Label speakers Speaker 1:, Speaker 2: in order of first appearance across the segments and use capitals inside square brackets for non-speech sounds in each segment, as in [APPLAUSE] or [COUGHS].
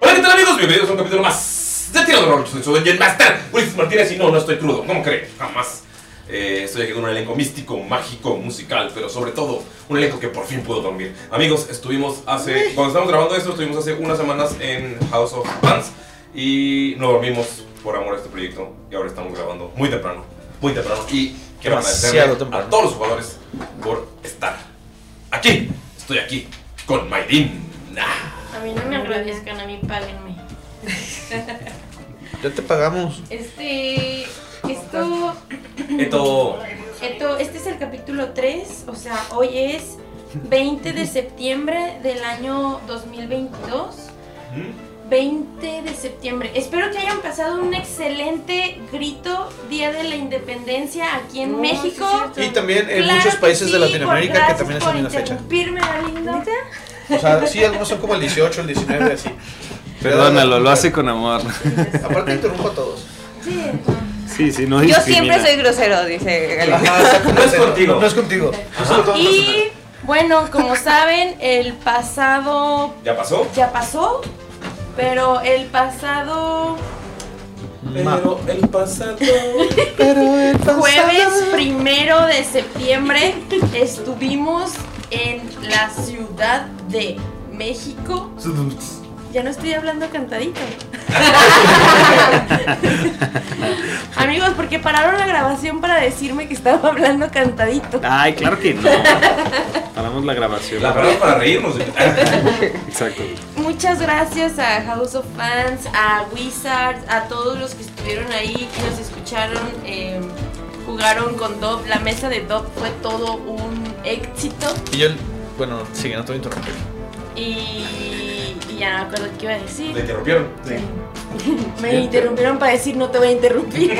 Speaker 1: Hola, ¿qué tal amigos? Bienvenidos a un capítulo más de Tiro de Rol. Soy su Dungeon Master, Ulises Martínez, y no, no estoy crudo. ¿Cómo creen? Jamás. Eh, estoy aquí con un elenco místico, mágico, musical, pero sobre todo un elenco que por fin pudo dormir. Amigos, estuvimos hace. Cuando estábamos grabando esto, estuvimos hace unas semanas en House of Bands y no dormimos por amor a este proyecto. Y ahora estamos grabando muy temprano, muy temprano. Y quiero agradecerle
Speaker 2: Demasiado temprano.
Speaker 1: a todos los jugadores por estar aquí. Estoy aquí con Mayrin.
Speaker 3: A mí no me agradezcan, a mí páguenme.
Speaker 2: Ya te pagamos.
Speaker 3: [LAUGHS] Este. Esto.
Speaker 1: Esto.
Speaker 3: Esto. Este es el capítulo 3. O sea, hoy es 20 de septiembre del año 2022. 20 de septiembre. Espero que hayan pasado un excelente grito Día de la Independencia aquí en México.
Speaker 2: Y también en
Speaker 3: Claro
Speaker 2: muchos
Speaker 3: que
Speaker 2: países de
Speaker 3: sí,
Speaker 2: Latinoamérica que
Speaker 3: gracias
Speaker 2: también es
Speaker 3: por
Speaker 2: en la fecha.
Speaker 3: interrumpirme, Valindo.
Speaker 2: O sea, sí, algunos son como el 18, el 19, así.
Speaker 4: Perdónalo, lo hace con amor.
Speaker 2: Aparte interrumpo a todos.
Speaker 3: Sí.
Speaker 4: [LAUGHS] Sí, sí, no
Speaker 5: Yo
Speaker 4: discrimina.
Speaker 5: siempre soy grosero,
Speaker 1: [LAUGHS]
Speaker 5: dice Galindo.
Speaker 2: Ajá, está con
Speaker 1: No es
Speaker 2: acento.
Speaker 1: contigo.
Speaker 2: No es contigo.
Speaker 3: Y bueno, como saben, el pasado
Speaker 1: ¿Ya pasó?
Speaker 3: ya pasó, pero el pasado
Speaker 1: Pero el pasado.
Speaker 3: jueves primero de septiembre estuvimos en la ciudad de México. Ya no estoy hablando
Speaker 4: [LAUGHS]
Speaker 3: cantadito. Amigos, porque pararon la grabación para decirme que estaba hablando cantadito.
Speaker 4: Ay, claro que no. Paramos la grabación.
Speaker 1: La verdad es para reírnos.
Speaker 4: [LAUGHS] Exacto.
Speaker 3: Muchas gracias a House of Fans, a Wizards, a todos los que estuvieron ahí, que nos escucharon, eh, jugaron con Dob. La mesa de Dob fue todo un éxito.
Speaker 2: Y yo, bueno, sí, no te voy a interrumpir.
Speaker 3: Y, y ya no me acuerdo qué iba a
Speaker 1: ¿Le
Speaker 3: decir.
Speaker 1: interrumpieron?
Speaker 3: [LAUGHS] Me interrumpieron para decir no te voy a interrumpir.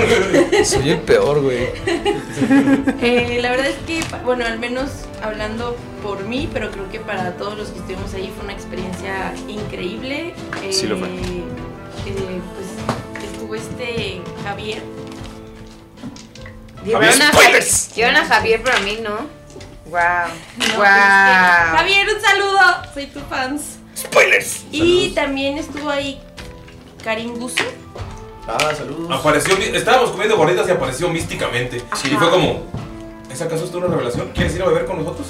Speaker 2: Soy el peor, güey.
Speaker 3: Eh, la verdad es que, bueno, al menos hablando por mí, pero creo que para todos los que estuvimos ahí fue una experiencia increíble. Eh,
Speaker 4: Sí lo fue.
Speaker 3: eh, pues estuvo este Javier.
Speaker 5: Llevaron a, Javier,
Speaker 1: spoilers.
Speaker 5: llevaron a Javier, pero a mí no. Wow.
Speaker 3: No, este,
Speaker 5: wow.
Speaker 3: es que- Javier, un saludo. Soy tu fans.
Speaker 1: ¡Spoilers!
Speaker 3: Y también estuvo ahí Karim Busu.
Speaker 2: Ah, saludos.
Speaker 1: Apareció. mi- Estábamos comiendo gorditas y apareció místicamente. Y fue como. ¿Es acaso esto una revelación? ¿Quieres ir a beber con nosotros?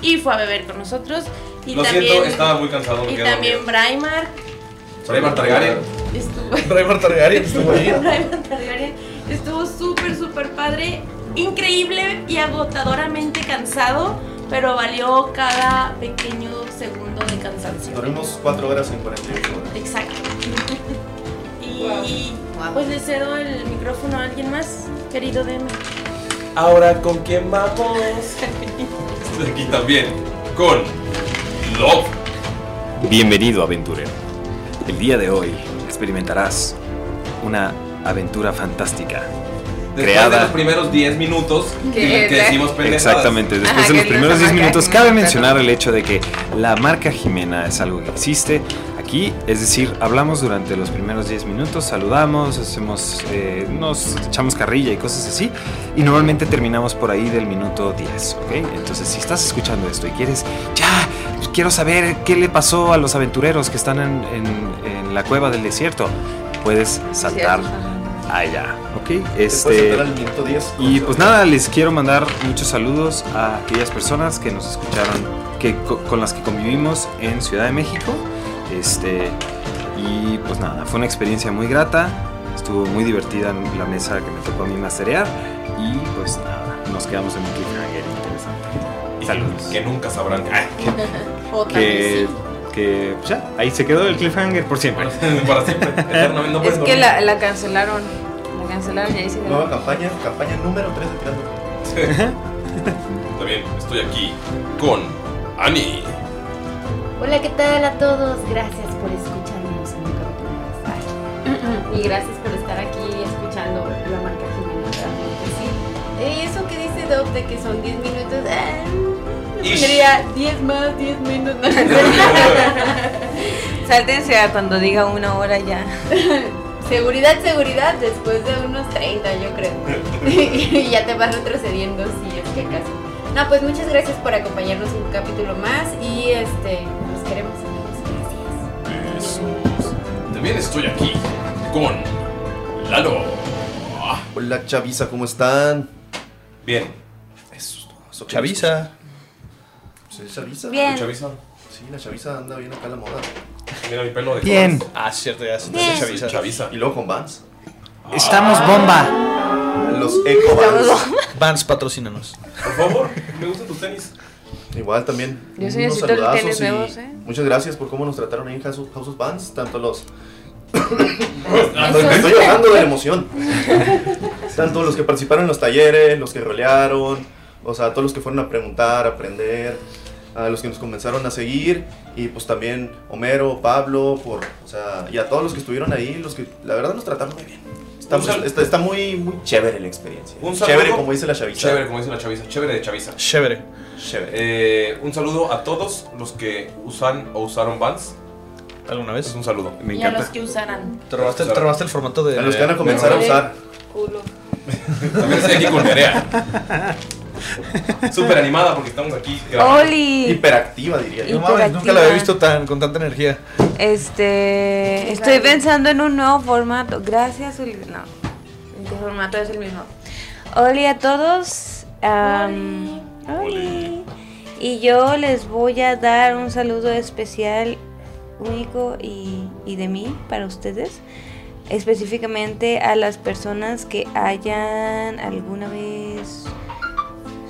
Speaker 3: Y fue a beber con nosotros. Y
Speaker 1: Lo
Speaker 3: también,
Speaker 1: siento, estaba muy cansado. Me
Speaker 3: Y
Speaker 1: quedé
Speaker 3: también Braimar
Speaker 1: dormido. Braimar Targaryen.
Speaker 2: [LAUGHS]
Speaker 3: estuvo.
Speaker 2: Raymar Targaryen estuvo ahí.
Speaker 3: [LAUGHS] Braimar Targaryen estuvo súper, súper padre. Increíble y agotadoramente cansado, pero valió cada pequeño segundo de cansancio.
Speaker 6: Dormimos 4 horas en 48 horas.
Speaker 3: Exacto. Y pues le cedo el micrófono a alguien más, querido
Speaker 2: [LAUGHS]
Speaker 3: DM.
Speaker 1: Ahora, ¿con quién vamos? Aquí también, con Love.
Speaker 4: Bienvenido, aventurero. El día de hoy experimentarás una aventura fantástica.
Speaker 1: Después de los primeros 10 minutos
Speaker 4: Que-
Speaker 1: que, que decimos pendejadas.
Speaker 4: Exactamente, después de los primeros 10 minutos cabe mencionar el hecho de que la marca Jimena es algo que existe aquí, es decir, hablamos durante los primeros 10 minutos, saludamos, hacemos, eh, nos echamos carrilla y cosas así, y normalmente terminamos por ahí del minuto 10, ¿ok? Entonces, si estás escuchando esto y quieres, ya, quiero saber qué le pasó a los aventureros que están en, en- en la cueva del desierto, puedes saltar allá, ¿ok? Este...
Speaker 6: saltar al minuto 10.
Speaker 4: Y pues nada, les quiero mandar muchos saludos a aquellas personas que nos escucharon, que, co- con las que convivimos en Ciudad de México. Este, y pues nada, fue una experiencia muy grata, estuvo muy divertida en la mesa que me tocó a mí masterear. Y pues nada, nos quedamos en un cliffhanger interesante. Saludos.
Speaker 1: Que nunca sabrán. Ah,
Speaker 3: [LAUGHS] Otra
Speaker 4: Que, que pues ya, ahí se quedó el cliffhanger por siempre.
Speaker 1: [LAUGHS] Para siempre, eternamente.
Speaker 5: Es que la, la cancelaron. La cancelaron y ahí se quedó.
Speaker 6: Nueva campaña, campaña número 3 de tirando.
Speaker 1: También estoy aquí con Annie.
Speaker 7: Hola, ¿qué tal a todos? Gracias por escucharnos en Capturas. Y gracias por estar aquí escuchando la marca Jimena. realmente, sí. Eh, eso que dice Doc de que son 10 minutos, ah, yo
Speaker 5: Ish.
Speaker 7: pondría 10 más, 10 menos. no [LAUGHS] sé.
Speaker 5: [LAUGHS] Sáltense a cuando diga una hora ya.
Speaker 7: seguridad, seguridad, después de unos 30, yo creo. [LAUGHS] y ya te vas retrocediendo si es que acaso. No, pues muchas gracias por acompañarnos en un capítulo más y este, los queremos amigos.
Speaker 1: Jesús. También estoy aquí con Lalo.
Speaker 6: Hola Chavisa, ¿cómo están?
Speaker 1: Bien.
Speaker 2: Chavisa.
Speaker 6: Sí, Chavisa.
Speaker 2: Bien.
Speaker 1: Chavisa.
Speaker 6: Sí, la Chavisa anda bien acá a la moda.
Speaker 1: Mira mi pelo de
Speaker 2: Bien.
Speaker 1: colores.
Speaker 2: Ah, cierto, ya se te
Speaker 1: Bien.
Speaker 2: hace Chavisa.
Speaker 6: Y luego con Vans.
Speaker 2: Estamos bomba.
Speaker 6: Los Eco Vans.
Speaker 2: Vans, patrocínanos.
Speaker 1: Por favor, me gustan tus tenis.
Speaker 6: Igual también.
Speaker 5: Yo sí
Speaker 6: unos
Speaker 5: necesito
Speaker 6: saludazos
Speaker 5: tenis
Speaker 6: y
Speaker 5: nuevos, ¿eh?
Speaker 6: Muchas gracias por cómo nos trataron ahí en House of, House of Vans, tanto
Speaker 1: [COUGHS]
Speaker 6: los.
Speaker 1: Ah,
Speaker 6: Estoy- me estoy llorando de la emoción. Tanto los que participaron en los talleres, los que rolearon, o sea, todos los que fueron a preguntar, a aprender, a los que nos comenzaron a seguir, y pues también Homero, Pablo, por, o sea, y a todos los que estuvieron ahí, los que la verdad nos trataron muy bien. Está,
Speaker 1: Un sal-
Speaker 6: está- está muy, muy chévere la experiencia.
Speaker 1: Un saludo.
Speaker 6: chévere, como dice la chaviza.
Speaker 1: Chévere, como dice la chaviza. Chévere de chaviza.
Speaker 2: Chévere.
Speaker 1: Eh, un saludo a todos los que usan o usaron Vans.
Speaker 2: ¿Alguna vez?
Speaker 1: un saludo.
Speaker 4: Me
Speaker 3: Y a los que usaran.
Speaker 2: Te robaste, te robaste el formato de.
Speaker 1: A los que van a comenzar a usar.
Speaker 3: Culo.
Speaker 1: También estoy aquí con Nerea. Súper animada porque estamos aquí. grabando.
Speaker 5: ¡Oli!
Speaker 6: Hiperactiva, diría
Speaker 5: yo. No mames, Hiperactiva.
Speaker 2: nunca la había visto tan, con tanta energía.
Speaker 5: Este, estoy pensando en un nuevo formato. Gracias, Uli. No, el formato es el mismo. Oli a todos. am, oli. Y yo les voy a dar un saludo especial, único y, y de mí para ustedes. Específicamente a las personas que hayan alguna vez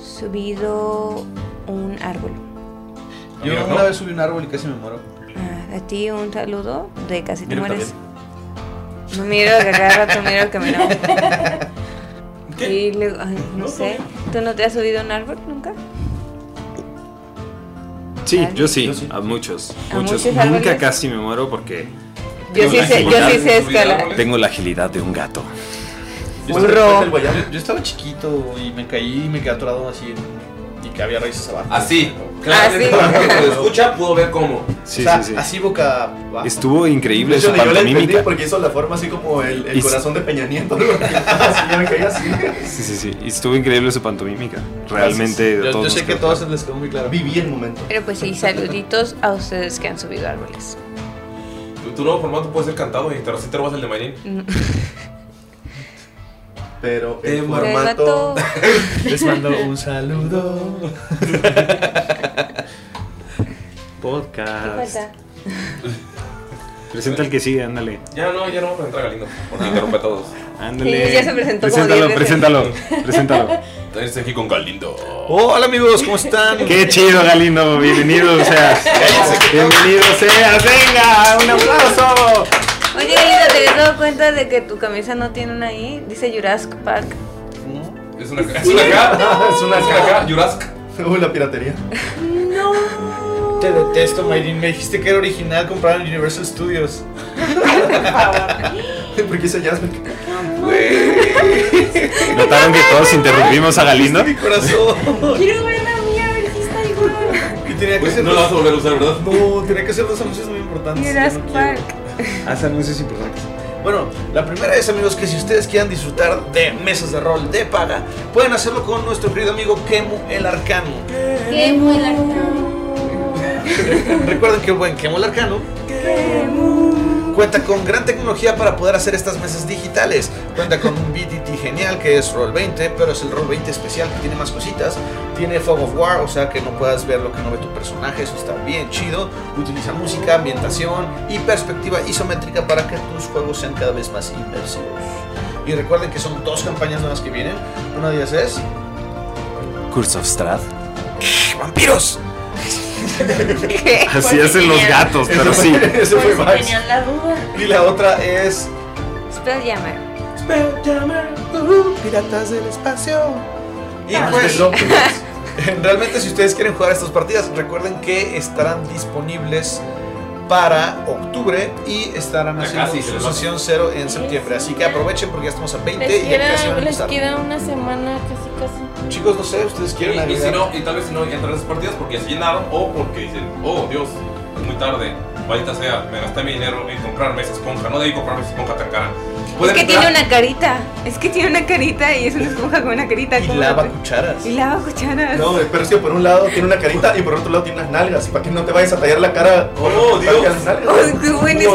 Speaker 5: subido un árbol.
Speaker 2: Yo
Speaker 5: Amigo,
Speaker 2: una
Speaker 5: ¿no?
Speaker 2: vez subí un árbol y casi me muero.
Speaker 5: Ah, A ti un saludo de casi te
Speaker 2: Miro
Speaker 5: mueres. No miro que cada rato miro que miro. Y luego, ay, no sé, ¿tú no te has subido a un árbol nunca?
Speaker 4: Sí, yo sí, a muchos.
Speaker 5: ¿A muchos
Speaker 4: muchos. Nunca
Speaker 5: árboles?
Speaker 4: casi me muero porque.
Speaker 5: Yo
Speaker 4: tengo
Speaker 5: sí
Speaker 4: la
Speaker 5: sé- yo
Speaker 4: agilidad- ¿eh?
Speaker 5: sí sé escalar.
Speaker 4: Tengo la agilidad de un gato.
Speaker 2: Yo
Speaker 4: Burro.
Speaker 2: estaba enfrente del guayabo. Yo, yo estaba chiquito y me caí y me quedé atorado así en- y que había raíces abajo.
Speaker 1: Así, claramente
Speaker 2: Así.
Speaker 1: para Ah, que lo escucha pudo ver cómo.
Speaker 4: Sí,
Speaker 2: O sea,
Speaker 4: sí, sí.
Speaker 2: Así boca abajo.
Speaker 4: Estuvo increíble
Speaker 6: De hecho,
Speaker 4: su
Speaker 6: ni yo la entendí
Speaker 4: pantomímica.
Speaker 6: porque hizo la forma así como el, el
Speaker 4: Y-
Speaker 6: corazón de Peña Nieto. ¿no? [LAUGHS] Así, yo me caí así.
Speaker 4: Sí, sí, sí. y Estuvo increíble su pantomímica. [LAUGHS] Realmente.
Speaker 2: Yo,
Speaker 4: a todos
Speaker 2: yo sé
Speaker 4: nos
Speaker 2: que a
Speaker 4: quedó
Speaker 2: todos les quedó muy claro.
Speaker 6: Viví el momento.
Speaker 5: Pero pues sí, saluditos a ustedes que han subido [LAUGHS] árboles.
Speaker 1: Tu, tu nuevo formato puede ser cantado y te, así te robas el de Mayrin.
Speaker 6: Pero
Speaker 1: Te
Speaker 6: el
Speaker 1: mato.
Speaker 6: formato. [LAUGHS]
Speaker 2: [LAUGHS] Les mando un saludo.
Speaker 4: [LAUGHS] Podcast.
Speaker 5: falta?
Speaker 4: Presenta el que sigue, ándale.
Speaker 1: Ya no, ya no vamos a entrar a Galindo. [LAUGHS] Porque interrumpe a todos.
Speaker 4: Ándale.
Speaker 5: Sí, ya se presentó como
Speaker 4: Preséntalo,
Speaker 5: diez veces.
Speaker 4: preséntalo, preséntalo.
Speaker 1: Estoy aquí con Galindo.
Speaker 4: hola amigos, ¿cómo están? Qué chido, Galindo. Bienvenido seas. Bienvenido seas. Venga, un aplauso.
Speaker 5: Oye, Galindo, ¿te habías dado cuenta de que tu camisa no tiene una I? Dice Jurassic Park.
Speaker 1: Es una, es una acá. Es una acá. Jurassic.
Speaker 6: Uy, la piratería.
Speaker 2: Te detesto, Mayrin. Me dijiste que era original comprado en Universal Studios.
Speaker 6: ¿Por qué se Jasmine?
Speaker 4: ¿Notaron que todos
Speaker 1: [LAUGHS]
Speaker 4: interrumpimos a Galindo?
Speaker 2: Mi corazón.
Speaker 3: Quiero ver la mía, a ver si está igual.
Speaker 2: Y tenía que
Speaker 1: Pues
Speaker 2: hacer
Speaker 1: no la vas a volver a usar, ¿verdad?
Speaker 2: No, tenía que hacer dos anuncios muy importantes.
Speaker 5: Jurassic
Speaker 2: Ya no quiero.
Speaker 5: Park.
Speaker 4: Haz anuncios importantes.
Speaker 2: Bueno, la primera es, amigos, que si ustedes quieran disfrutar de mesas de rol de paga, pueden hacerlo con nuestro querido amigo Kemu el Arcano.
Speaker 7: Qué buena.
Speaker 2: [LAUGHS] Recuerden que el buen Kemu el Arcano cuenta con gran tecnología para poder hacer estas mesas digitales. Cuenta con un BDT genial que es Roll 20, pero es el Roll 20 especial que tiene más cositas. Tiene Fog of War, o sea que no puedas ver lo que no ve tu personaje, eso está bien chido. Utiliza música, ambientación y perspectiva isométrica para que tus juegos sean cada vez más inmersivos. Y recuerden que son dos campañas nuevas que vienen. Una de ellas es
Speaker 4: Curse of Strad.
Speaker 2: Vampiros.
Speaker 4: Así hacen los gatos, pero
Speaker 2: Eso
Speaker 4: sí.
Speaker 2: fue- Eso fue
Speaker 3: Por si
Speaker 2: Max.
Speaker 3: tenían la duda.
Speaker 2: Y la otra es
Speaker 5: Spelljammer.
Speaker 2: Spelljammer, uh, Piratas del Espacio. Y
Speaker 6: Ah,
Speaker 2: pues,
Speaker 6: perdón,
Speaker 2: [LAUGHS] realmente si ustedes quieren jugar estas partidas, recuerden que estarán disponibles para octubre y estarán
Speaker 1: Ya
Speaker 2: haciendo
Speaker 1: casi,
Speaker 2: su
Speaker 1: se les va.
Speaker 2: sesión cero en septiembre. Así que aprovechen porque ya estamos a 20
Speaker 3: Les
Speaker 2: y ya casi
Speaker 3: queda,
Speaker 2: van a
Speaker 3: les
Speaker 2: empezar.
Speaker 3: queda una semana casi casi.
Speaker 2: Chicos, no sé, ustedes quieren
Speaker 1: Y, y si
Speaker 2: agregar?
Speaker 1: no, y tal vez si no entran esas partidas porque ya se llenaron o porque dicen, oh Dios, es muy tarde, maldita sea, me gasté mi dinero en comprarme esa esponja, no debí comprarme esa esponja tan cara.
Speaker 5: Es
Speaker 1: Pueden
Speaker 5: que tiene
Speaker 1: entrar-
Speaker 5: una carita. Es que tiene una carita y es una esponja con una carita.
Speaker 2: Y
Speaker 5: ¿cómo?
Speaker 2: lava cucharas.
Speaker 5: Y lava cucharas.
Speaker 6: No, güey, pero es que por un lado tiene una carita y por otro lado tiene unas nalgas. Para que no te vayas a tallar la cara con
Speaker 1: Oh,
Speaker 6: con
Speaker 1: Dios.
Speaker 6: las nalgas.
Speaker 5: Uy, qué bueno es-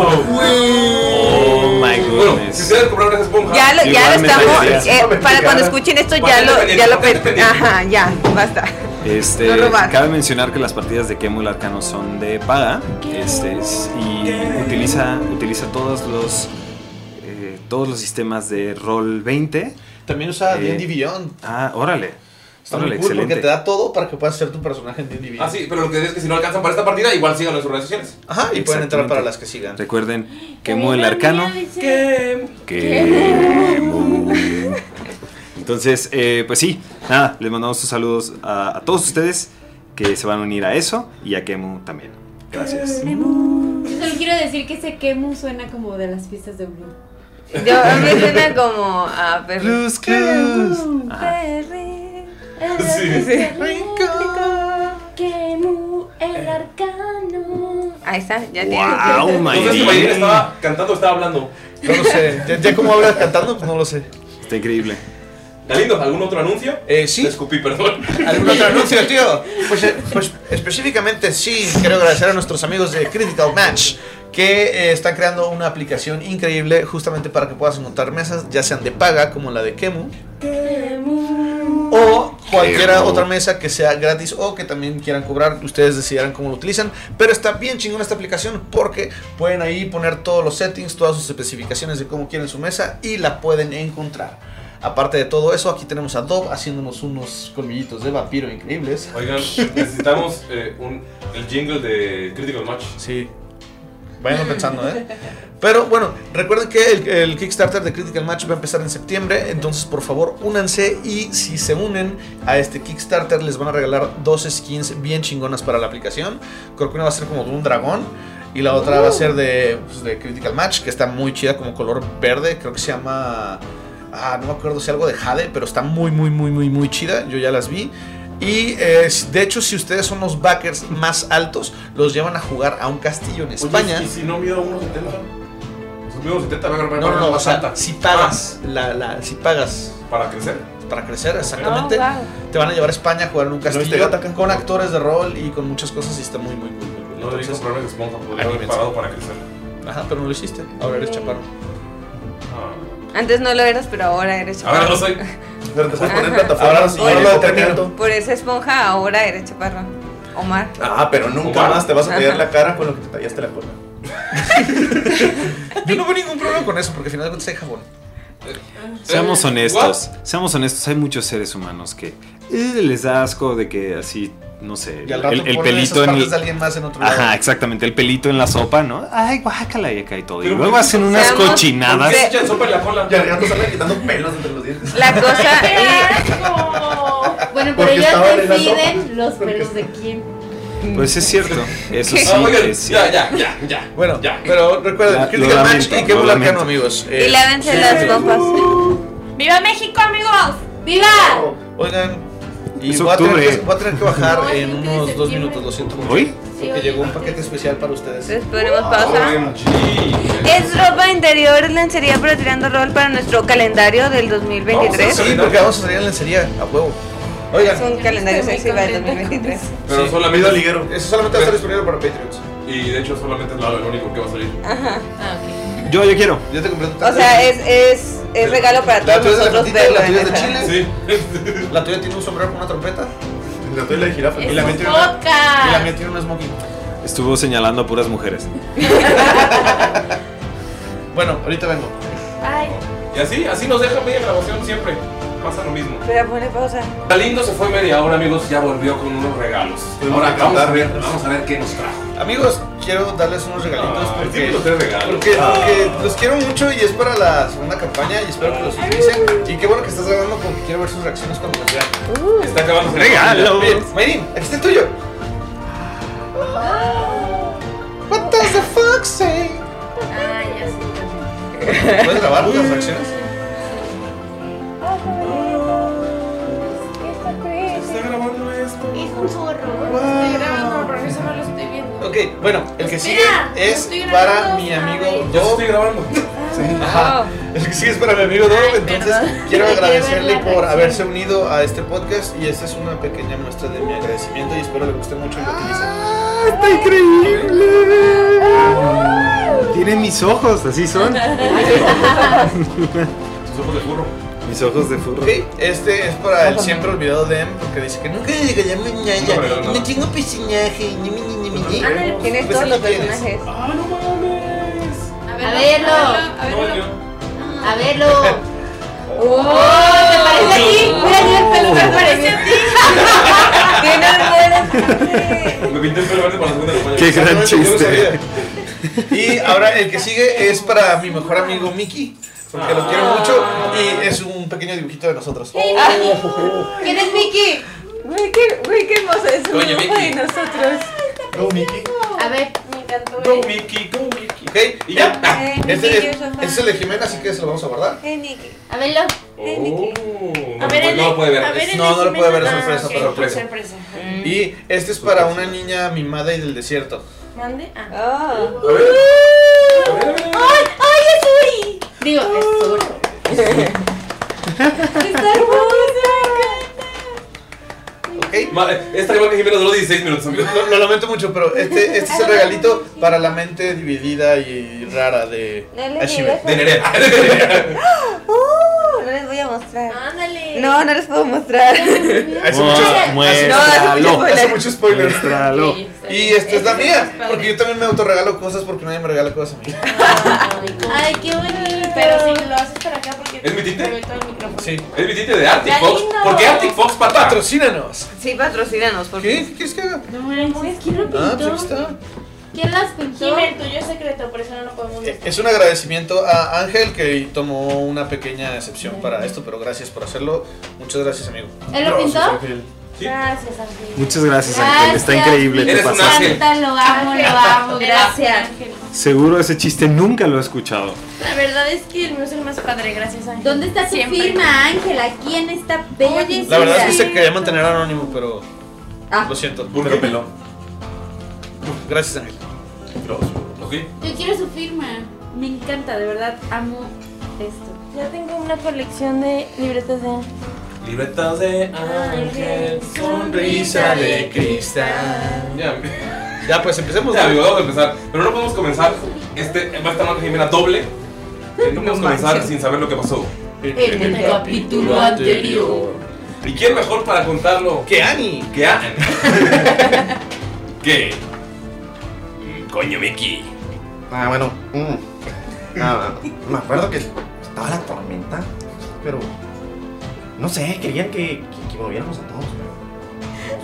Speaker 4: Oh my
Speaker 1: Bueno, si
Speaker 4: goodness.
Speaker 1: ustedes compraron esa esponja,
Speaker 5: Ya lo, ya
Speaker 4: Igual
Speaker 5: lo
Speaker 4: me
Speaker 5: estamos.
Speaker 4: parece.
Speaker 5: eh, para cuando escuchen esto, ya lo, ya lo pe- Ajá, ya, basta.
Speaker 4: Este,
Speaker 5: No robar.
Speaker 4: cabe mencionar que las partidas de Kemu el Arcano son de paga este, es- y utiliza, utiliza todos los eh, todos los sistemas de rol 20.
Speaker 2: También usa
Speaker 4: Eh,
Speaker 2: D&D Beyond.
Speaker 4: Ah, órale.
Speaker 2: Está muy
Speaker 4: órale,
Speaker 2: cool porque
Speaker 4: excelente.
Speaker 2: te da todo para que puedas hacer tu personaje en D&D Beyond.
Speaker 1: Ah, sí, pero lo que es que si no alcanzan para esta partida, igual sigan en sus redes sociales.
Speaker 2: Ajá, y pueden entrar
Speaker 4: Exactamente.
Speaker 2: para las que sigan.
Speaker 4: Recuerden, Kemu el Arcano. Kemu. [LAUGHS] Entonces, eh, pues sí, nada, les mandamos sus saludos a, a todos ustedes que se van a unir a eso y a Kemu también. Gracias.
Speaker 7: Yo solo quiero decir que ese Kemu suena como de las fiestas de Blue.
Speaker 5: Yo, a mí me suena como a perro.
Speaker 4: Blues Clues. Ajá.
Speaker 3: Kemu, el arcano.
Speaker 5: Ahí está, ya
Speaker 4: Wow,
Speaker 5: tiene.
Speaker 4: my
Speaker 1: Entonces,
Speaker 4: God.
Speaker 1: Mayrin estaba cantando, estaba hablando.
Speaker 2: No lo sé. Ya, ya como hablas cantando, pues no lo sé.
Speaker 4: Está increíble.
Speaker 1: Galindo, ¿algún otro anuncio?
Speaker 2: Eh,
Speaker 1: Te
Speaker 2: sí.
Speaker 1: escupí, perdón.
Speaker 2: ¿Algún otro anuncio, tío? Pues, eh, pues específicamente sí, quiero agradecer a nuestros amigos de Critical Match que eh, están creando una aplicación increíble justamente para que puedas montar mesas, ya sean de paga como la de Kemu o cualquiera otra mesa que sea gratis o que también quieran cobrar, ustedes decidirán cómo lo utilizan, pero está bien chingona esta aplicación porque pueden ahí poner todos los settings, todas sus especificaciones de cómo quieren su mesa y la pueden encontrar. Aparte de todo eso, aquí tenemos a Dob haciéndonos unos colmillitos de vampiro increíbles.
Speaker 1: Oigan, necesitamos eh, un, el jingle de Critical Match.
Speaker 2: Sí. Vayan pensando, ¿eh? Pero bueno, recuerden que el, el Kickstarter de Critical Match va a empezar en septiembre, entonces por favor únanse y si se unen a este Kickstarter les van a regalar dos skins bien chingonas para la aplicación. Creo que una va a ser como de un dragón y la otra va a ser de, pues, de Critical Match, que está muy chida como color verde, creo que se llama... Ah, no me acuerdo si algo de Jade, pero está muy, muy, muy, muy, muy chida, yo ya las vi. Y eh, de hecho, si ustedes son los backers más altos, los llevan a jugar a un castillo en España.
Speaker 1: Oye, ¿Y si no mido 1.70? Si mido 1.70, voy a grabar
Speaker 2: No, no, no, o sea, si
Speaker 1: si
Speaker 2: pagas, la, la, si pagas
Speaker 1: Ah. Para crecer.
Speaker 2: para crecer, exactamente, te van a llevar a España a jugar en un
Speaker 6: te
Speaker 2: castillo
Speaker 6: atacan.
Speaker 2: con actores de rol y con muchas cosas y está muy, muy, muy, muy cool.
Speaker 1: No debí
Speaker 2: Entonces,
Speaker 1: comprarme esa esponja, podría haber
Speaker 2: Anímense.
Speaker 1: parado para crecer.
Speaker 2: Ajá, pero no lo hiciste, ahora eres chaparro.
Speaker 1: Ah.
Speaker 5: Antes no lo eras, pero ahora eres chaparro.
Speaker 1: Ahora no soy.
Speaker 2: [LAUGHS]
Speaker 6: Pero te puedes poner
Speaker 5: Ajá.
Speaker 2: Ahora-
Speaker 6: plataformas y
Speaker 2: ahora lo
Speaker 6: comer
Speaker 2: determino.
Speaker 6: tanto.
Speaker 5: Por esa esponja, ahora eres chaparro. Omar.
Speaker 6: Ah, pero nunca
Speaker 2: Omar.
Speaker 6: más te vas a tallar
Speaker 5: Ajá.
Speaker 6: la cara con lo que te tallaste la cola.
Speaker 2: Yo no veo ningún problema con eso, porque al final de cuentas hay jabón.
Speaker 4: Seamos
Speaker 2: Eh,
Speaker 4: honestos, seamos honestos, hay muchos seres humanos que eh, les da asco de que así, no sé,
Speaker 2: Y al rato
Speaker 4: el, el
Speaker 2: ponen esas
Speaker 4: pelito en
Speaker 2: partes
Speaker 4: el...
Speaker 2: de alguien más en otro lado.
Speaker 4: Ajá, exactamente, el pelito en la sopa, ¿no? Ay, guácala y acá y todo. Y
Speaker 2: Pero
Speaker 4: luego
Speaker 2: ¿por qué-
Speaker 4: hacen unas
Speaker 2: Seamos-
Speaker 4: cochinadas.
Speaker 2: ¿por qué se echan
Speaker 1: sopa en la cola?
Speaker 6: Y al rato salen quitando pelos entre los dientes.
Speaker 5: La cosa
Speaker 7: Bueno, pero
Speaker 6: Porque
Speaker 7: ellos
Speaker 6: estaba en la
Speaker 7: deciden los pelos de quién.
Speaker 4: Pues es cierto, eso sí.
Speaker 2: Ah, oigan,
Speaker 4: es
Speaker 1: ya,
Speaker 4: cierto.
Speaker 1: ya, ya, ya.
Speaker 2: Bueno, pero recuerden,
Speaker 4: La-
Speaker 2: Critical
Speaker 4: lo
Speaker 2: Match
Speaker 4: lamento,
Speaker 2: y Quemo
Speaker 4: lo
Speaker 2: el Arcano,
Speaker 4: lamento.
Speaker 2: amigos. Eh,
Speaker 5: Y lávense las bombas.
Speaker 3: ¡Viva México, amigos! ¡Viva!
Speaker 2: Oigan, y
Speaker 4: Es
Speaker 2: voy a, tener
Speaker 4: octubre.
Speaker 2: que, voy a tener que bajar
Speaker 3: No, es
Speaker 2: en
Speaker 3: veinte de
Speaker 2: unos dos
Speaker 3: septiembre.
Speaker 2: minutos, lo siento mucho.
Speaker 4: ¿Hoy? Ah,
Speaker 2: Porque llegó un paquete especial para ustedes.
Speaker 5: Entonces ponemos pausa. Es ropa interior, lencería, pero tirando rol para nuestro calendario del 2023.
Speaker 2: Sí, porque vamos a salir en lencería, a huevo. Oigan,
Speaker 5: Es un calendario sexy para el 2023.
Speaker 1: Pero
Speaker 2: Sí.
Speaker 1: solamente.
Speaker 2: Eso solamente va a estar disponible para Patreons.
Speaker 1: Y de hecho, solamente es lo único que va a salir.
Speaker 5: Ajá.
Speaker 4: Yo, yo quiero.
Speaker 2: Yo te compré tu
Speaker 5: O sea, es, es, es regalo para
Speaker 2: La
Speaker 5: todos
Speaker 2: tuya es de la
Speaker 5: nosotros
Speaker 2: frutita y
Speaker 5: verlo
Speaker 2: la tuya
Speaker 5: en
Speaker 2: es de
Speaker 5: esa-
Speaker 2: chile. [LAUGHS] La tuya tiene un sombrero con una trompeta.
Speaker 6: La tuya de jirafa.
Speaker 2: Y la mía tiene una- y la mía tiene un smoking.
Speaker 4: Estuvo señalando a puras mujeres.
Speaker 2: Bueno, ahorita vengo.
Speaker 1: Y así, así nos deja media grabación siempre. Pasa lo mismo.
Speaker 5: Pero pone pausa.
Speaker 1: Galindo se fue media hora, amigos, ya volvió con unos regalos.
Speaker 6: Tuvimos
Speaker 1: Ahora
Speaker 6: que
Speaker 1: vamos a
Speaker 6: cantar.
Speaker 1: ver, vamos a ver qué nos trajo.
Speaker 2: Amigos, quiero darles unos regalitos
Speaker 1: Ay,
Speaker 2: porque,
Speaker 1: siempre los tres regalos. Ah.
Speaker 2: porque, porque los quiero mucho y es para la segunda campaña y espero que los utilicen. Y qué bueno que estás grabando porque quiero ver sus reacciones cuando los vean.
Speaker 3: Uh.
Speaker 1: Está acabando.
Speaker 4: Regalo.
Speaker 2: Oye, Mayrin, aquí está el tuyo. What does the fuck say?
Speaker 7: Ah, ya sé.
Speaker 2: ¿Puedes grabar
Speaker 3: Uh.
Speaker 2: las reacciones?
Speaker 1: Está grabando esto.
Speaker 3: Es un zorro. Estoy grabando, pero eso no lo estoy viendo.
Speaker 2: Ok, bueno, el que sigue
Speaker 3: Espera,
Speaker 2: es
Speaker 3: yo estoy
Speaker 2: para
Speaker 3: grabando Ah.
Speaker 2: mi
Speaker 3: otra
Speaker 2: amigo
Speaker 3: vez.
Speaker 1: Yo sí
Speaker 2: Dob.
Speaker 1: estoy grabando.
Speaker 2: Ajá. El que sigue es para mi amigo Dob.
Speaker 3: Ay,
Speaker 2: Entonces,
Speaker 3: perdón.
Speaker 2: quiero
Speaker 3: Quiero
Speaker 2: agradecerle
Speaker 3: ver la
Speaker 2: por
Speaker 3: reacción.
Speaker 2: haberse unido a este podcast. Y esta es una pequeña muestra de mi agradecimiento. Y espero le guste mucho y lo
Speaker 3: Ah.
Speaker 2: utilicen.
Speaker 4: ¡Está increíble! Tiene mis ojos, así
Speaker 1: [LAUGHS]
Speaker 4: son.
Speaker 1: Tus ojos de burro.
Speaker 4: Mis ojos de furro.
Speaker 2: Ok, este es para el siempre olvidado Dem. Porque dice que nunca llegaría a mi ñaya.
Speaker 1: No, pero no.
Speaker 2: No tengo piscinaje. Ni mi ni mi ni mi.
Speaker 3: Ándale,
Speaker 5: Tienes
Speaker 2: Pues
Speaker 5: todos
Speaker 2: ahí
Speaker 5: los
Speaker 2: tienes.
Speaker 5: personajes.
Speaker 1: ¡Ah, no mames!
Speaker 3: A
Speaker 7: A
Speaker 3: verlo.
Speaker 7: verlo.
Speaker 3: A
Speaker 1: No,
Speaker 3: verlo.
Speaker 1: yo.
Speaker 7: A [LAUGHS] verlo.
Speaker 5: ¡Oh!
Speaker 7: ¿Te parece a ti? Mira, tiene el pelo verde.
Speaker 5: parece
Speaker 7: [LAUGHS]
Speaker 5: a ti? ¡Tienes
Speaker 1: Me pinté el pelo verde para la segunda campaña.
Speaker 4: Qué gran chiste.
Speaker 2: Y ahora el que sigue es para mi mejor amigo Mickey. Porque lo quiero mucho. Y es un pequeño dibujito de nosotros.
Speaker 7: ¿Quién es Mickey?
Speaker 5: ¡Güey, qué, güey, qué hermoso es un
Speaker 1: Coño,
Speaker 5: grupo de
Speaker 1: Vicky.
Speaker 5: nosotros!
Speaker 6: Go, Mickey.
Speaker 7: A ver.
Speaker 3: Me encantó.
Speaker 1: Go,
Speaker 3: eh.
Speaker 1: Mickey, go, Mickey.
Speaker 2: Ok, y ya.
Speaker 5: Eh, Mickey,
Speaker 2: Este es,
Speaker 5: yo soy fan.
Speaker 2: este es el de Jimena, así que se lo vamos a guardar. Pues
Speaker 5: ¡Eh, Nicky!
Speaker 7: A verlo.
Speaker 5: Eh, Mickey.
Speaker 1: Oh,
Speaker 3: A ver,
Speaker 1: no,
Speaker 3: el-
Speaker 1: no lo puede ver.
Speaker 3: a ver,
Speaker 1: Es-
Speaker 3: el
Speaker 2: No, no lo puede ver, es
Speaker 3: Jimena.
Speaker 2: sorpresa,
Speaker 3: Ah, ok,
Speaker 2: pero sorpresa.
Speaker 3: sorpresa.
Speaker 2: Y este es para una niña mimada y del desierto.
Speaker 3: Mande. Ah.
Speaker 5: ¡Oh!
Speaker 1: a ver.
Speaker 3: ¡Ay, ay, es Uri!
Speaker 7: Digo, es zurdo.
Speaker 5: ¡Está hermosa!
Speaker 2: Ok.
Speaker 1: Vale, esta igual que Jimena duró 16 minutos, amigos.
Speaker 2: Lo, lo lamento mucho, pero este, este es el regalito para la mente dividida y rara de
Speaker 5: No le
Speaker 2: Ashime.
Speaker 5: digas.
Speaker 1: De Nerea. De Nerea.
Speaker 5: ¡Oh! No les voy a mostrar.
Speaker 3: Ándale.
Speaker 5: No, no les puedo mostrar.
Speaker 2: Hace mucho- hace-
Speaker 5: Muéstralo.
Speaker 2: hace mucho spoiler.
Speaker 4: Muéstralo.
Speaker 7: Sí, está
Speaker 2: Y
Speaker 7: bien.
Speaker 2: esta es la
Speaker 3: Este es
Speaker 2: mía,
Speaker 3: padre.
Speaker 2: porque yo también me autorregalo cosas porque nadie me regala cosas a mí.
Speaker 7: Ay, qué bonito.
Speaker 3: Pero si lo haces para acá porque
Speaker 1: ¿Es mi tinte?
Speaker 3: reventó el micrófono.
Speaker 2: Sí.
Speaker 1: Es mi tinte de Arctic Fox.
Speaker 3: Galindo.
Speaker 1: ¿Por qué Arctic Fox pata?
Speaker 2: Patrocínanos.
Speaker 5: Sí, patrocínanos, por
Speaker 2: ¿Qué? ¿Qué quieres que haga?
Speaker 7: No manches, ¿quién lo
Speaker 2: Ah, pues
Speaker 7: pintó?
Speaker 2: aquí está.
Speaker 7: ¿Quién las pintó?
Speaker 3: Jimena, el tuyo es secreto, por eso no lo podemos ver.
Speaker 2: Eh, Es un agradecimiento a Ángel que tomó una pequeña excepción para esto, pero gracias por hacerlo. Muchas gracias, amigo.
Speaker 7: ¿Él lo pintó?
Speaker 3: Gracias, Ángel.
Speaker 4: Muchas gracias, Ángel. Está
Speaker 7: Gracias.
Speaker 4: increíble tu
Speaker 1: Eres un
Speaker 4: pasaje.
Speaker 1: ángel.
Speaker 7: Santa, lo amo, lo amo. Gracias.
Speaker 3: Ángel.
Speaker 4: Seguro ese chiste nunca lo he escuchado.
Speaker 3: La verdad es que el mío es el más padre, gracias Ángel.
Speaker 7: ¿Dónde está tu
Speaker 3: Siempre.
Speaker 7: firma, Ángela? Aquí en esta bella
Speaker 2: La verdad es que
Speaker 7: ciudad.
Speaker 2: se quería mantener anónimo, pero
Speaker 5: Ah.
Speaker 2: lo siento.
Speaker 1: ¿Por
Speaker 2: Pero
Speaker 1: qué?
Speaker 2: peló. Gracias, Ángel.
Speaker 1: Ok.
Speaker 7: Yo quiero su firma. Me encanta, de verdad. Amo esto.
Speaker 3: Ya tengo una colección de libretas de
Speaker 1: Libretas de
Speaker 3: ángel, sonrisa de
Speaker 2: cristal.
Speaker 1: Ya,
Speaker 2: Ya, pues empecemos.
Speaker 1: ya, amigo,
Speaker 2: ¿no?
Speaker 1: vamos a empezar. Pero no podemos comenzar. Este va a estar Marta Jimena doble. Eh, No podemos comenzar sin saber lo que pasó.
Speaker 7: En el capítulo anterior.
Speaker 1: ¿Y quién mejor para contarlo
Speaker 2: Que Ani.
Speaker 1: que Anne? que. Mm, Coño, Mickey.
Speaker 8: Ah, bueno. mm. Ah, me acuerdo que estaba la tormenta, pero. No sé, querían que, que, que moviéramos a todos, pero,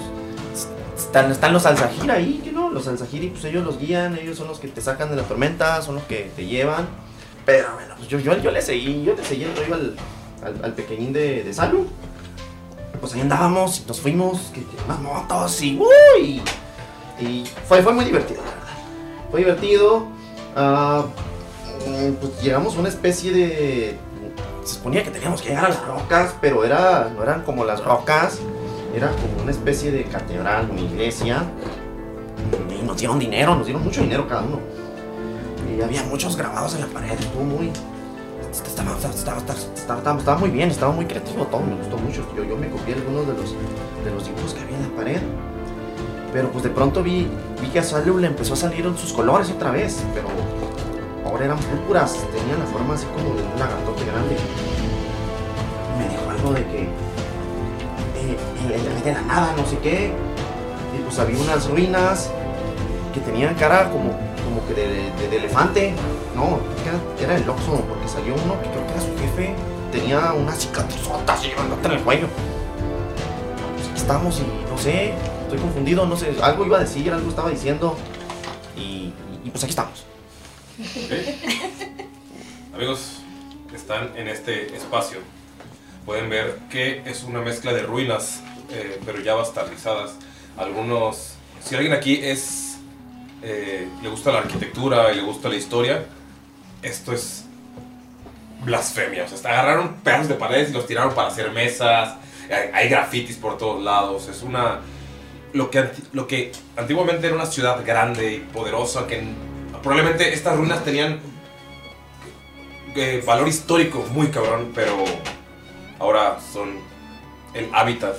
Speaker 8: pues, Están, están los Alzajir ahí, que no, los Alzajir, y pues ellos los guían, ellos son los que te sacan de la tormenta, son los que te llevan. Pero bueno, pues yo, yo, yo le seguí, yo le seguí el rollo al, al, al pequeñín de, de Salu. Pues ahí andábamos y nos fuimos, que, que más motos y uy. Y fue, fue muy divertido, la verdad. Fue divertido. Ah, mm, pues llegamos a una especie de. Se suponía que teníamos que llegar a las rocas, pero era, no eran como las rocas, era como una especie de catedral, una iglesia. Y nos dieron dinero, nos dieron mucho dinero cada uno. Y había muchos grabados en la pared, estuvo muy. Estaba, estaba- estaba- estaba- estaba- estaba- estaba muy bien, estaba muy creativo todo, me gustó mucho. Yo, yo me copié algunos de los, de los dibujos que había en la pared. Pero pues de pronto vi, vi que a Salu le empezó a salir sus colores otra vez, pero ahora eran púrpuras, tenían la forma así como de un lagartote grande. Me dijo algo de que eh, el- el rey de la nada, no sé qué. Y pues había unas ruinas que tenían cara como, como que de, de- de elefante. No, creo que era, era el Oxxo, porque salió uno que creo que era su jefe. Tenía unas cicatrizota así grandote en el cuello. Pues aquí estamos y no sé, estoy confundido, no sé, algo iba a decir, algo estaba diciendo. Y, y- y pues aquí estamos.
Speaker 1: Amigos, están en este espacio. Pueden ver que es una mezcla de ruinas, eh, pero ya bastardizadas. Algunos. Si alguien aquí es. eh, le gusta la arquitectura y le gusta la historia, esto es blasfemia. O sea, hasta agarraron pedazos de paredes y los tiraron para hacer mesas. Hay, hay grafitis por todos lados. Es una. Lo que, anti- lo que antiguamente era una ciudad grande y poderosa, que n- probablemente estas ruinas tenían eh, valor histórico muy cabrón, pero ahora son el hábitat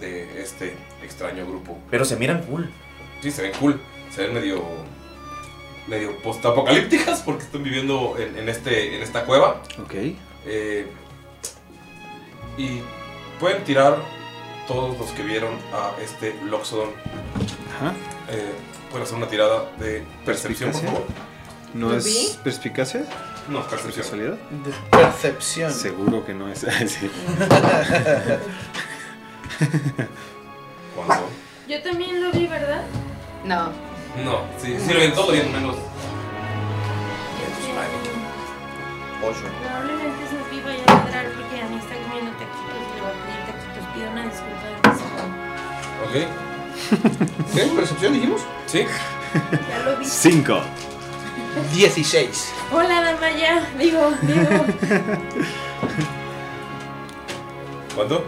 Speaker 1: de este extraño grupo.
Speaker 8: Pero se miran cool.
Speaker 1: Sí, se ven cool, se ven medio medio postapocalípticas porque están viviendo en, en este en esta cueva.
Speaker 4: Ok.
Speaker 1: Eh, y pueden tirar todos los que vieron a este Loxodon.
Speaker 4: Ajá.
Speaker 1: Eh, pueden hacer una tirada de percepción, por favor.
Speaker 4: Perspicacia. ¿No es perspicacia?
Speaker 1: No, percepción.
Speaker 4: ¿Casualidad?
Speaker 2: De percepción.
Speaker 4: Seguro que no es. [LAUGHS] sí.
Speaker 1: ¿Cuándo?
Speaker 9: Yo también lo vi, ¿verdad?
Speaker 3: No.
Speaker 1: No, sí, sí lo ven todo bien menos
Speaker 9: Probablemente si nos viva ya entrar porque a mí está comiendo taquitos y le va a pedir taquitos. Pido una disculpa de antemano.
Speaker 1: Ok. ¿Qué? ¿Percepción dijimos? Sí. [LAUGHS]
Speaker 9: Ya lo vi.
Speaker 4: Cinco.
Speaker 2: 16.
Speaker 9: Hola, Damaya. Digo,
Speaker 7: [LAUGHS]
Speaker 9: digo.
Speaker 1: ¿Cuánto?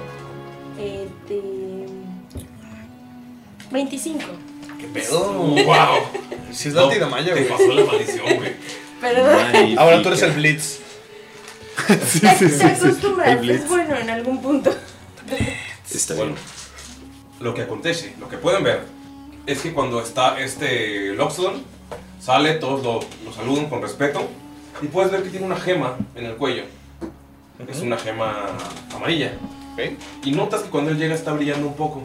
Speaker 3: Eh,
Speaker 9: este. 25.
Speaker 1: ¿Qué
Speaker 2: pedo?
Speaker 1: ¡Wow!
Speaker 2: Si es Dante y Damaya,
Speaker 1: Te
Speaker 2: güey.
Speaker 1: pasó la maldición, güey.
Speaker 9: Perdón.
Speaker 2: Ahora tú eres el Blitz.
Speaker 9: Te- te acostumbras, es bueno en algún punto.
Speaker 1: Está bueno. Lo que acontece, lo que pueden ver, es que cuando está este Loxodon, sale, todos lo, lo saludan con respeto, y puedes ver que tiene una gema en el cuello. Es una gema amarilla. Y notas que cuando él llega está brillando un poco.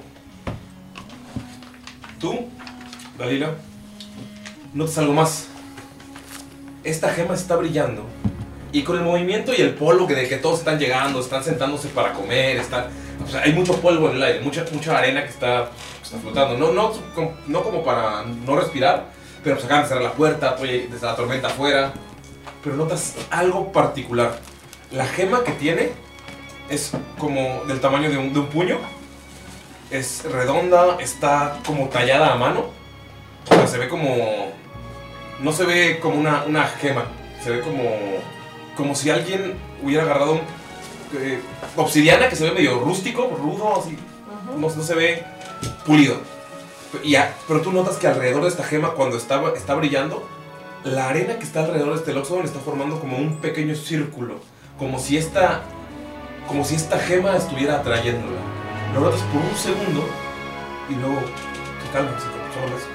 Speaker 1: Tú, Dalila, notas algo más. Esta gema está brillando. Y con el movimiento y el polvo que de que todos están llegando, están sentándose para comer, están, o sea, hay mucho polvo en el aire, mucha, mucha arena que está, que está flotando. No, no, com- no como para no respirar, pero se acaban de cerrar la puerta, oye, desde la tormenta afuera. Pero notas algo particular. La gema que tiene es como del tamaño de un, de un puño. Es redonda, está como tallada a mano. O sea, se ve como no se ve como una, una gema, se ve como, como si alguien hubiera agarrado un, eh, obsidiana que se ve medio rústico, rudo, así, no, no se ve pulido. Y a- pero tú notas que alrededor de esta gema, cuando está, está brillando, la arena que está alrededor de este Loxodon está formando como un pequeño círculo, como si esta, como si esta gema estuviera atrayéndola. Lo notas por un segundo y luego te calmas, te- solo ves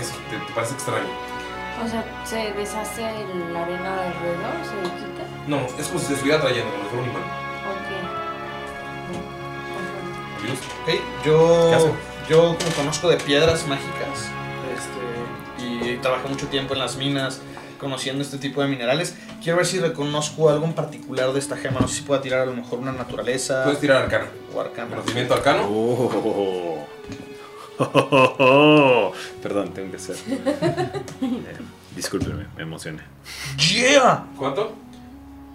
Speaker 1: eso te, te parece extraño.
Speaker 3: O sea, se deshace el- la arena de alrededor, se quita.
Speaker 1: No, es como si se estuviera trayendo, como si fuera un imán.
Speaker 3: Ok.
Speaker 1: Amigos,
Speaker 2: Yo. Yo como conozco de piedras mágicas este, y trabajé mucho tiempo en las minas conociendo este tipo de minerales, quiero ver si reconozco algo en particular de esta gema. No sé si pueda tirar a lo mejor una naturaleza.
Speaker 1: Puedes tirar arcano.
Speaker 2: O arcano.
Speaker 1: Conocimiento arcano.
Speaker 4: Oh. Oh. [LAUGHS] Perdón, tengo que hacer. Eh, discúlpenme, me emocioné.
Speaker 2: ¡Yeah!
Speaker 1: ¿Cuánto?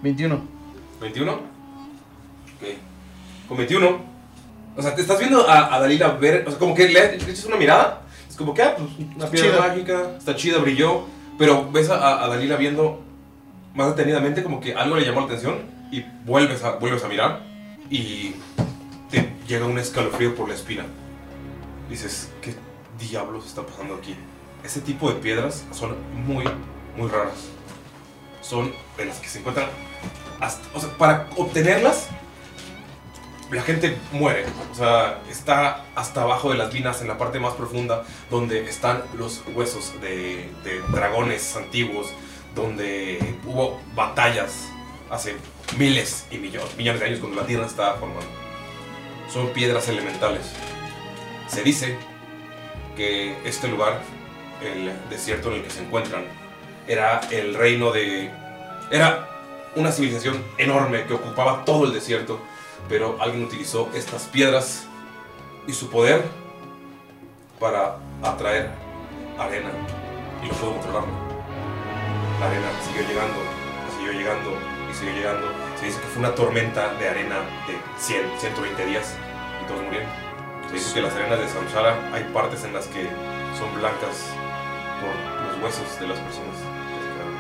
Speaker 2: 21.
Speaker 1: 21. Ok. Con 21. O sea, te estás viendo a, a Dalila ver. O sea, como que le, le echas una mirada. Es como que, ah, pues, una piedra
Speaker 2: Chida.
Speaker 1: mágica. Está chida, brilló. Pero ves a, a Dalila viendo más detenidamente, como que algo le llamó la atención. Y vuelves a, vuelves a mirar. Y te llega un escalofrío por la espina. Dices, ¿qué diablos está pasando aquí? Ese tipo de piedras son muy, muy raras. Son de las que se encuentran hasta- o sea, para obtenerlas, la gente muere. O sea, está hasta abajo de las linas, en la parte más profunda, donde están los huesos de, de dragones antiguos, donde hubo batallas hace miles y millones, millones de años cuando la tierra estaba formando. Son piedras elementales. Se dice que este lugar, el desierto en el que se encuentran, era el reino de... Era una civilización enorme que ocupaba todo el desierto, pero alguien utilizó estas piedras y su poder para atraer arena y lo pudo controlar. La arena siguió llegando, siguió llegando y siguió llegando. Se dice que fue una tormenta de arena de 100, 120 días y todos murieron. Se dice que las arenas de Samsara hay partes en las que son blancas por los huesos de las personas que se quedaron.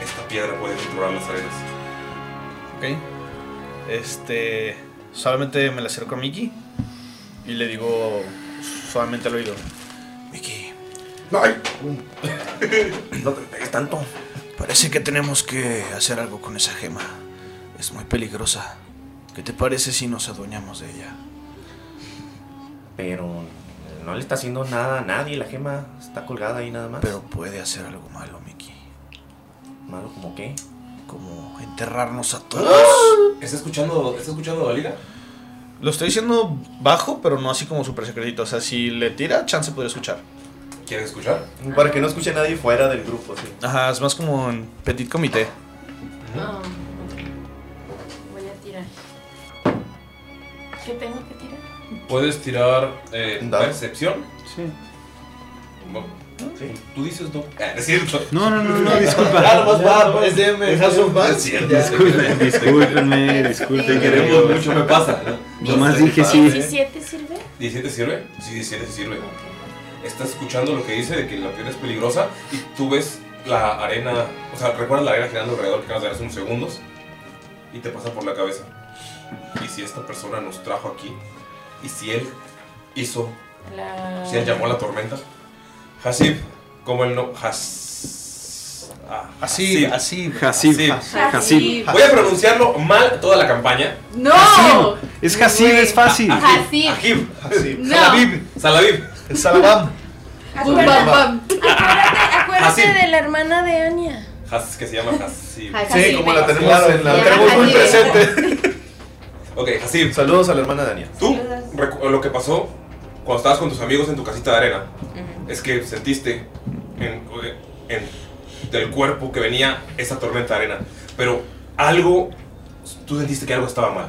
Speaker 1: Esta piedra puede controlar las arenas.
Speaker 2: Ok. Este. Solamente me la acerco a Mickey y le digo suavemente al oído.
Speaker 1: ¡Ay!
Speaker 2: [LAUGHS] No te pegues tanto. Parece que tenemos que hacer algo con esa gema. Es muy peligrosa. ¿Qué te parece si nos adueñamos de ella?
Speaker 6: Pero no le está haciendo nada a nadie. La gema está colgada ahí nada más.
Speaker 2: Pero puede hacer algo malo, Mickey.
Speaker 6: ¿Malo como qué?
Speaker 2: Como enterrarnos a todos.
Speaker 1: ¿Está escuchando, está escuchando Dalila?
Speaker 2: Lo estoy diciendo bajo, pero no así como súper secretito. O sea, si le tira, chance podría escuchar.
Speaker 1: ¿Quieres escuchar?
Speaker 6: Para que no escuche a nadie fuera del grupo, sí.
Speaker 2: Ajá, es más como en petit comité.
Speaker 3: Ah, ok. Voy a tirar. ¿Qué tengo que tirar?
Speaker 1: Puedes tirar eh,
Speaker 6: ¿Un dado?
Speaker 1: percepción.
Speaker 4: Sí.
Speaker 1: Bueno, Tú dices no. Ah, es cierto.
Speaker 4: No, no,
Speaker 1: [LAUGHS]
Speaker 4: no, no, disculpa.
Speaker 1: pues,
Speaker 2: es de me dejas un
Speaker 1: Es cierto. [LAUGHS]
Speaker 4: Disculpen, discúlpenme, disculpen.
Speaker 1: Te queremos mucho, me pasa.
Speaker 4: Nomás dije sí.
Speaker 3: 17 sirve.
Speaker 1: ¿17 sirve? Sí, 17 sirve. Estás escuchando lo que dice de que la piedra es peligrosa y tú ves la arena, o sea, recuerdas la arena girando alrededor que acabas de ver hace unos segundos y te pasa por la cabeza. ¿Y si esta persona nos trajo aquí? ¿Y si él hizo
Speaker 3: La...
Speaker 1: ¿Se llamó la tormenta? Hasib, como el no. Has... ah,
Speaker 2: Así,
Speaker 1: Hasib.
Speaker 2: así.
Speaker 4: Hasib.
Speaker 1: Hasib.
Speaker 4: Hasib.
Speaker 1: Voy a pronunciarlo mal toda la campaña.
Speaker 7: ¡No!
Speaker 4: Es Hasib, es fácil.
Speaker 7: Así.
Speaker 1: Ajib, [LAUGHS]
Speaker 6: Así.
Speaker 7: No.
Speaker 1: Salabib, Salabib.
Speaker 2: Salabam.
Speaker 7: Bum, bam, bam.
Speaker 3: Acuérdate, acuérdate
Speaker 1: Así.
Speaker 3: de la hermana de Anya.
Speaker 1: Has, que se llama Hasib.
Speaker 7: Hasib.
Speaker 6: Sí, como la tenemos en la.
Speaker 7: Ya,
Speaker 6: tenemos muy
Speaker 7: así es.
Speaker 6: presente.
Speaker 1: Ok, Hasib.
Speaker 6: Saludos a la hermana Dania.
Speaker 9: [LAUGHS]
Speaker 1: Tú, recu- lo que pasó cuando estabas con tus amigos en tu casita de arena es que sentiste en, en- del cuerpo que venía esa tormenta de arena. Pero algo, tú sentiste que algo estaba mal.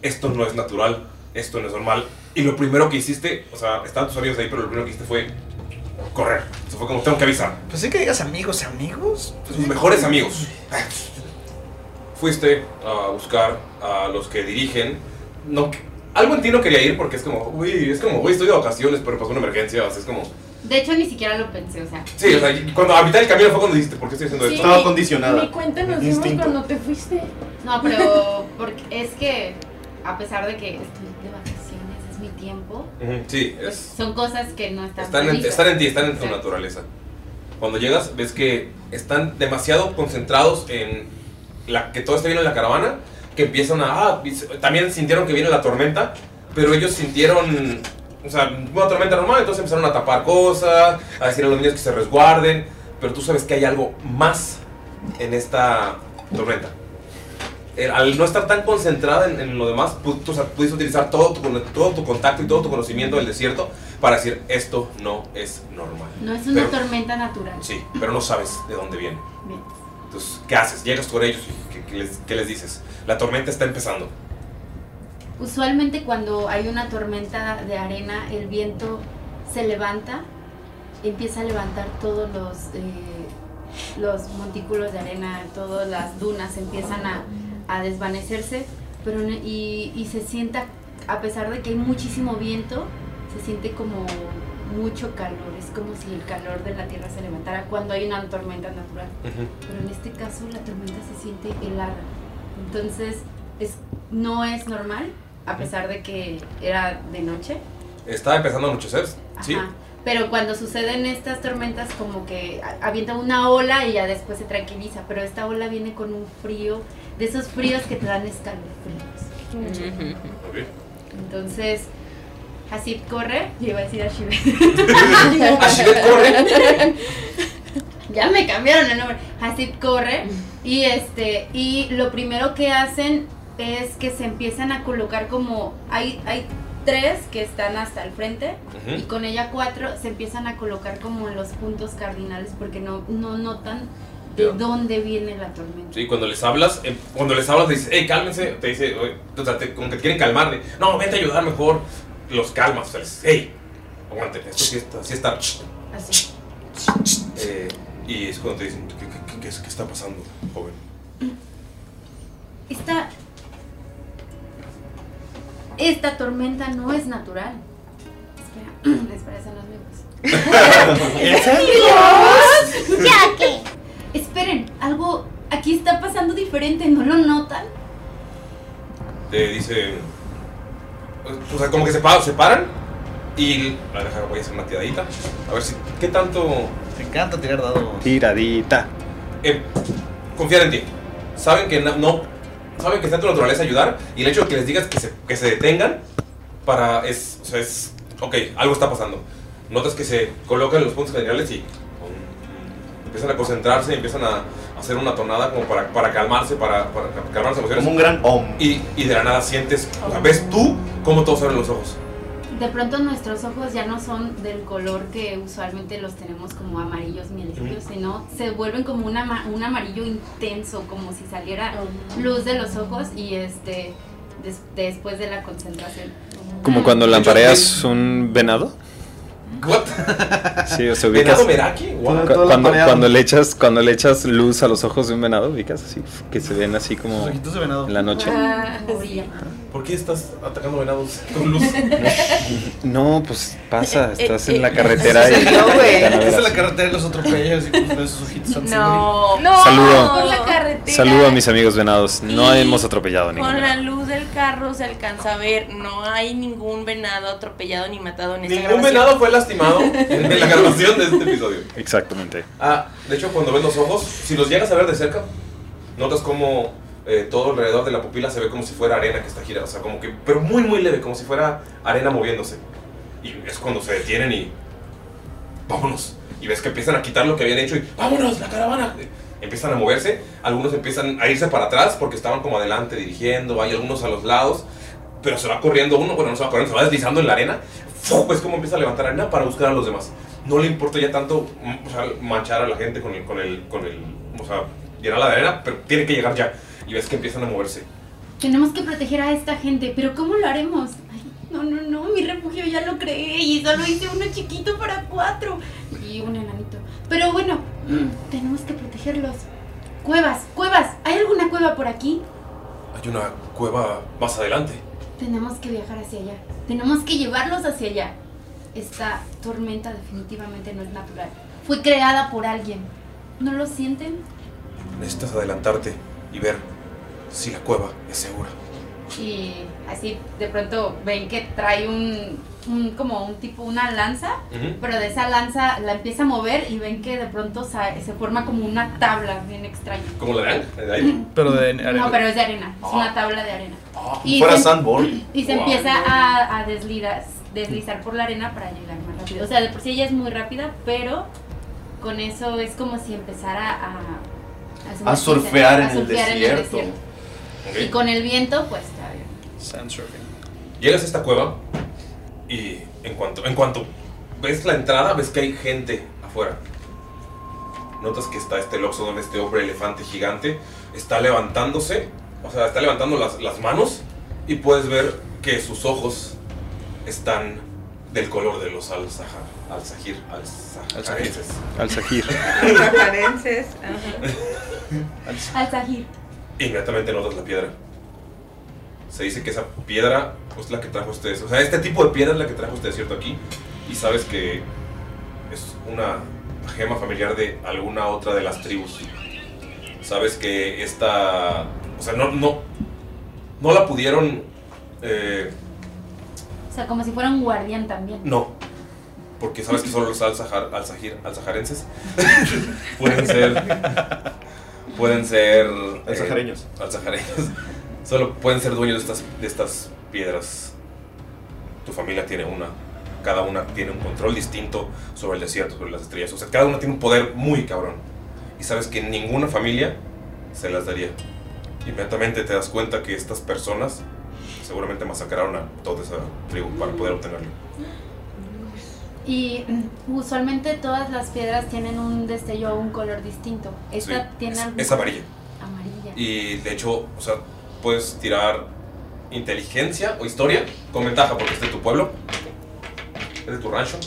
Speaker 1: Esto no es natural, esto no es normal. Y lo primero que hiciste, o sea, estaban tus amigos ahí, pero lo primero que hiciste fue correr. Eso fue como, tengo que avisar.
Speaker 2: Pues sí que digas amigos, amigos. pues
Speaker 1: Sus
Speaker 2: [LAUGHS]
Speaker 1: mejores amigos. Fuiste a buscar a los que dirigen. No, algo en ti no quería ir porque es como, uy, es como, uy, estoy de vacaciones, pero pasó una emergencia. O sea, es como,
Speaker 7: De hecho, ni siquiera lo pensé, o sea.
Speaker 1: sí, o sea, y cuando a mitad del camino fue cuando dijiste, ¿por qué estoy haciendo esto?
Speaker 6: Estaba condicionada.
Speaker 3: Mi cuenta nos dimos
Speaker 6: Instinto.
Speaker 3: cuando te fuiste.
Speaker 7: No, [LAUGHS] pero porque es que a pesar de que estoy de vacaciones, es mi tiempo,
Speaker 1: Ujú, Sí,
Speaker 7: pues,
Speaker 1: es,
Speaker 7: son cosas que no están
Speaker 1: están, en,
Speaker 7: previstas.
Speaker 1: están en ti, están en tu
Speaker 7: Sí.
Speaker 1: naturaleza. Cuando llegas, ves que están demasiado concentrados en la, que todo está bien en la caravana, que empiezan a, ah, y se- también sintieron que viene la tormenta, pero ellos sintieron, o sea, una tormenta normal, entonces empezaron a tapar cosas, a decir a los niños que se resguarden, pero tú sabes que hay algo más en esta tormenta. eh, al no estar tan concentrada en, en lo demás, pu- tú- o sea, pudiste utilizar todo tu, con- todo tu contacto y todo tu conocimiento del desierto para decir, esto no es normal.
Speaker 7: No es una
Speaker 1: Pero-
Speaker 7: tormenta natural.
Speaker 1: Sí, pero no sabes de dónde viene.
Speaker 7: Bien.
Speaker 1: Entonces, ¿qué haces? Llegas con ellos y ¿qué, qué les, qué les dices? La tormenta está empezando.
Speaker 7: Usualmente cuando hay una tormenta de arena, el viento se levanta, empieza a levantar todos los, eh, los montículos de arena, todas las dunas empiezan a, a desvanecerse pero, no- y, y se sienta, a pesar de que hay muchísimo viento, se siente como mucho calor, es como si el calor de la tierra se levantara cuando hay una tormenta natural. Pero en este caso la tormenta se siente helada. Entonces es, no es normal, a pesar de que era de noche.
Speaker 1: Está empezando a anochecer, ¿sí?
Speaker 7: Ajá. Pero cuando suceden estas tormentas como que a- avienta una ola y ya después se tranquiliza. Pero esta ola viene con un frío, de esos fríos que te dan escalofríos. Entonces, así corre, yo iba a decir
Speaker 1: [LAUGHS]
Speaker 7: Ashibet.
Speaker 1: Ashibet corre.
Speaker 7: [LAUGHS] ya me cambiaron el nombre. Hasib corre y este y lo primero que hacen es que se empiezan a colocar como hay hay tres que están hasta el frente
Speaker 5: Ujú.
Speaker 7: y con ella cuatro se empiezan a colocar como en los puntos cardinales porque no no notan de
Speaker 1: Ya.
Speaker 7: dónde viene la tormenta.
Speaker 1: Sí, cuando les hablas, eh, cuando les hablas, te dices, hey, cálmense. Te dice, oye, o sea, te- como que te quieren calmar. de, no, vente a ayudar mejor. Los calmas, o sea, les dices, hey, aguanten, esto sí está. Sí está.
Speaker 7: Así.
Speaker 1: Eh, y es cuando te dicen, ¿qué, qué- qué- qué es- qué está pasando, joven?
Speaker 7: Esta esta tormenta no es natural. Espera, espera, esa no es mi voz.
Speaker 1: ¿Esa es mi
Speaker 7: Dios! ¿Ya qué? Esperen, algo aquí está pasando diferente, ¿no lo notan?
Speaker 1: Te dice, o sea, como que se, pa- se paran. Y a ver, voy a hacer una tiradita. A ver si, ¿qué tanto? Me encanta tirar dados.
Speaker 4: Tiradita.
Speaker 1: eh, confiar en ti. Saben que no, no- saben que está en tu naturaleza ayudar y el hecho de que les digas que se, que se detengan para es, o sea, es ok, algo está pasando. Notas que se colocan los puntos generales y um, empiezan a concentrarse, empiezan a hacer una tonada como para, para calmarse, para, para calmar las emociones.
Speaker 6: Como un gran om.
Speaker 1: Y, y de la nada sientes, o sea, ves tú cómo todos abren los ojos.
Speaker 7: De pronto nuestros ojos ya no son del color que usualmente los tenemos como amarillos mielecitos,
Speaker 1: Ujú.
Speaker 7: sino se vuelven como un ama- un amarillo intenso, como si saliera luz de los ojos y este des- después de la concentración.
Speaker 1: Mm,
Speaker 4: Como cuando lampareas un venado.
Speaker 1: ¿What?
Speaker 4: Sí, o sea, ubicas.
Speaker 1: ¿Venado Meraki?
Speaker 4: Cu-
Speaker 1: Wow. Todo- todo
Speaker 4: Cuando,
Speaker 1: lampareado.
Speaker 4: cuando le echas, cuando le echas luz a los ojos de un venado, ubicas así, que se ven así como
Speaker 1: Los ojitos de venado.
Speaker 4: en la noche.
Speaker 1: Ah.
Speaker 9: Ah,
Speaker 7: Brilla.
Speaker 1: ¿Por qué estás atacando venados con
Speaker 9: [LAUGHS]
Speaker 1: luz?
Speaker 4: No, pues pasa,
Speaker 1: Eh,
Speaker 4: estás
Speaker 1: eh,
Speaker 4: en la
Speaker 1: eh,
Speaker 4: carretera
Speaker 1: eso
Speaker 4: y.
Speaker 1: soy yo, güey.
Speaker 4: van a ver
Speaker 2: Esa es la
Speaker 4: así.
Speaker 2: carretera y los atropellas y pues, ves sus ojitos antes
Speaker 5: No,
Speaker 2: no.
Speaker 4: Saludo.
Speaker 5: Por la carretera.
Speaker 4: Saludo a mis amigos venados. No
Speaker 5: Y
Speaker 4: hemos atropellado a ninguno.
Speaker 5: Con la luz del carro se alcanza a ver. No hay ningún venado atropellado ni matado en esta
Speaker 1: Ningún
Speaker 5: grabación.
Speaker 1: venado fue lastimado en la grabación de este episodio.
Speaker 4: Exactamente.
Speaker 1: Ah, de hecho, cuando ves los ojos, si los llegas a ver de cerca, notas como eh, todo alrededor de la pupila se ve como si fuera arena que está girada. O sea, como que, pero muy, muy leve, como si fuera arena moviéndose. Y es cuando se detienen y. ¡Vámonos! Y ves que empiezan a quitar lo que habían hecho y. ¡Vámonos, la caravana! Empiezan a moverse. Algunos empiezan a irse para atrás porque estaban como adelante dirigiendo. Hay algunos a los lados. Pero se va corriendo uno, bueno, no se va corriendo, se va deslizando en la arena. ¡Fu! Es como empieza a levantar arena para buscar a los demás. No le importa ya tanto mm, o sea, manchar a la gente con el, con el, con el, o sea, llenarla de arena, pero tiene que llegar ya. Y ves que empiezan a moverse.
Speaker 7: Tenemos que proteger a esta gente, pero ¿cómo lo haremos? Ay, no, no, no, mi refugio ya lo creé y solo hice uno chiquito para cuatro y un enanito. Pero bueno, mm, tenemos que protegerlos. Cuevas, cuevas, ¿hay alguna cueva por aquí?
Speaker 1: Hay una cueva más adelante.
Speaker 7: Tenemos que viajar hacia allá. Tenemos que llevarlos hacia allá. Esta tormenta definitivamente no es natural. Fue creada por alguien. ¿No lo sienten?
Speaker 1: Necesitas adelantarte y ver si la cueva es segura.
Speaker 7: y así de pronto ven que trae un, un- como un tipo una lanza
Speaker 1: Ujú.
Speaker 7: pero de esa lanza la empieza a mover y ven que de pronto sa- se forma como una tabla bien extraña
Speaker 1: ¿Cómo la harán? ¿De aire?
Speaker 2: Pero de
Speaker 7: Mm. no pero es de arena es una tabla de arena y
Speaker 6: Ah. Fuera
Speaker 7: se, [CLEARS THROAT]
Speaker 6: sandboard.
Speaker 7: y se empieza a, a deslizar deslizar por la arena para llegar más rápido o sea de por sí ella es muy rápida pero con eso es como si empezara a a,
Speaker 6: A surfear en
Speaker 7: a
Speaker 6: el
Speaker 7: surfear
Speaker 6: desierto.
Speaker 1: Ok.
Speaker 7: Y con el viento, pues está bien.
Speaker 1: Llegas a esta cueva y en cuanto, en cuanto ves la entrada, ves que hay gente afuera. Notas que está este Loxodon, este hombre elefante gigante, está levantándose, o sea, está levantando las, las manos y puedes ver que sus ojos están del color de los al-Sahar, al-Sahir, al-Saharenses.
Speaker 4: Al-Sahir.
Speaker 1: [LAUGHS]
Speaker 5: Transparencias.
Speaker 7: Al Sahir.
Speaker 1: Inmediatamente notas la piedra. Se dice que esa piedra es la que trajo ustedes. O sea, este tipo de piedra es la que trajo ustedes, ¿cierto? Aquí. Y sabes que es una gema familiar de alguna otra de las tribus. Sabes que esta... O sea, no, no, no la pudieron... eh,
Speaker 7: O sea, como si fuera un guardián también.
Speaker 1: no. Porque sabes que solo los al-Sahar, al-Sahir, al-Saharenses [LAUGHS] pueden ser. Pueden ser.
Speaker 6: Al-Sahareños.
Speaker 1: eh, al-Sahareños. Solo pueden ser dueños de estas, de estas piedras. Tu familia tiene una. Cada una tiene un control distinto sobre el desierto, sobre las estrellas. O sea, cada una tiene un poder muy cabrón. Y sabes que ninguna familia se las daría. Inmediatamente te das cuenta que estas personas seguramente masacraron a toda esa tribu para poder obtenerlo.
Speaker 7: Y mm, usualmente todas las piedras tienen un destello o un color distinto. Esta
Speaker 1: Sí,
Speaker 7: tiene
Speaker 1: es-
Speaker 7: algún
Speaker 1: es
Speaker 7: color
Speaker 1: amarilla.
Speaker 7: Amarilla.
Speaker 1: Y de hecho, o sea, puedes tirar inteligencia o historia con ventaja porque es de tu pueblo, es de tu rancho.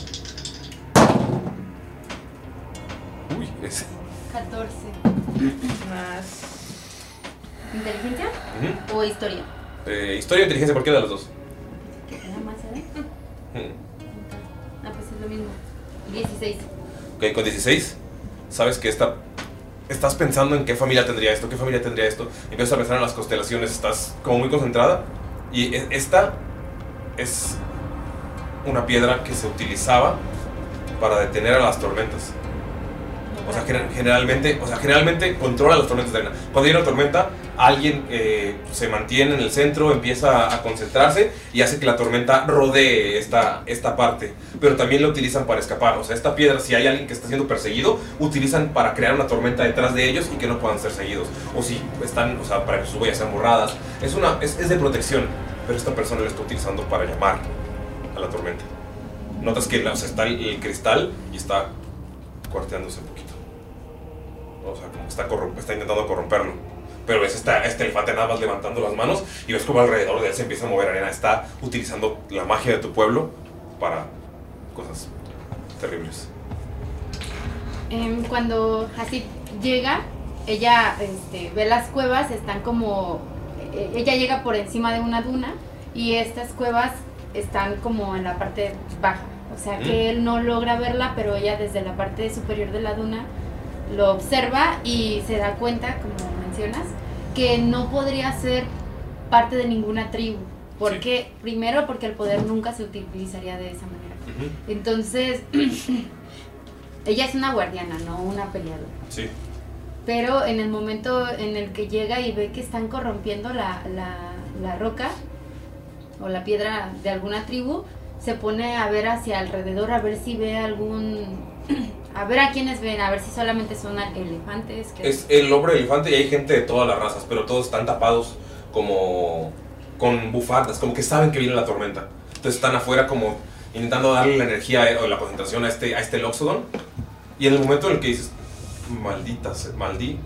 Speaker 1: Uy, ese.
Speaker 7: 14.
Speaker 5: Más.
Speaker 7: ¿Inteligencia
Speaker 1: Ujú.
Speaker 7: o historia?
Speaker 1: Eh, historia o inteligencia, cualquiera de los dos.
Speaker 7: Nada más, ¿eh?
Speaker 1: [LAUGHS] Mm.
Speaker 7: Ah, pues es lo mismo. 16.
Speaker 1: Ok, con 16, sabes que esta. Estás pensando en qué familia tendría esto, qué familia tendría esto. Empiezas a pensar en las constelaciones, estás como muy concentrada. Y e- esta es una piedra que se utilizaba para detener a las tormentas. O sea, gener- generalmente, o sea, generalmente controla las tormentas de arena. Cuando hay una tormenta, alguien eh, se mantiene en el centro, empieza a concentrarse y hace que la tormenta rodee esta, esta parte. Pero también la utilizan para escapar. O sea, esta piedra, si hay alguien que está siendo perseguido, utilizan para crear una tormenta detrás de ellos y que no puedan ser seguidos. O si están, o sea, para que sus huellas sean borradas. Es, una, es, es de protección, pero esta persona la está utilizando para llamar a la tormenta. Notas que la- o sea, está el, el cristal y está cuarteándose un poquito. O sea, como que está, corrom- está intentando corromperlo. Pero ves está este elefante nada más levantando las manos y ves como alrededor de él se empieza a mover arena. Está utilizando la magia de tu pueblo para cosas terribles.
Speaker 7: Em, cuando Hasib llega, ella este, ve las cuevas, están como... e- Ella llega por encima de una duna y estas cuevas están como en la parte baja. O sea que él no logra verla, pero ella desde la parte superior de la duna lo observa y se da cuenta, como mencionas, que no podría ser parte de ninguna tribu. Porque, primero, porque el poder nunca se utilizaría de esa manera. Entonces, [CLEARS THROAT] ella es una guardiana, no una peleadora.
Speaker 1: Sí.
Speaker 7: Pero en el momento en el que llega y ve que están corrompiendo la, la- la roca o la piedra de alguna tribu, se pone a ver hacia alrededor, a ver si ve algún... [CLEARS THROAT] A ver a quiénes ven, a ver si solamente son al- elefantes. Que
Speaker 1: Es el hombre elefante y hay gente de todas las razas, pero todos están tapados como con bufandas, como que saben que viene la tormenta. Entonces están afuera como intentando darle la energía eh, o la concentración a este, a este Loxodon. Y en el momento en el que dices, maldita, se- maldita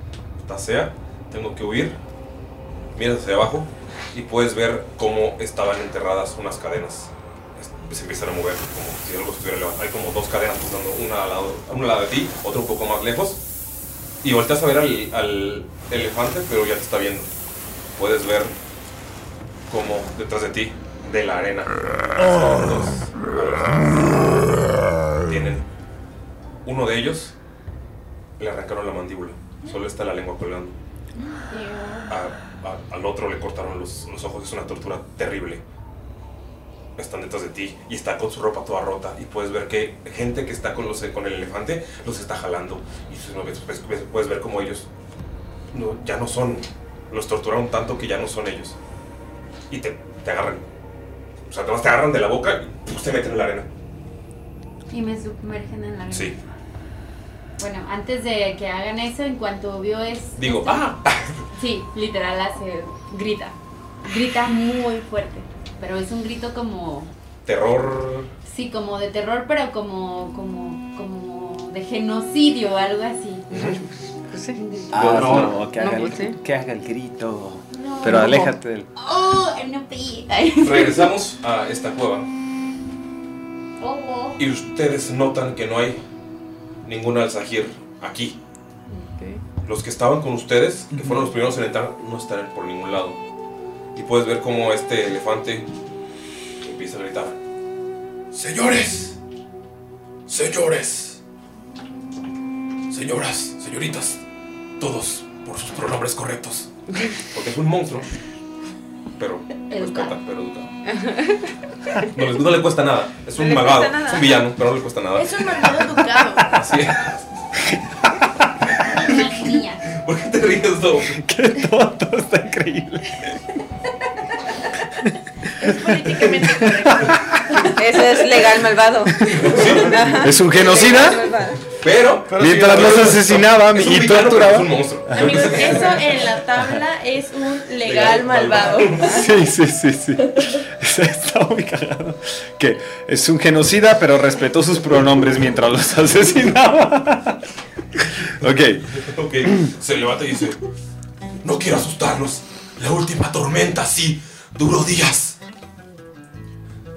Speaker 1: sea, tengo que huir, miras hacia abajo y puedes ver cómo estaban enterradas unas cadenas. Es- Se empiezan a mover como si algo estuviera levantado. Hay como dos cadenas cruzando una al lado, una al lado de ti, otra un poco más lejos. Y volteas a ver al, al elefante, pero ya te está viendo. Puedes ver como detrás de ti, de la arena, salen dos. Tienen. Uno de ellos le arrancaron la mandíbula. Solo está la lengua colgando. A- a- al otro le cortaron los, los ojos. Es una tortura terrible. Están detrás de ti y está con su ropa toda rota. Y puedes ver que gente que está con, los, con el elefante los está jalando. Y sus novios, pues, ves- puedes ver como ellos no- ya no son. Los torturaron tanto que ya no son ellos. Y te, te agarran. O sea, además te agarran de la pues, boca y puf, te meten en la arena.
Speaker 7: Y me sumergen en la...
Speaker 1: Sí.
Speaker 7: Bueno, antes de que hagan eso, en cuanto vio es.
Speaker 1: Digo,
Speaker 7: esto-
Speaker 1: ¡ah! [LAUGHS]
Speaker 7: Sí, literal hace. grita. Grita muy fuerte. Pero es un grito como.
Speaker 1: Terror.
Speaker 7: Sí, como de terror, pero como. como. como de genocidio o algo así.
Speaker 4: Ah, no,
Speaker 7: no,
Speaker 4: que, haga
Speaker 7: no,
Speaker 4: el,
Speaker 7: pues sí.
Speaker 4: que haga el grito.
Speaker 7: No.
Speaker 4: Pero
Speaker 7: No.
Speaker 4: aléjate del.
Speaker 7: ¡Oh! ¡No [LAUGHS] pi!
Speaker 1: Regresamos a esta cueva
Speaker 7: Oh, oh.
Speaker 1: y ustedes notan que no hay ningún alzajir aquí. Los que estaban con ustedes, que fueron los primeros en entrar, no están por ningún lado. Y puedes ver cómo este elefante empieza a gritar. Señores, señores, señoras, señoritas, todos por sus pronombres correctos. Porque es un monstruo, pero respeta, pero educado. No, les- no le cuesta nada. Es
Speaker 3: No
Speaker 1: un
Speaker 3: le
Speaker 1: malvado.
Speaker 3: cuesta nada.
Speaker 1: Es un villano, pero no le cuesta nada.
Speaker 3: Es un malvado educado.
Speaker 1: Así es. ¿Por qué te ríes, Dob? Qué tonto, está increíble.
Speaker 5: Eso es legal, malvado.
Speaker 4: Es un genocida.
Speaker 1: Pero,
Speaker 4: mientras los asesinaba
Speaker 1: Es un
Speaker 4: y
Speaker 1: villano, pero
Speaker 4: torturaba.
Speaker 1: Es un monstruo.
Speaker 3: Amigos, eso en la tabla es un legal,
Speaker 1: Legal
Speaker 3: malvado.
Speaker 4: [LAUGHS]
Speaker 3: [LAUGHS]
Speaker 4: Sí, sí, sí, sí. [LAUGHS] Está muy cagado. Que es un genocida, pero respetó sus pronombres mientras los [LAUGHS] asesinaba. Ok.
Speaker 1: [LAUGHS] Ok, se levanta y dice: No quiero asustarlos. La última tormenta, sí, duró días.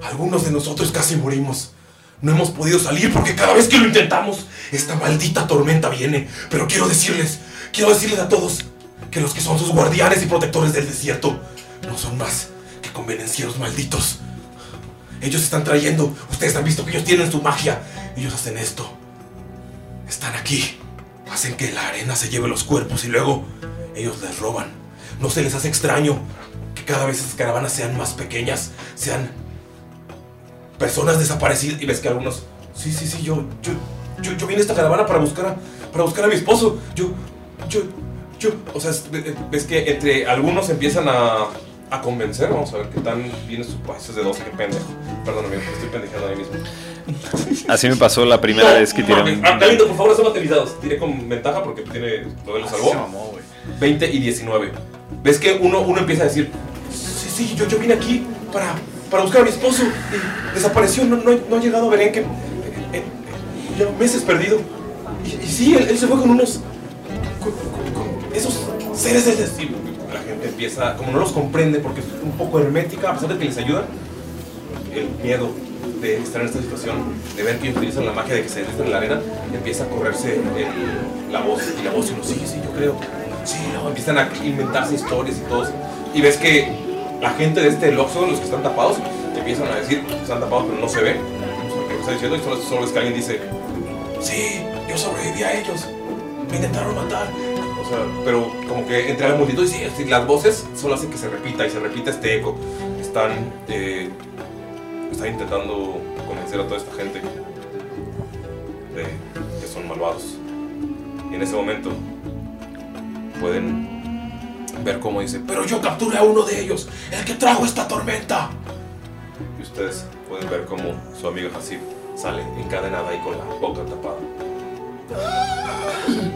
Speaker 1: Algunos de nosotros casi morimos. No hemos podido salir porque cada vez que lo intentamos, esta maldita tormenta viene. Pero quiero decirles, quiero decirles a todos que los que son sus guardianes y protectores del desierto no son más que convenencieros malditos. Ellos están trayendo, ustedes han visto que ellos tienen su magia. Ellos hacen esto. Están aquí. Hacen que la arena se lleve los cuerpos y luego ellos les roban. No se les hace extraño que cada vez esas caravanas sean más pequeñas, sean personas desaparecidas. Y ves que algunos, sí, sí, sí, yo, yo, yo, yo vine a esta caravana para buscar a, para buscar a mi esposo. Yo, yo, yo. O sea, es- ve- ve- ves que entre algunos empiezan a, a convencer. Vamos a ver qué tan bien es su país de 12, qué pendejo. Perdón, amigo, estoy pendejando ahí mismo.
Speaker 4: Así me pasó la primera vez que tiré.
Speaker 1: Ah, Galindo, por favor, somos utilizados. Tiré con ventaja porque tiene lo de lo salvó. 20 y 19. ¿Ves que uno, uno empieza a decir, sí, sí, yo, yo vine aquí para, para buscar a mi esposo. y desapareció, no, no, he- no ha llegado a Belén, que eh, eh, llevo meses perdido. Y, y sí, él, él se fue con unos... con- con- con esos seres del destino. La gente empieza, como no los comprende porque es un poco hermética, a pesar de que les ayudan, el miedo de estar en esta situación, de ver que utilizan la magia de que se deslizan en la arena, empieza a correrse el- la voz y la voz y uno, sí, sí, yo creo. Sí, no, empiezan a inventarse historias y todo. Y ves que la gente de este Loxo, los que están tapados, empiezan a decir, están tapados pero no se ve. No sé qué está diciendo y solo, solo es que alguien dice, sí, yo sobreviví a ellos. Me intentaron matar. O sea, pero como que entre la multitud, y sí, sí, las voces solo hacen que se repita y se repita este eco. Están, eh, están intentando convencer a toda esta gente de que son malvados. Y en ese momento pueden ver cómo dice, pero yo capturé a uno de ellos, el que trajo esta tormenta. Y ustedes pueden ver cómo su amigo Hasib sale encadenada y con la boca tapada.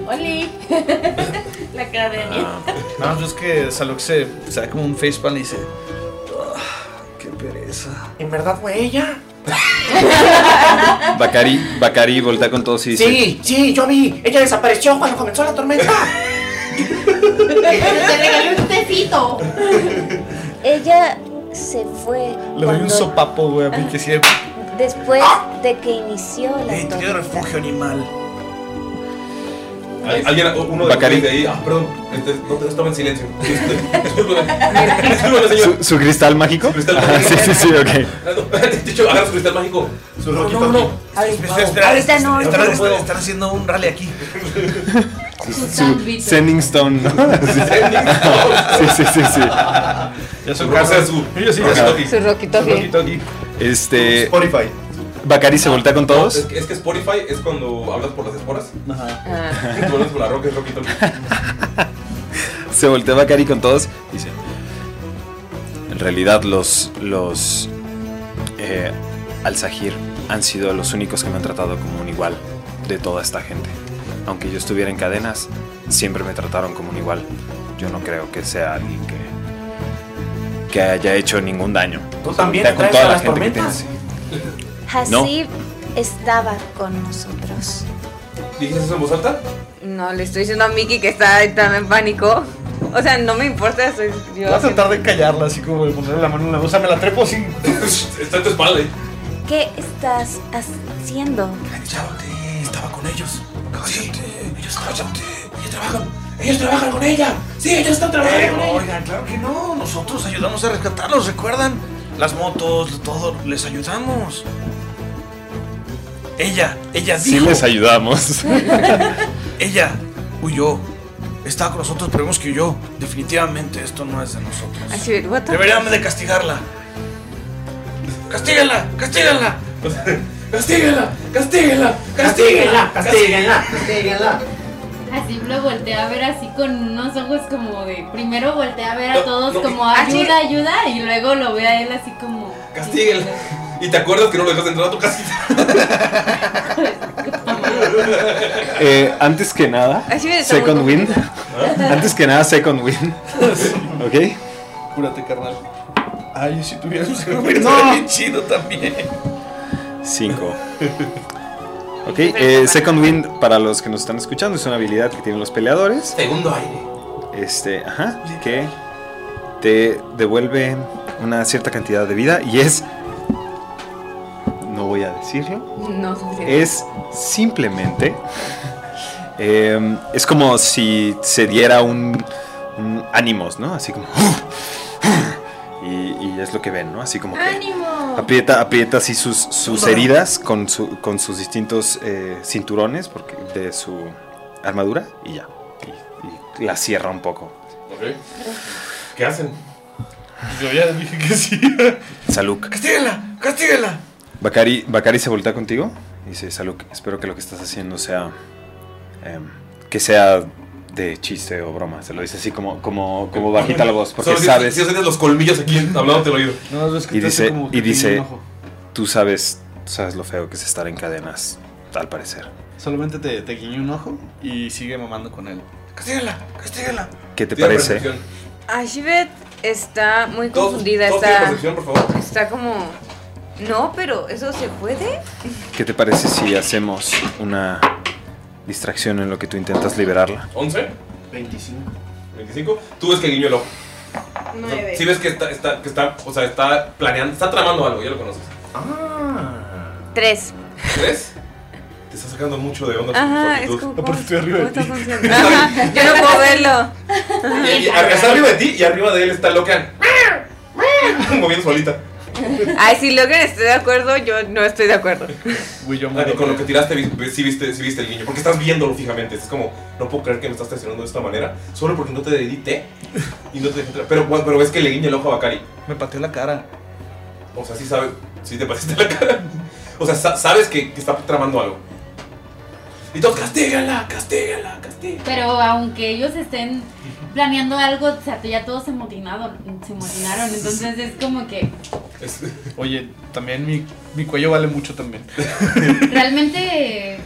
Speaker 3: Oli. [LAUGHS] la cara de Daniel.
Speaker 2: No, pues es que Salok se saca como un facepalm y dice: "Ah, ¡Qué pereza!
Speaker 8: ¿En verdad fue ella?
Speaker 4: Bacari, Bacari voltea con todos y dice:
Speaker 8: Sí, sí, yo vi. Ella desapareció cuando comenzó la tormenta.
Speaker 7: Te regalé un tecito.
Speaker 10: Ella se fue
Speaker 2: Le doy un ¡Ah!
Speaker 10: cuando- Ah.
Speaker 2: sopapo, güey, a mí que siempre.
Speaker 10: después de que inició la
Speaker 2: Tiene refugio animal.
Speaker 1: Al- Alguien, uno de
Speaker 4: Bacari.
Speaker 1: ustedes de ahí, ah, perdón, este, no te estaba en silencio. [LAUGHS]
Speaker 4: ¿Su, su cristal mágico? Ajá, sí, sí, sí, ok.
Speaker 1: De hecho, agarra su cristal mágico. No, no, no.
Speaker 10: Ahorita no,
Speaker 2: Están,
Speaker 10: ahorita no puedo.
Speaker 2: están haciendo un rally aquí.
Speaker 4: Su, su Sending Stone, ¿no? [LAUGHS] Sí, [LAUGHS] sí, sí, sí.
Speaker 6: [LAUGHS]
Speaker 4: sí.
Speaker 2: Ya
Speaker 1: su casa, su. Yo sí, ya
Speaker 5: Su roquitoque.
Speaker 4: Este. Spotify. Bacari se voltea con todos.
Speaker 1: Es que, es que Spotify es cuando hablas por las esporas. Ajá. Tú hablas por la roca, es roquito.
Speaker 4: Se voltea Bacari con todos. Dice: En realidad, los. Los. Eh, Al-Sahir han sido los únicos que me han tratado como un igual de toda esta gente.
Speaker 11: aunque yo estuviera en cadenas, siempre me trataron como un igual. Yo no creo que sea alguien que, que haya hecho ningún daño.
Speaker 9: Tú también
Speaker 11: Con
Speaker 9: traes
Speaker 11: toda
Speaker 9: a
Speaker 11: la
Speaker 9: las
Speaker 11: gente que
Speaker 9: tormentas.
Speaker 11: tienes.
Speaker 10: Hasib estaba con nosotros.
Speaker 1: ¿Dijiste eso en voz alta?
Speaker 5: No, le estoy diciendo a Miki que está tan en pánico. O sea, no me importa, soy yo.
Speaker 2: Voy a tratar de callarla, así como de ponerle la mano en la. O sea, me la trepo sin.
Speaker 1: Está en tu espalda, eh.
Speaker 10: ¿Qué estás haciendo?
Speaker 9: Estaba con ellos. Cállate. Ellos cállate. Ellos trabajan. Ellos trabajan con ella. Sí, ellos están trabajando con ella.
Speaker 2: Oigan, claro que no. Nosotros ayudamos a rescatarlos, ¿recuerdan? Las motos, todo, les ayudamos. Ella, ella
Speaker 4: Sí
Speaker 2: dijo.
Speaker 4: les
Speaker 9: [LAUGHS]
Speaker 4: ayudamos.
Speaker 2: ella huyó. Estaba con nosotros, pero vemos que huyó. Definitivamente esto no es de nosotros.
Speaker 5: Así de, what the-
Speaker 2: Deberíamos de castigarla. ¡Castígala! ¡Castígala!
Speaker 9: Castíguenla, castíguenla, castíguenla, castíguenla, castíguenla.
Speaker 7: Así lo volteé a ver así con unos ojos como de. Primero volteé a ver a todos
Speaker 1: no,
Speaker 7: como
Speaker 1: ah, sí.
Speaker 7: ayuda, ayuda. Y luego lo ve a él así como.
Speaker 1: Castíguela. Y te acuerdas que no lo dejaste entrar a tu casita.
Speaker 4: Eh, antes que nada,
Speaker 5: Así me desahogo.
Speaker 4: Second Wind. Antes que nada, Second Wind.
Speaker 9: [LAUGHS]
Speaker 4: ¿Ok?
Speaker 2: Cúrate, carnal. Ay, si tuvieras [LAUGHS] un seguro,
Speaker 4: No.
Speaker 2: estaría bien chido también.
Speaker 4: 5. Ok, eh, Second Wind, para los que nos están escuchando, es una habilidad que tienen los peleadores.
Speaker 1: Segundo aire.
Speaker 4: Este, ajá, que te devuelve una cierta cantidad de vida y es. No voy a decirlo.
Speaker 5: No, suficiente.
Speaker 4: Es simplemente. [LAUGHS] eh, es como si se diera un, un ánimos, ¿no? Así como. [LAUGHS] Y, y es lo que ven, ¿no? Así como que.
Speaker 3: ¡Ánimo!
Speaker 4: Aprieta, aprieta así sus, sus
Speaker 3: Puta.
Speaker 4: heridas con, su- con sus distintos eh, cinturones porque, de su armadura y ya. Y, y la cierra un poco.
Speaker 1: Ok. ¿Qué hacen?
Speaker 2: Yo ya dije que sí.
Speaker 4: [LAUGHS] Saluk.
Speaker 2: ¡Castíguenla! ¡Castíguenla!
Speaker 4: Bakari, Bakari se voltea contigo y dice, Saluk, espero que lo que estás haciendo sea... em, que sea de chiste o broma. Se lo dice así como, como, como bajita la voz porque
Speaker 1: Solo si-
Speaker 4: sabes...
Speaker 1: Si tienes los colmillos aquí hablándote al oído.
Speaker 2: No, no, es
Speaker 4: Y dice, y dice tú sabes, tú sabes lo feo que es estar en cadenas, al parecer.
Speaker 2: Solamente te, te guiñé un ojo y sigue mamando con él. ¡Castíguenla! ¡Castíguenla!
Speaker 4: ¿Qué te
Speaker 1: Tira
Speaker 4: parece?
Speaker 1: percepción.
Speaker 5: Ashibet está muy
Speaker 1: Todos-
Speaker 5: confundida.
Speaker 1: todos tienen
Speaker 5: está,
Speaker 1: percepción, por favor.
Speaker 5: está como. No, pero ¿eso se puede?
Speaker 4: ¿Qué te parece si hacemos una distracción en lo que tú intentas liberarla?
Speaker 1: 11. 25. 25. Tú ves que guiñó el ojo. O sea,
Speaker 5: Nueve.
Speaker 1: Sí ves que está, está, que está, o sea, está planeando, está tramando algo, ya lo conoces. Ah.
Speaker 5: Tres.
Speaker 1: ¿Crees? Te está sacando mucho de onda. su
Speaker 5: Ajá, es
Speaker 1: actitud.
Speaker 5: como.
Speaker 1: No, pero estoy arriba de ti.
Speaker 5: Ajá, [LAUGHS] yo no puedo verlo.
Speaker 1: Y- y Está arriba de ti y arriba de él
Speaker 5: [LAUGHS]
Speaker 1: está loca. Moviendo solita.
Speaker 5: Ay, si Logan está de acuerdo, yo no estoy de acuerdo.
Speaker 1: Ah, y con lo que tiraste, vi- vi- sí viste, sí viste el guiño. Porque estás viéndolo fijamente. Es como, no puedo creer que me estás traicionando de esta manera. Solo porque no te edité y no te dejé entrar. Pero, bueno, pero ves que le guiña el ojo a Bakari.
Speaker 2: Me pateó la cara.
Speaker 1: O sea, sí sabes, sí te pasaste la cara. O sea, sa- sabes que, que está tramando algo. Y todos, castígala, castígala, castígala.
Speaker 7: Pero aunque ellos estén planeando algo, o sea, ya todos se amotinaron. Se amotinaron. Entonces es como que.
Speaker 1: [LAUGHS]
Speaker 2: Oye, también mi, mi cuello vale mucho también.
Speaker 7: realmente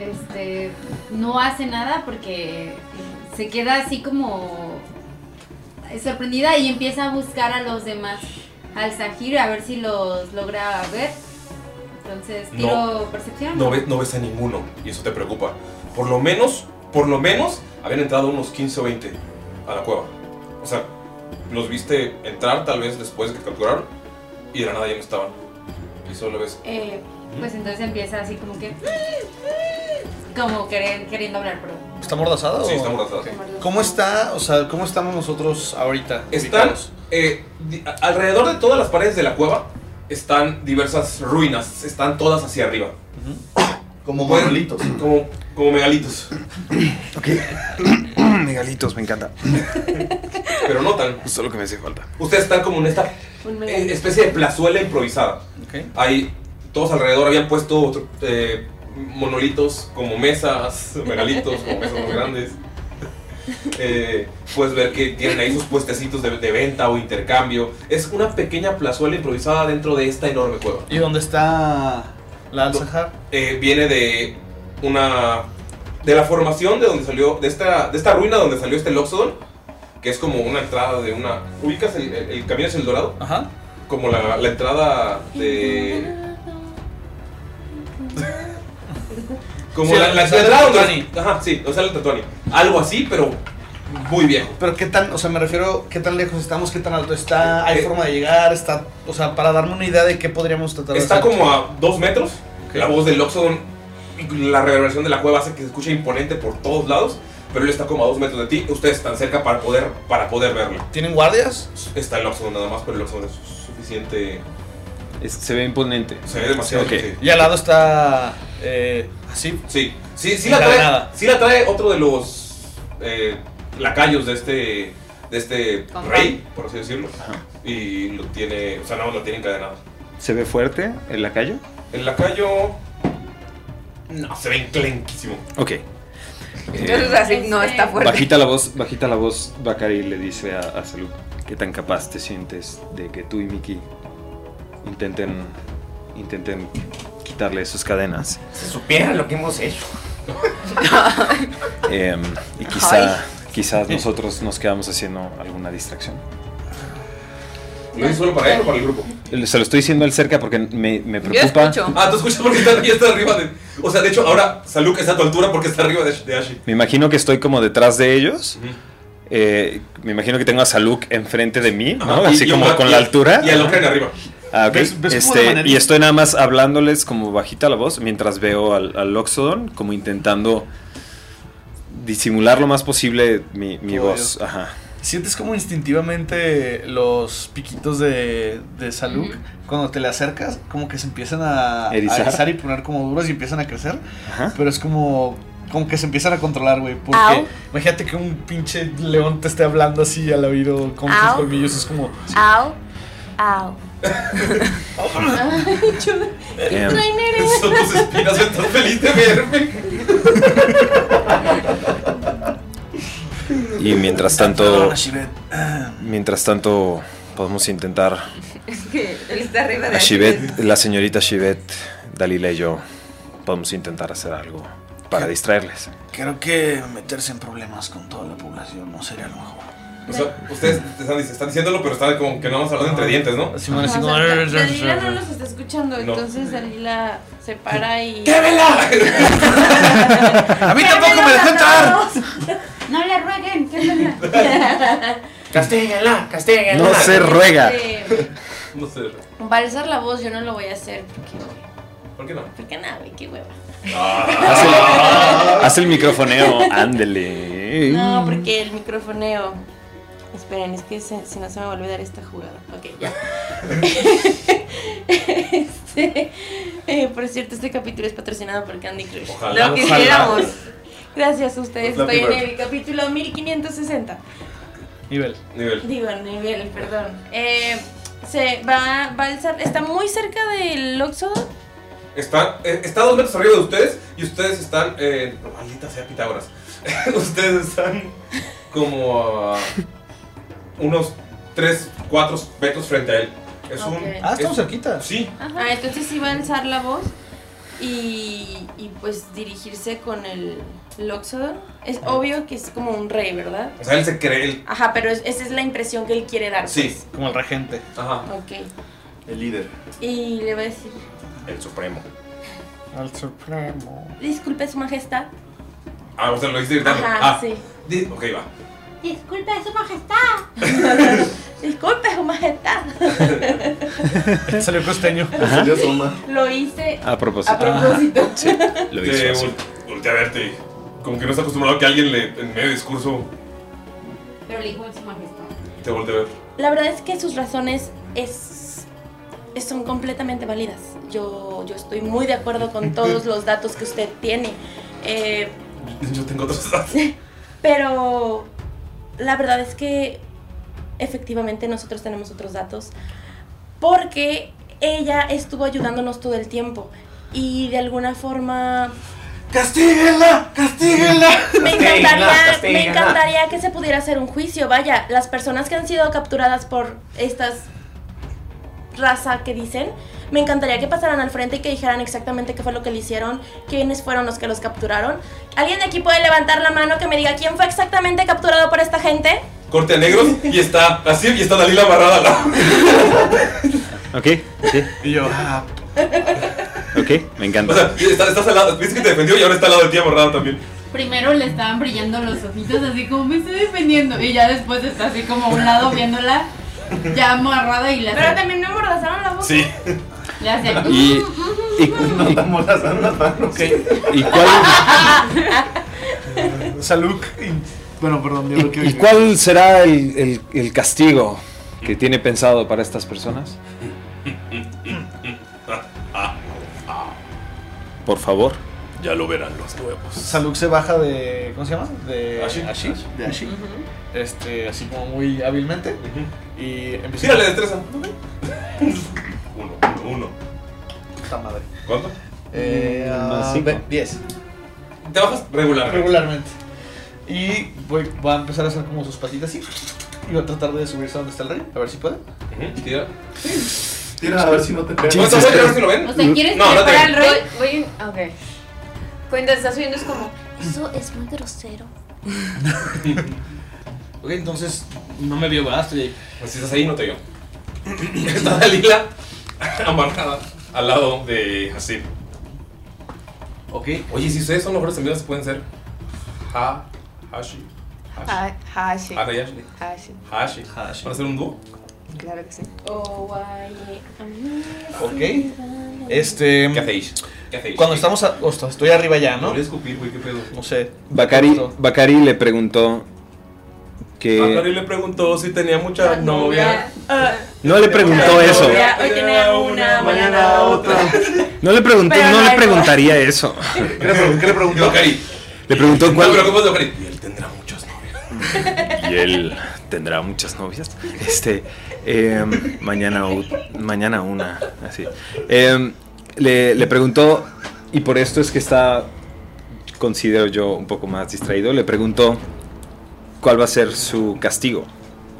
Speaker 7: este no hace nada porque se queda así como sorprendida y empieza a buscar a los demás al Sahir a ver si los logra ver entonces tiro
Speaker 1: No.
Speaker 7: percepción
Speaker 1: No ves, no ves a ninguno y eso te preocupa. Por lo menos, por lo menos, habían entrado unos 15 o 20 a la cueva. O sea, los viste entrar tal vez después de que capturaron y de la nada ya no estaban. Y solo ves.
Speaker 7: Eh, pues entonces empieza así como que como querer- queriendo hablar pero
Speaker 2: ¿Está mordazada?
Speaker 1: Sí,
Speaker 2: o-
Speaker 1: está mordazada.
Speaker 2: Ok. ¿Cómo está? O sea, ¿cómo estamos nosotros ahorita?
Speaker 1: Están
Speaker 2: ubicados?
Speaker 1: eh, di- a- alrededor de todas las paredes de la cueva están diversas ruinas, están todas hacia arriba.
Speaker 6: Como
Speaker 1: Pueden-
Speaker 6: monolitos.
Speaker 1: Como, como megalitos,
Speaker 4: [CLEARS THROAT] Megalitos, me encanta.
Speaker 1: pero no tan.
Speaker 4: Justo lo que me hace falta.
Speaker 1: Ustedes están como en esta eh, especie de plazuela improvisada. Hay todos alrededor habían puesto otro- eh, monolitos como mesas, [LAUGHS] megalitos como mesas muy grandes. Eh, puedes ver que tienen ahí sus puestecitos de, de venta o intercambio. Es una pequeña plazuela improvisada dentro de esta enorme cueva.
Speaker 2: ¿Y dónde está la Alzahar?
Speaker 1: Eh, viene de una de la formación de donde salió, de esta, de esta ruina donde salió este Loxodon, que es como una entrada de una. ¿Ubicas el, el- el camino hacia el Dorado? Ajá. Como la, la entrada de. Como
Speaker 2: Sí,
Speaker 1: la, la
Speaker 2: o sea,
Speaker 1: entrada
Speaker 2: el
Speaker 1: donde- Ajá, sí, o sea, el Tatuani. Algo así, pero muy viejo.
Speaker 2: Pero qué tan, o sea, me refiero, qué tan lejos estamos, qué tan alto está,
Speaker 1: Eh,
Speaker 2: hay forma de llegar, está, o sea, para darme una idea de qué podríamos tratar de
Speaker 1: Está
Speaker 2: hacer.
Speaker 1: como a dos metros. La voz del Loxodon y la reverberación de la cueva hace que se escuche imponente por todos lados. Pero él está como a dos metros de ti. Ustedes están cerca para poder, para poder verlo.
Speaker 2: ¿Tienen guardias?
Speaker 1: Está el Loxodon nada más, pero el Loxodon es suficiente.
Speaker 4: Es- se ve imponente.
Speaker 1: Se ve demasiado.
Speaker 4: Ok.
Speaker 1: sí.
Speaker 2: Y al lado está eh, así.
Speaker 1: Sí, sí, sí la, trae,
Speaker 2: Encadenada.
Speaker 1: sí la trae otro de los eh, lacayos de este, de este
Speaker 2: Con
Speaker 1: rey, por así decirlo. Y lo tiene, o sea, nada más lo tiene encadenado.
Speaker 4: ¿Se ve fuerte el lacayo?
Speaker 1: El lacayo. No, se ve enclenquísimo.
Speaker 4: Ok. Eh,
Speaker 5: Entonces así no está fuerte.
Speaker 4: bajita la voz, bajita la voz, Bakari le dice a, a Salud, ¿qué tan capaz te sientes de que tú y Miki intenten, intenten quitarle sus cadenas?
Speaker 9: Si supieran lo que hemos hecho.
Speaker 4: Em, y quizá, quizás nosotros nos quedamos haciendo alguna distracción.
Speaker 1: ¿Lo hizo solo para él o para el grupo?
Speaker 4: Se lo estoy diciendo al cerca porque me, me preocupa.
Speaker 1: Ah, tú escuchas porque está, ya está arriba de. O sea, de hecho, ahora Saluk está a tu altura porque está arriba de, de Ashi.
Speaker 4: Me imagino que estoy como detrás de ellos. Eh, me imagino que tengo a Saluk enfrente de mí, ¿no?
Speaker 1: Ajá, y-
Speaker 4: Así
Speaker 1: y
Speaker 4: como
Speaker 1: una-
Speaker 4: con
Speaker 1: y-
Speaker 4: la altura.
Speaker 1: y al hombre de arriba.
Speaker 4: Ah, ok.
Speaker 1: ¿Ves- ves cómo
Speaker 4: Este,
Speaker 1: de manera-
Speaker 4: y estoy nada más hablándoles como bajita la voz mientras veo al, al Oxodon como intentando disimular lo más posible mi, mi
Speaker 2: Todo
Speaker 4: voz.
Speaker 2: ello.
Speaker 4: Ajá.
Speaker 2: ¿Sientes como instintivamente los piquitos de, de Saluk cuando te le acercas? Como que se empiezan a a
Speaker 4: Erizar.
Speaker 2: erizar y poner como duros y empiezan a crecer. Pero es como, como que se empiezan a controlar, güey. Porque
Speaker 10: Au.
Speaker 2: imagínate que un pinche león te esté hablando así al oído con sus
Speaker 10: Au.
Speaker 2: colmillos. Es como...
Speaker 10: Au,
Speaker 2: [LAUGHS]
Speaker 10: au.
Speaker 4: Em,
Speaker 1: Son tus espinas, estás feliz de verme.
Speaker 4: Y mientras tanto, mientras tanto podemos intentar
Speaker 5: Es que él está arriba de
Speaker 4: a Shivet, la señorita Shivet, Dalila y yo podemos intentar hacer algo para distraerles.
Speaker 2: Creo que meterse en problemas con toda la población no sería lo mejor.
Speaker 1: O sea, ustedes te están, dic- están diciéndolo, pero están como que no vamos hablando entre dientes, ¿no?
Speaker 2: Simón,
Speaker 3: O sea,
Speaker 1: eh,
Speaker 3: Dalila no nos está escuchando,
Speaker 1: No.
Speaker 3: entonces Dalila se para y.
Speaker 1: ¡Quémela!
Speaker 3: [LAUGHS]
Speaker 9: A mí tampoco me dejó entrar.
Speaker 7: [LAUGHS]
Speaker 3: No le rueguen, quémela.
Speaker 9: Castíguenla, castíguenla.
Speaker 4: No se ruega.
Speaker 3: Este,
Speaker 1: [LAUGHS] No sé.
Speaker 3: Va a alzar la voz, yo no lo voy a hacer porque.
Speaker 1: ¿Por qué no?
Speaker 3: Porque nada, güey, qué hueva. Ah.
Speaker 4: Haz el, haz el microfoneo, ándele.
Speaker 3: No, porque el microfoneo. Esperen, es que se- si no se me va a olvidar esta jugada. Ok, ya. [LAUGHS] Este, eh, por cierto, este capítulo es patrocinado por Candy Crush.
Speaker 5: Ojalá. Lo quisiéramos.
Speaker 3: Gracias a ustedes.
Speaker 2: Flappy
Speaker 3: Estoy en
Speaker 2: Bird.
Speaker 3: el capítulo 1560.
Speaker 2: Nivel.
Speaker 1: Nivel.
Speaker 3: Digo, nivel, perdón. Eh, se va, va a alzar. Está muy cerca del Oxodon.
Speaker 1: Está, eh, está dos metros arriba de ustedes y ustedes están. Eh, maldita sea Pitágoras. [LAUGHS] ustedes están como a unos 3, 4 metros frente a él. Es un.
Speaker 3: Ok.
Speaker 2: Ah, estamos
Speaker 1: es-
Speaker 2: cerquita.
Speaker 1: Sí.
Speaker 3: Ah, entonces iba a alzar la voz y, y, pues dirigirse con el Loxodon. Es obvio que es como un rey, ¿verdad?
Speaker 1: O sea, él se cree. él-
Speaker 3: Ajá, pero es- esa es la impresión que él quiere dar.
Speaker 1: sí.
Speaker 2: Como el regente.
Speaker 3: Ah,
Speaker 1: Ajá.
Speaker 3: pues. Ok.
Speaker 1: El líder.
Speaker 3: Y le va a decir,
Speaker 1: El supremo.
Speaker 2: Al supremo.
Speaker 3: disculpe su majestad.
Speaker 1: Ah, o sea, lo hiciste gritando.
Speaker 3: Ajá,
Speaker 1: ah,
Speaker 3: sí.
Speaker 1: di- Ok, va.
Speaker 3: Disculpe su majestad. [LAUGHS] disculpe su majestad.
Speaker 2: [LAUGHS] Salió costeño.
Speaker 1: Salió
Speaker 3: Lo hice
Speaker 4: A propósito. Ah,
Speaker 3: A propósito.
Speaker 4: Sí, lo hizo
Speaker 1: Te
Speaker 4: así.
Speaker 1: vol- voltea a verte. y Como que no está acostumbrado a que alguien le, en medio de discurso
Speaker 7: Pero le dijo a su majestad.
Speaker 1: te voltee a ver.
Speaker 3: La verdad es que sus razones es, es- son completamente válidas. Yo, yo estoy muy de acuerdo
Speaker 9: [LAUGHS]
Speaker 3: con todos los datos que usted tiene. Eh,
Speaker 1: Yo tengo otros datos. [LAUGHS]
Speaker 3: pero la verdad es que efectivamente nosotros tenemos otros datos. Porque ella estuvo ayudándonos todo el tiempo. Y de alguna forma...
Speaker 9: ¡Castíguenla! ¡Castíguenla!
Speaker 3: Me
Speaker 9: Castíguenla,
Speaker 3: encantaría,
Speaker 9: castíguenla.
Speaker 3: me encantaría que se pudiera hacer un juicio. Vaya, las personas que han sido capturadas por estas raza que dicen, me encantaría que pasaran al frente y que dijeran exactamente qué fue lo que le hicieron, quiénes fueron los que los capturaron. ¿Alguien de aquí puede levantar la mano que me diga quién fue exactamente capturado por esta gente?
Speaker 1: Corte a negros y está así y está Dalila barrada.
Speaker 4: [LAUGHS] Ok, ok. Ah.
Speaker 1: Y yo,
Speaker 4: Ok, me encanta.
Speaker 1: O sea, está- estás al lado, viste que te defendió y ahora está al lado de ti amarrado también.
Speaker 7: Primero le estaban brillando los ojitos, así como me estoy defendiendo. Y ya después está así como a un lado viéndola, ya amarrada y la. Pero
Speaker 3: también me amordazaron la boca.
Speaker 1: Sí.
Speaker 6: [LAUGHS]
Speaker 7: Le hacía.
Speaker 4: Y- y- ¿Y cuál,
Speaker 6: [LAUGHS]
Speaker 2: Salud. Bueno, perdón, yo lo que.
Speaker 4: y cuál será el, el- el castigo que tiene pensado para estas personas? Por favor.
Speaker 1: Ah, Ya lo verán los nuevos.
Speaker 2: Saluk se baja de. ¿Cómo se llama? De
Speaker 1: Ashi.
Speaker 2: De Ashi. Este, así como muy hábilmente. Y empieza.
Speaker 1: Tírale destreza. Uno, uno.
Speaker 2: Puta madre.
Speaker 1: ¿Cuánto?
Speaker 2: Eh,
Speaker 1: Mm, más
Speaker 2: ah,
Speaker 1: cinco.
Speaker 2: ve- 10.
Speaker 1: Te bajas regularmente.
Speaker 2: Regularmente. Y voy- va a empezar a hacer como sus patitas así. Y va a tratar de subirse a donde está el rey. A ver si puede.
Speaker 1: Tira.
Speaker 2: Tira a ver si no te
Speaker 1: pega. No, te voy a tirar a ver si lo ven.
Speaker 7: O sea, ¿quieres
Speaker 1: No,
Speaker 7: que
Speaker 1: no
Speaker 7: le
Speaker 1: te-
Speaker 7: para el rey?
Speaker 10: Voy, ok. Cuando está subiendo es como, eso es muy grosero.
Speaker 2: Ok, entonces no me vio, ¿verdad? Estoy ahí.
Speaker 1: Pues si estás ahí, no te veo. [LAUGHS] Está Dalila amarrada al lado de Hasib.
Speaker 2: Ok.
Speaker 1: Oye, si ustedes son los mejores amigos, pueden ser Ha, Hashi, Hashi,
Speaker 5: Hashi.
Speaker 1: Ana y Ashley.
Speaker 5: Hashi.
Speaker 1: Hashi. ¿Van a ser un dúo?
Speaker 5: Claro que sí.
Speaker 2: Ok. Este. ¿Qué
Speaker 1: hacéis? ¿Qué hacéis?
Speaker 2: Cuando estamos. A, ostras, estoy arriba ya, ¿no? Voy a
Speaker 1: escupir, güey, qué pedo.
Speaker 2: No sé.
Speaker 4: Bacari, Bacari le preguntó
Speaker 1: Bacari
Speaker 4: que...
Speaker 1: Ah, le preguntó si tenía mucha novia.
Speaker 4: No le preguntó eso.
Speaker 3: Hoy tenía una, mañana otra. [LAUGHS]
Speaker 4: No le preguntó,
Speaker 3: Pero
Speaker 4: no le
Speaker 3: luego-
Speaker 4: preguntaría eso.
Speaker 1: ¿Qué le preguntó? ¿Qué le preguntó?
Speaker 4: Le preguntó
Speaker 1: No,
Speaker 4: cuál...
Speaker 1: pero ¿cómo es Bacari? Y él tendrá muchas
Speaker 4: Y él tendrá muchas novias. Este, em, mañana, u- mañana una, así. Em, le, le preguntó, y por esto es que está, considero yo, un poco más distraído, le preguntó cuál va a ser su castigo.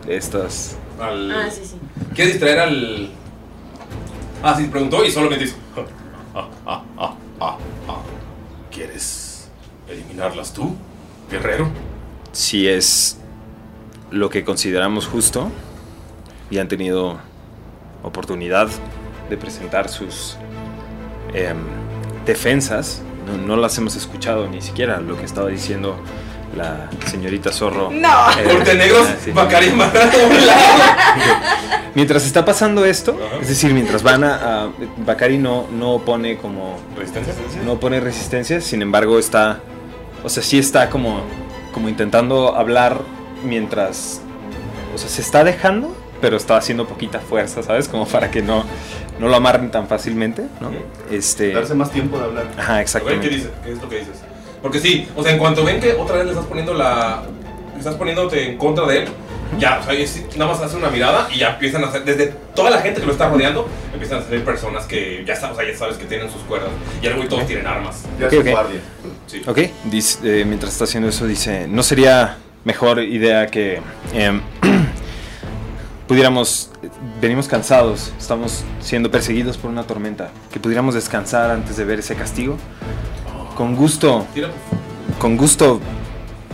Speaker 4: Estas...
Speaker 1: Al...
Speaker 3: Ah, sí, sí.
Speaker 1: ¿Quieres distraer al.? Ah, sí, preguntó y solamente hizo. Ah, ah, ah, ah, ah. ¿Quieres eliminarlas tú, guerrero?
Speaker 4: Si es lo que consideramos justo y han tenido oportunidad de presentar sus em, defensas, no, no las hemos escuchado ni siquiera lo que estaba diciendo la señorita Zorro.
Speaker 1: No. Corte negros,
Speaker 4: ah, sí.
Speaker 1: Bacari
Speaker 4: [LAUGHS] Mientras está pasando esto, es decir, mientras van a, a- Bacari no, no opone como
Speaker 1: ¿Resistencia?
Speaker 4: no pone resistencia, sin embargo está, o sea, sí está como, como intentando hablar mientras, o sea, se está dejando, pero está haciendo poquita fuerza, ¿sabes? Como para que no, no lo amarren tan fácilmente, ¿no? Este,
Speaker 6: Darse más tiempo de hablar.
Speaker 4: ajá,
Speaker 1: A ver qué dice,
Speaker 4: exactamente.
Speaker 1: qué es lo que dices. Porque sí, o sea, en cuanto ven que otra vez le estás poniendo la. Le estás poniéndote en contra de él, ya, o sea, es- nada más hace una mirada y ya empiezan a hacer. Desde toda la gente que lo está rodeando, empiezan a salir personas que ya sabes, o sea, ya sabes que tienen sus cuerdas. Y algo y todos tienen armas.
Speaker 4: Ok, ok. Ok, dice, eh, mientras está haciendo eso dice, ¿no sería mejor idea que em, [CLEARS THROAT] pudiéramos, venimos cansados, estamos siendo perseguidos por una tormenta, que pudiéramos descansar antes de ver ese castigo? Con gusto,
Speaker 1: Tira, por favor.
Speaker 4: con gusto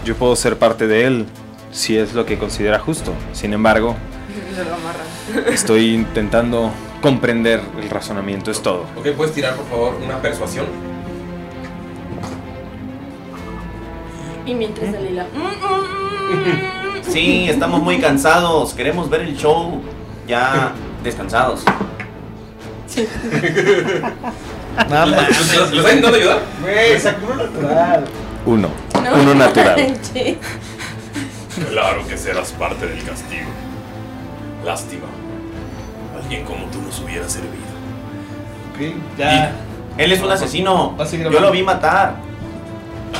Speaker 4: yo puedo ser parte de él si es lo que considera justo. Sin embargo,
Speaker 5: Lo amarran. [LAUGHS]
Speaker 4: estoy intentando comprender el razonamiento, es todo.
Speaker 1: Ok, puedes tirar por favor una persuasión.
Speaker 3: Y mientras Dalila. "Mm,
Speaker 6: [LAUGHS] Sí, estamos muy cansados. Queremos ver el show ya descansados.
Speaker 4: [LAUGHS]
Speaker 2: Nada
Speaker 1: más. ¿Los estás intentando ayudar?
Speaker 2: Güey, sacó uno natural.
Speaker 4: Uno.
Speaker 5: [LAUGHS]
Speaker 4: Uno natural.
Speaker 1: Claro que serás parte del castigo. Lástima. Alguien como tú nos hubiera servido.
Speaker 2: Ok, ya. Ah,
Speaker 6: Él es un asesino. Yo lo vi matar.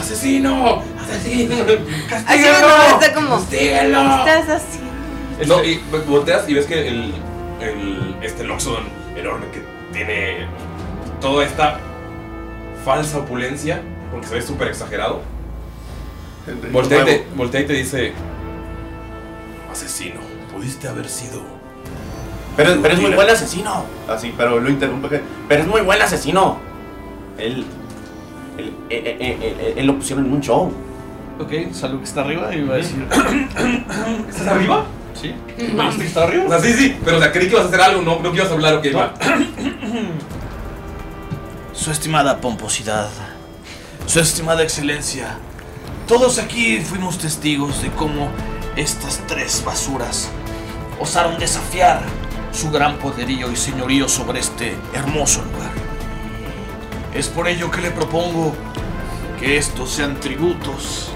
Speaker 1: ¡Asesino! ¡Asesino!
Speaker 5: Así me
Speaker 1: ¡Síguelo!
Speaker 5: está como.
Speaker 1: ¡Síguelo!
Speaker 5: ¿Qué estás haciendo?
Speaker 1: No, y Este, volteas y ves que el, el- este Loxodon enorme que tiene toda esta falsa opulencia, porque se ve súper exagerado, voltea y, te, voltea y te dice, asesino, pudiste haber sido
Speaker 6: Pero, pero es muy buen asesino. Así, pero lo interrumpe. que- Pero es muy buen asesino. Él. Él, eh, él- él- él- él- él lo pusieron en un show.
Speaker 2: Ok, Saluk está arriba y va a decir.
Speaker 6: [COUGHS]
Speaker 1: ¿Estás arriba?
Speaker 2: Sí.
Speaker 1: ¿Está arriba? O sea, sí, sí, pero o sea, creí que ibas a hacer algo, no, no que ibas a hablar, ok, va.
Speaker 2: Su estimada pomposidad, su estimada excelencia, todos aquí fuimos testigos de cómo estas tres basuras osaron desafiar su gran poderío y señorío sobre este hermoso lugar. Es por ello que le propongo que estos sean tributos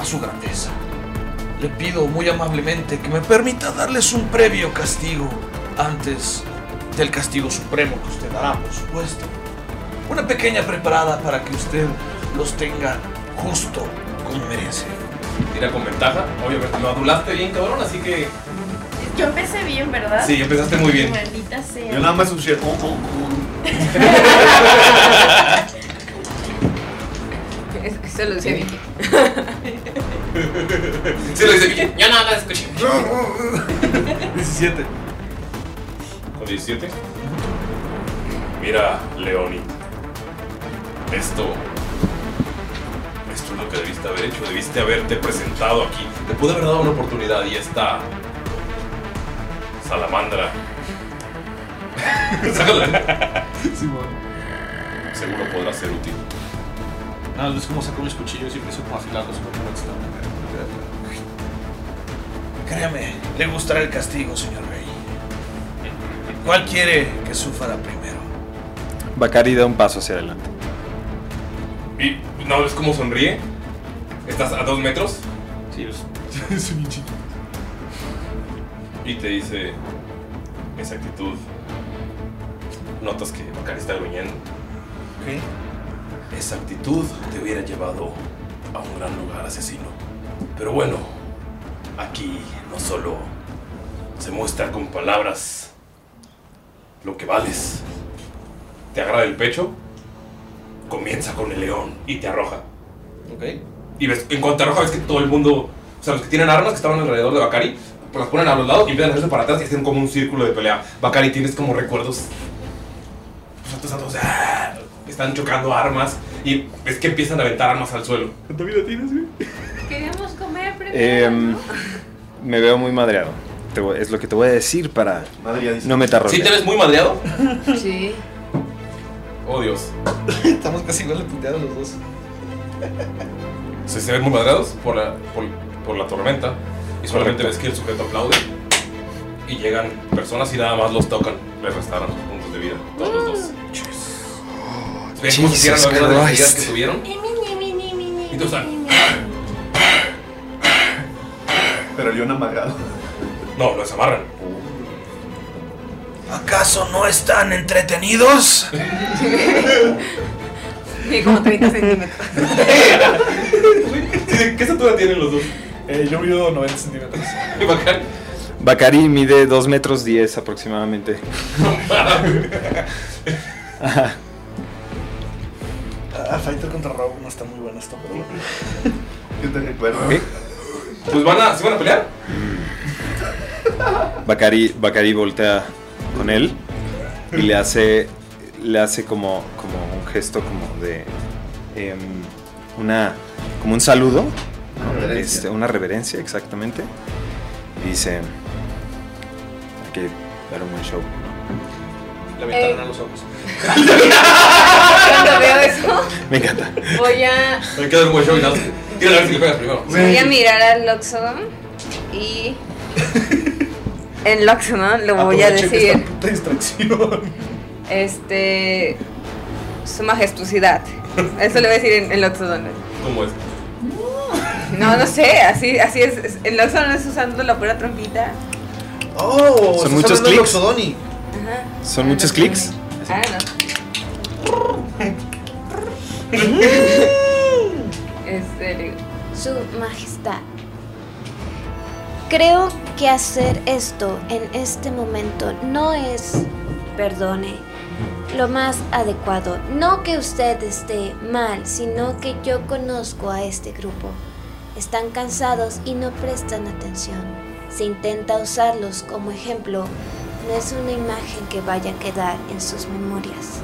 Speaker 2: a su grandeza. Le pido muy amablemente que me permita darles un previo castigo antes del castigo supremo que usted dará, por supuesto. Una pequeña preparada para que usted los tenga justo como merece.
Speaker 1: Tira con ventaja, obviamente lo adulaste bien, cabrón, así [LAUGHS] que.
Speaker 3: Yo empecé bien, ¿verdad?
Speaker 1: Sí, empezaste muy bien.
Speaker 3: Maldita sea.
Speaker 6: más sucio.
Speaker 5: Eso lo dice Vicky.
Speaker 1: Sí, lo dice bien. [LAUGHS] Yo nada más escuché.
Speaker 2: 17.
Speaker 1: ¿Con 17? Mira, Leoni. Esto. Esto es lo que debiste haber hecho. Debiste haberte presentado aquí. Te pude haber dado una oportunidad y esta. Salamandra. Salamandra. Seguro podrá ser útil.
Speaker 2: Nada, es como saco mis cuchillos y empiezo como a afilarlos con una extra. Créame, le gustará el castigo, señor rey. ¿Cuál quiere que sufra primero?
Speaker 4: Bacari da un paso hacia adelante.
Speaker 1: ¿Y no ves cómo sonríe? ¿Estás a dos metros?
Speaker 2: Sí,
Speaker 1: es un chiquito. Y te dice esa actitud. Notas que Bacari está gruñendo. Esa actitud te hubiera llevado a un gran lugar, asesino. Pero bueno, aquí no solo se muestra con palabras lo que vales. Te agarra el pecho, comienza con el león y te arroja.
Speaker 2: Ok.
Speaker 1: Y ves, en cuanto te arroja, ves que todo el mundo, o sea, los que tienen armas que estaban alrededor de Bakari, pues las ponen a los lados y empiezan a hacerse para atrás y hacen como un círculo de pelea. Bakari, tienes como recuerdos. Pues a todos, a todos, ¡ah! están chocando armas y ves que empiezan a aventar armas al suelo. ¿Cuánta vida tienes, güey?
Speaker 10: Queríamos comer primero.
Speaker 4: Em, me veo muy madreado. Te voy- es lo que te voy a decir para no me tarro.
Speaker 1: ¿Sí te ves muy madreado?
Speaker 5: Sí.
Speaker 1: Oh, Dios.
Speaker 2: [LAUGHS] Estamos casi igual de punteados los dos.
Speaker 1: Se, se ven muy madreados por la, por, por la tormenta y solamente ves que el sujeto aplaude y llegan personas y nada más los tocan. Les restaron sus puntos de vida, todos los dos. Ves cómo se cierran las
Speaker 4: Jesus
Speaker 1: venas de las heridas
Speaker 4: Christ.
Speaker 1: que
Speaker 9: este.
Speaker 5: [LAUGHS]
Speaker 1: tuvieron. Y todos están.
Speaker 6: Pero el león amargado.
Speaker 1: No, los amarran.
Speaker 2: ¿Acaso no están entretenidos?
Speaker 5: Tiene como 30 centímetros.
Speaker 1: [LAUGHS] ¿Qué estatura tienen los dos?
Speaker 2: Eh, yo mido 90
Speaker 1: [LAUGHS]
Speaker 2: centímetros.
Speaker 4: Bacari mide 2 metros 10
Speaker 1: [LAUGHS]
Speaker 4: aproximadamente. Ajá.
Speaker 2: Ah, Fighter contra Rogue no está muy buena esta, pero bueno.
Speaker 6: [LAUGHS] Yo te recuerdo.
Speaker 1: Pues van a. ¿Se van a pelear?
Speaker 4: Bacari, Bacari voltea con él y le hace, le hace como, como un gesto como de em, una, como un saludo,
Speaker 6: reverencia.
Speaker 4: este, una reverencia exactamente. Y dice, hay que dar un buen show.
Speaker 2: Le
Speaker 9: aventaron
Speaker 2: a los ojos.
Speaker 9: Cuando Eh. [LAUGHS] veo eso,
Speaker 4: Me encanta.
Speaker 9: voy a,
Speaker 1: Me queda el buen show y nada. Tira a ver si le pegas primero.
Speaker 5: Voy a mirar al Loxodon y. En Loxodon lo voy a
Speaker 1: Aprovechen que
Speaker 5: decir.
Speaker 1: está-
Speaker 6: Puta distracción.
Speaker 5: Este. Su majestuosidad. Eso le voy a decir en, en Loxodon.
Speaker 1: ¿Cómo es?
Speaker 5: No, no sé, así, así es. es- En Loxodon es usando la pura trompita.
Speaker 12: Oh, estás
Speaker 4: Son muchos
Speaker 12: hablando de
Speaker 4: clics.
Speaker 12: Loxodoni.
Speaker 5: Ajá.
Speaker 4: Son muchos clics.
Speaker 5: Ah, no. este, le digo,
Speaker 10: Su Majestad. Creo que hacer esto en este momento no es, perdone, lo más adecuado. No que usted esté mal, sino que yo conozco a este grupo. Están cansados y no prestan atención. Se intenta usarlos como ejemplo no es una imagen que vaya a quedar en sus memorias.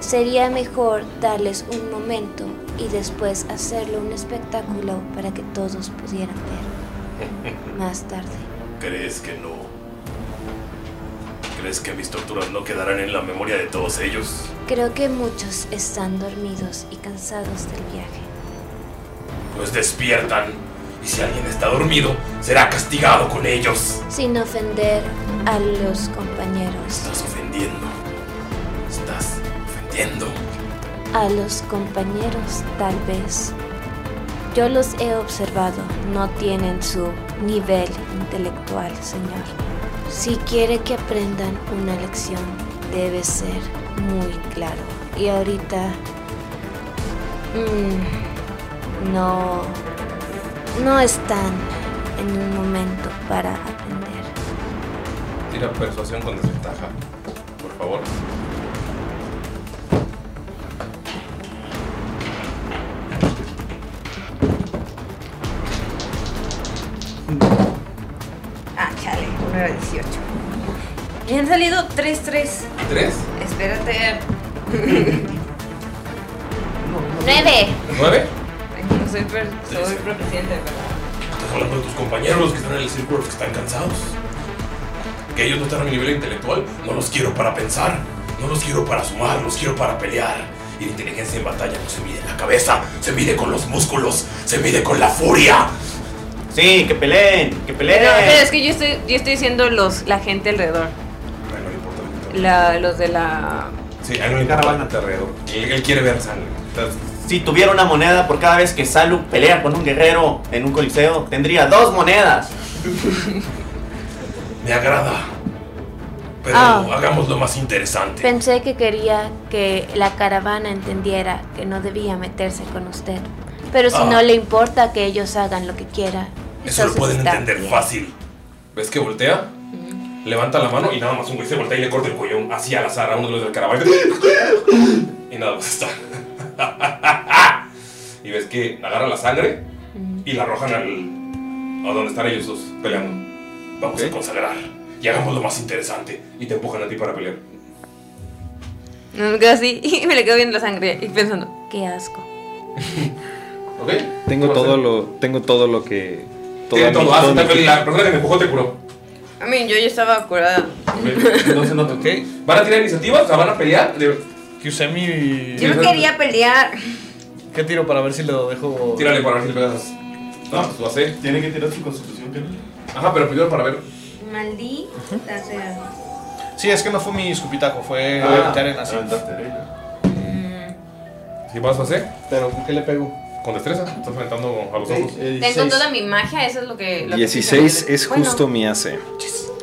Speaker 10: Sería mejor darles un momento y después hacerlo un espectáculo para que todos pudieran ver más tarde.
Speaker 9: ¿Crees que no? ¿Crees que mis torturas no quedarán en la memoria de todos ellos?
Speaker 10: Creo que muchos están dormidos y cansados del viaje.
Speaker 9: Pues despiertan. Y si alguien está dormido, será castigado con ellos.
Speaker 10: Sin ofender a los compañeros.
Speaker 9: Estás ofendiendo. Estás ofendiendo.
Speaker 10: A los compañeros, tal vez. Yo los he observado, no tienen su nivel intelectual, señor. Si quiere que aprendan una lección, debe ser muy claro. Y ahorita... mm, no... No están en un momento para aprender.
Speaker 1: Tira persuasión con desventaja, por favor.
Speaker 5: Ah, chale, uno era 18. Y han salido 3-3.
Speaker 1: ¿Tres?
Speaker 5: Espérate. 9.
Speaker 1: ¿Nueve?
Speaker 5: No soy, per- soy proficiente, ¿verdad?
Speaker 9: Estás hablando de tus compañeros los que están en el círculo, los que están cansados. Que ellos no están a mi nivel intelectual. No los quiero para pensar. No los quiero para sumar. Los quiero para pelear. Y la inteligencia en batalla no se mide en la cabeza. Se mide con los músculos. Se mide con la furia.
Speaker 6: Sí, que peleen, que peleen.
Speaker 5: Pero, pero es que yo estoy, yo estoy diciendo los, la gente alrededor. La- los de la.
Speaker 1: Sí, a él no le importa alrededor. Él, él quiere ver sangre.
Speaker 6: Si tuviera una moneda por cada vez que Salu pelea con un guerrero en un coliseo, tendría dos monedas.
Speaker 9: Me agrada. Pero
Speaker 10: Ah.
Speaker 9: hagámoslo más interesante.
Speaker 10: Pensé que quería que la caravana entendiera que no debía meterse con usted. Pero si
Speaker 1: Ah.
Speaker 10: no le importa que ellos hagan lo que quieran.
Speaker 1: Eso lo pueden
Speaker 10: está
Speaker 1: entender fácil. ¿Ves que voltea? Levanta la mano y nada más un güey se voltea y le corta el cuello así al azar a uno de los del caravana. Y nada más está. [LAUGHS] y ves que agarra la sangre y la arrojan al, a donde están ellos dos peleando. Vamos a consagrar y hagamos lo más interesante. Y te empujan a ti para pelear.
Speaker 5: No me quedo así [LAUGHS] y me le quedo viendo la sangre y pensando, qué asco.
Speaker 4: Tengo todo lo, tengo todo lo que.
Speaker 1: Tiene
Speaker 4: mi-
Speaker 1: todo. Ah,
Speaker 4: todo
Speaker 1: sí,
Speaker 4: mi
Speaker 1: está
Speaker 4: kit.
Speaker 1: feliz. La persona que me empujó te curó.
Speaker 5: A mí, yo ya estaba curada.
Speaker 1: Entonces no te. ¿Van a tirar iniciativas? ¿O sea, van a pelear?
Speaker 2: Que usé mi.
Speaker 5: Yo no quería pelear.
Speaker 2: ¿Qué tiro para ver si lo dejo?
Speaker 1: Tírale para ver si le pegas. No, pues, lo hace.
Speaker 6: Tiene que tirar su constitución, ¿qué
Speaker 1: Ajá, pero primero para ver.
Speaker 5: Maldita sea.
Speaker 2: Sí, es que no fue mi escupitajo, fue
Speaker 1: Ah,
Speaker 2: aventar en así.
Speaker 1: ¿Sí vas a hacer?
Speaker 2: Pero ¿con qué le pego? eh,
Speaker 1: Con destreza. Estás enfrentando a los ojos.
Speaker 5: Tengo toda mi magia, eso es lo que. lo que
Speaker 4: 16
Speaker 5: quise
Speaker 4: es
Speaker 5: Bueno,
Speaker 4: justo mi AC.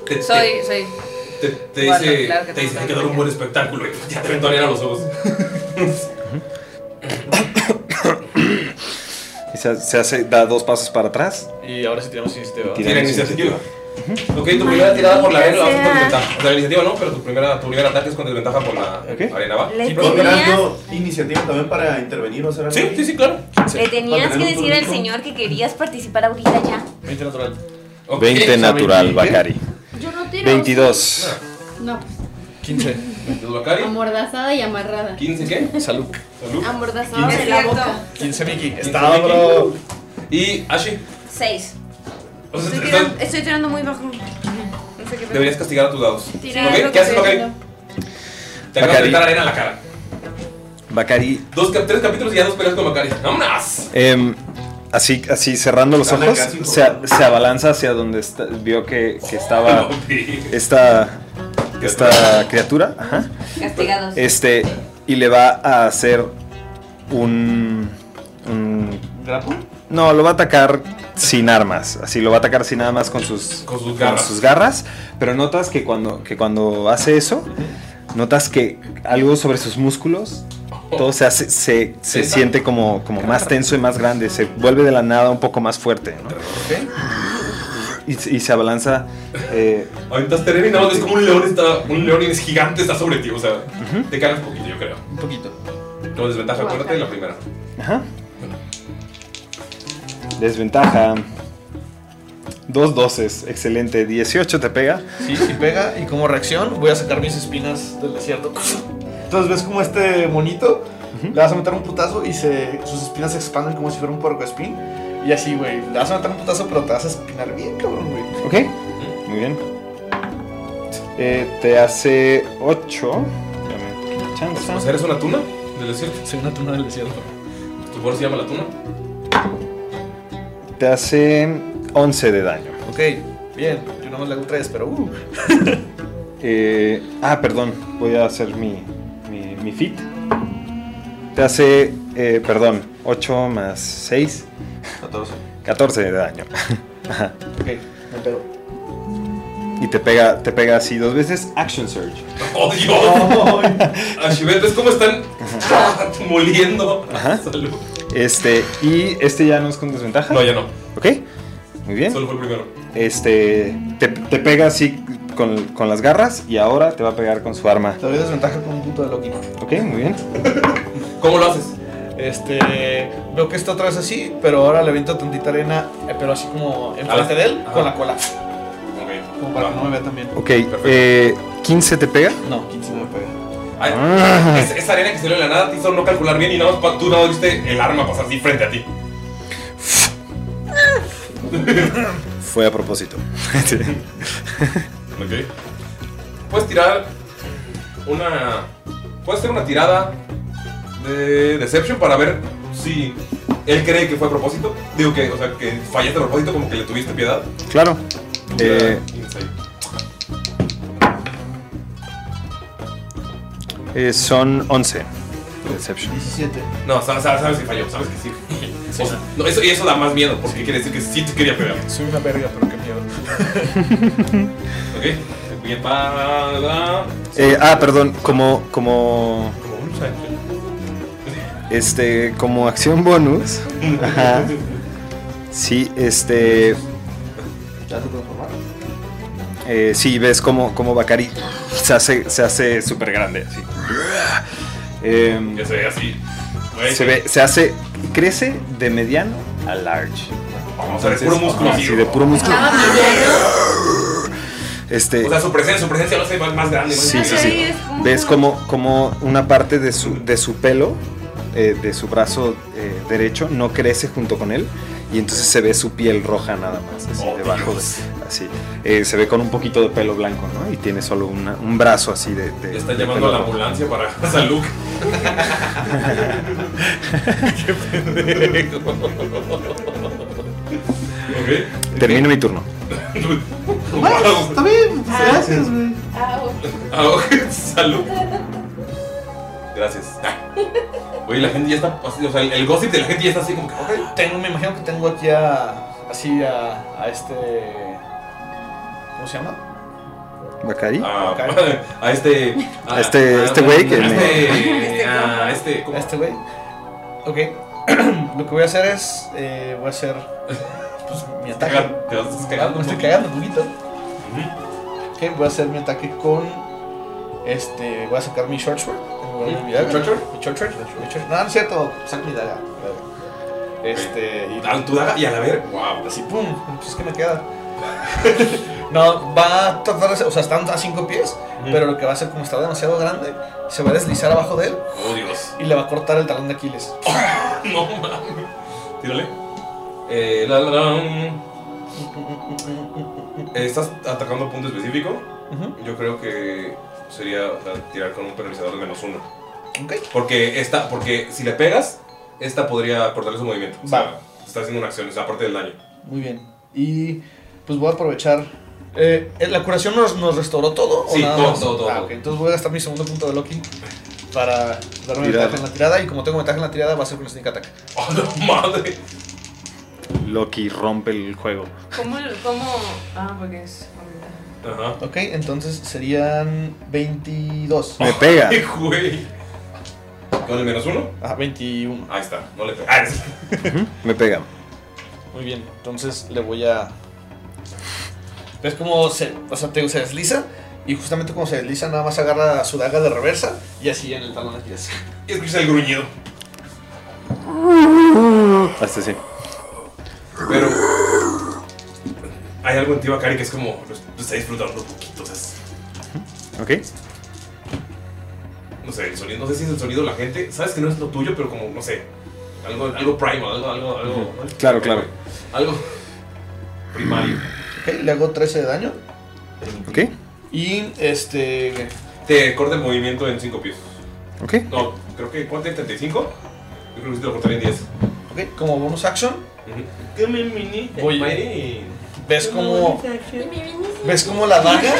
Speaker 1: Te,
Speaker 5: Soy, soy.
Speaker 1: te, te
Speaker 5: Bueno,
Speaker 1: dice,
Speaker 5: claro que no
Speaker 1: te dice,
Speaker 5: soy
Speaker 1: hay que dar un buen espectáculo. Y ya te aventó arena a
Speaker 2: [LAUGHS]
Speaker 1: los ojos.
Speaker 4: Y se, se hace, da dos pasos para atrás.
Speaker 2: Y ahora sí tiramos iniciativa.
Speaker 4: Tira iniciativa.
Speaker 1: Ok, tu primera tirada por la arena la vas a hacer
Speaker 2: sea.
Speaker 1: con desventaja. O sea, la iniciativa no, pero tu, primera, tu primer ataque es con desventaja por la arena, ¿va?
Speaker 5: Le
Speaker 6: ¿Puedo
Speaker 5: tenías-
Speaker 6: tirar yo iniciativa también para intervenir o hacer algo? Sí, sí,
Speaker 1: sí, claro.
Speaker 5: Le tenías que decir al señor que querías participar ahorita ya.
Speaker 2: 20 natural.
Speaker 4: 20 natural, Bacari.
Speaker 7: Yo no tiro.
Speaker 4: 22.
Speaker 7: No,
Speaker 2: 15.
Speaker 7: amordazada y amarrada.
Speaker 1: ¿15 qué?
Speaker 2: Salud.
Speaker 1: Salud.
Speaker 7: Ah, Amordazada de la boca.
Speaker 2: 15 Miki.
Speaker 1: Está, bro. Y Ashi,
Speaker 5: Seis.
Speaker 1: o sea,
Speaker 5: Estoy
Speaker 1: estás-
Speaker 5: tirando, estoy tirando muy bajo. No sé qué pedo.
Speaker 1: deberías castigar a tus dados.
Speaker 5: Tira
Speaker 1: Ok,
Speaker 5: algo
Speaker 1: ¿Qué
Speaker 5: que
Speaker 1: haces,
Speaker 5: estoy
Speaker 1: Bacari? Te acabas de
Speaker 4: Bacari.
Speaker 1: aventar arena en la cara.
Speaker 4: Bacari.
Speaker 1: Dos, cap- tres capítulos y ya dos peleas con Bacari. ¡Vámonos!
Speaker 4: em, así, así cerrando los
Speaker 1: Dale,
Speaker 4: ojos,
Speaker 1: casi,
Speaker 4: se, se abalanza hacia donde está- vio que, que
Speaker 1: [LAUGHS]
Speaker 4: estaba esta, esta criatura. Ajá.
Speaker 5: Castigados.
Speaker 4: Este, y le va a hacer un. un
Speaker 2: ¿Grapo?
Speaker 4: No, lo va a atacar sin armas. Así lo va a atacar sin nada más con sus,
Speaker 1: Con sus garras.
Speaker 4: sus garras, Pero notas que cuando, que cuando hace eso, notas que algo sobre sus músculos. Todo se hace, se, se
Speaker 1: Tensa.
Speaker 4: siente como, como más tenso y más grande. Se vuelve de la nada un poco más fuerte. ¿no? Y, se- y se abalanza. eh,
Speaker 1: Aventas terreno y nada más ves como un león está. Un león es gigante está sobre ti. O sea, te cagas un poquito, yo creo. Un
Speaker 2: poquito.
Speaker 1: Con desventaja, acuérdate de la primera.
Speaker 4: Ajá. Desventaja. Dos doces, excelente. 18 te pega.
Speaker 2: Sí, sí pega. Y como reacción, voy a sacar mis espinas del desierto. Entonces ves como este monito le vas a meter un putazo y se, sus espinas se expanden como si fuera un puerco espín. Y así, güey, le vas a meter un putazo, pero te vas a espinar bien, cabrón, güey.
Speaker 1: Pues,
Speaker 4: Ok. Muy bien. Eh, te hace 8.
Speaker 1: O sea, pues, ¿Eres una tuna del desierto?
Speaker 2: Soy una tuna del desierto.
Speaker 1: ¿Tu poder se llama la tuna?
Speaker 4: Te hace 11 de daño.
Speaker 2: Ok, bien. Yo nomás le hago tres, pero uh.
Speaker 4: Eh, ah, perdón. Voy a hacer mi, mi, mi fit. Te hace, eh, perdón, 8 más 6.
Speaker 6: 14.
Speaker 4: 14 de daño. [LAUGHS] Ajá.
Speaker 2: Ok, me pedo.
Speaker 4: Y te pega, te pega así dos veces. Action Surge.
Speaker 1: ¡Oh,
Speaker 2: [LAUGHS]
Speaker 1: Dios! Ashibet, ¿ves cómo están [LAUGHS] moliendo?
Speaker 4: [LAUGHS] Ajá. Este, y este ya no es con desventaja.
Speaker 1: No, ya no.
Speaker 4: Ok. Muy bien.
Speaker 1: Solo fue el primero.
Speaker 4: Este, te, te pega así con, con las garras y ahora te va a pegar con su arma.
Speaker 2: Te doy desventaja con un punto de Loki.
Speaker 4: Ok, muy bien.
Speaker 1: ¿Cómo lo haces?
Speaker 2: Este. Veo que está otra vez así, pero ahora le aviento tantita arena, eh, pero así como enfrente
Speaker 4: Ah,
Speaker 2: de él,
Speaker 4: ajá.
Speaker 2: con la cola. Como para que no me vea también.
Speaker 4: Ok, eh, 15 te pega.
Speaker 2: No, 15 no me pega.
Speaker 1: Ay,
Speaker 4: Ah.
Speaker 1: es- esa arena que salió de la nada te hizo no calcular bien y nada más pa- tú nada más viste el arma pasar así frente a ti.
Speaker 4: Fue a propósito. Sí.
Speaker 1: Ok. Puedes tirar una. Puedes hacer una tirada de Deception para ver si él cree que fue a propósito. Digo que, o sea, que fallaste a propósito, como que le tuviste piedad.
Speaker 4: Claro. Eh,
Speaker 1: Insight.
Speaker 4: eh, son 11. Deception.
Speaker 2: 17.
Speaker 1: No, sabes, sabes, sabes que falló, sabes que sí. O sea, no, eso, y eso da más miedo, porque quiere decir que sí te quería pegar.
Speaker 2: Soy una verga, pero qué miedo.
Speaker 1: [LAUGHS] Ok, bien para.
Speaker 4: Eh, ah, perdón, como, como,
Speaker 1: Como un Sancho.
Speaker 4: este, como acción bonus. Ajá. Sí, este,
Speaker 2: ¿Ya te transformar?
Speaker 4: eh, sí, ves como, como Bakari se hace, se hace súper grande, así. Em,
Speaker 1: Ya se ve así.
Speaker 4: se ve, se hace, crece de mediano a large.
Speaker 1: Vamos a ver, puro músculo.
Speaker 4: ajá, sí, de puro músculo. Este,
Speaker 1: O sea, su presencia, su presencia lo hace más, más grande. más
Speaker 4: Sí, sí,
Speaker 1: grande.
Speaker 4: sí. Ves como, como una parte de su, de su pelo, eh, de su brazo eh, derecho, no crece junto con él. Y entonces se ve su piel roja nada más, así
Speaker 1: Oh,
Speaker 4: debajo. de- así. Eh, se ve con un poquito de pelo blanco, ¿no? Y tiene solo una- un brazo así de. de-
Speaker 1: Le están
Speaker 4: de
Speaker 1: llamando a
Speaker 4: pelo
Speaker 1: la
Speaker 4: rojo.
Speaker 1: ambulancia para [LAUGHS] San Luke. Qué pendejo.
Speaker 4: [LAUGHS]
Speaker 1: ok.
Speaker 4: Termino mi turno.
Speaker 1: Wow.
Speaker 2: Está bien, pues, gracias, güey.
Speaker 1: Ah, ok, Salud.
Speaker 5: [LAUGHS]
Speaker 1: Gracias. Ah. Oye, la gente ya está. así, O sea, el gossip de la gente ya está así como que. "Ay,
Speaker 2: Tengo, me imagino que tengo aquí a. Así a. a este. ¿Cómo se llama?
Speaker 4: Bacari.
Speaker 1: Ah, [LAUGHS]
Speaker 2: [LAUGHS]
Speaker 1: a este.
Speaker 4: A este- este güey que
Speaker 1: a [LAUGHS]
Speaker 4: me-
Speaker 1: este, a este, ¿cómo?
Speaker 2: A este güey. Ok. [CLEARS THROAT] Lo que voy a hacer es. eh, voy a hacer. Pues mi ataque. Ah,
Speaker 1: Cagar- te estás cagando
Speaker 2: Me
Speaker 1: un
Speaker 2: estoy
Speaker 1: poquito.
Speaker 2: cagando un poquito. Ok, voy a hacer mi ataque con. Este. Voy a sacar mi short sword. en lugar de mi daga.
Speaker 1: ¿Tu short sword?
Speaker 2: Mi short sword. mi short- No, no es cierto. Saco mi daga. mi daga. Este. Y,
Speaker 1: Ah, tu daga y a la ver. Wow.
Speaker 2: Así, pum. Pues es que me queda. [LAUGHS] no, va a tratar de. hacer- O sea, están a cinco pies. Pero lo que va a hacer, como está demasiado grande, se va a deslizar abajo de él
Speaker 1: Oh, Dios.
Speaker 2: y le va a cortar el talón de Aquiles.
Speaker 1: [LAUGHS] No mames. Tírale. Eh, la, la,
Speaker 2: [LAUGHS]
Speaker 1: la, mm. Eh, Estás atacando a punto específico.
Speaker 2: Ujú.
Speaker 1: Yo creo que sería o sea, tirar con un penalizador de menos uno.
Speaker 2: Ok.
Speaker 1: Porque esta, porque si le pegas, esta podría cortarle su movimiento. O sea,
Speaker 2: Va.
Speaker 1: está haciendo una acción, o sea, aparte del daño.
Speaker 2: Muy bien. Y pues voy a aprovechar. eh, ¿La curación nos, nos restauró todo? o
Speaker 1: Sí,
Speaker 2: nada
Speaker 1: todo,
Speaker 2: más?
Speaker 1: todo, todo,
Speaker 2: Ah,
Speaker 1: todo.
Speaker 2: ok, entonces voy a gastar mi segundo punto de Loki para darme
Speaker 4: Tirada.
Speaker 2: ventaja en la tirada. Y como tengo ventaja en la tirada, va a ser con Sneak Attack.
Speaker 1: [LAUGHS] ¡Oh, la madre!
Speaker 4: Loki rompe el juego.
Speaker 7: ¿Cómo, ¿Cómo? Ah, porque es.
Speaker 1: Ajá.
Speaker 2: Ok, entonces serían 22.
Speaker 4: Me pega.
Speaker 1: ¡Qué güey! ¿Con el menos uno?
Speaker 2: Ah, 21.
Speaker 1: Ahí está, no le pegas.
Speaker 4: Me pega.
Speaker 2: Muy bien, entonces le voy a. ¿Ves cómo se, o sea, te digo, se desliza? Y justamente como se desliza, nada más agarra su daga de reversa y así en el talón de Aquiles.
Speaker 1: Y escuchas el gruñido. Uh.
Speaker 4: Hasta sí.
Speaker 1: Pero. hay algo en ti, Bakari, que es como lo lo está disfrutando un poquito. o sea, es-
Speaker 4: Ok.
Speaker 1: no sé, el sonido, no sé si es el sonido de la gente. Sabes que no es lo tuyo, pero como, no sé, algo, algo primal, algo, algo, algo,
Speaker 4: Claro, claro.
Speaker 1: algo primario.
Speaker 2: Ok, le hago 13 de daño.
Speaker 4: Ok.
Speaker 2: Y este.
Speaker 1: Te corta el movimiento en 5 pies.
Speaker 4: Ok.
Speaker 1: No, creo que, ¿cuánto es? ¿35? Yo creo que sí te lo cortaría en 10.
Speaker 2: Ok, como bonus action.
Speaker 1: Voy-
Speaker 2: ¿Ves cómo ¿Ves como la daga?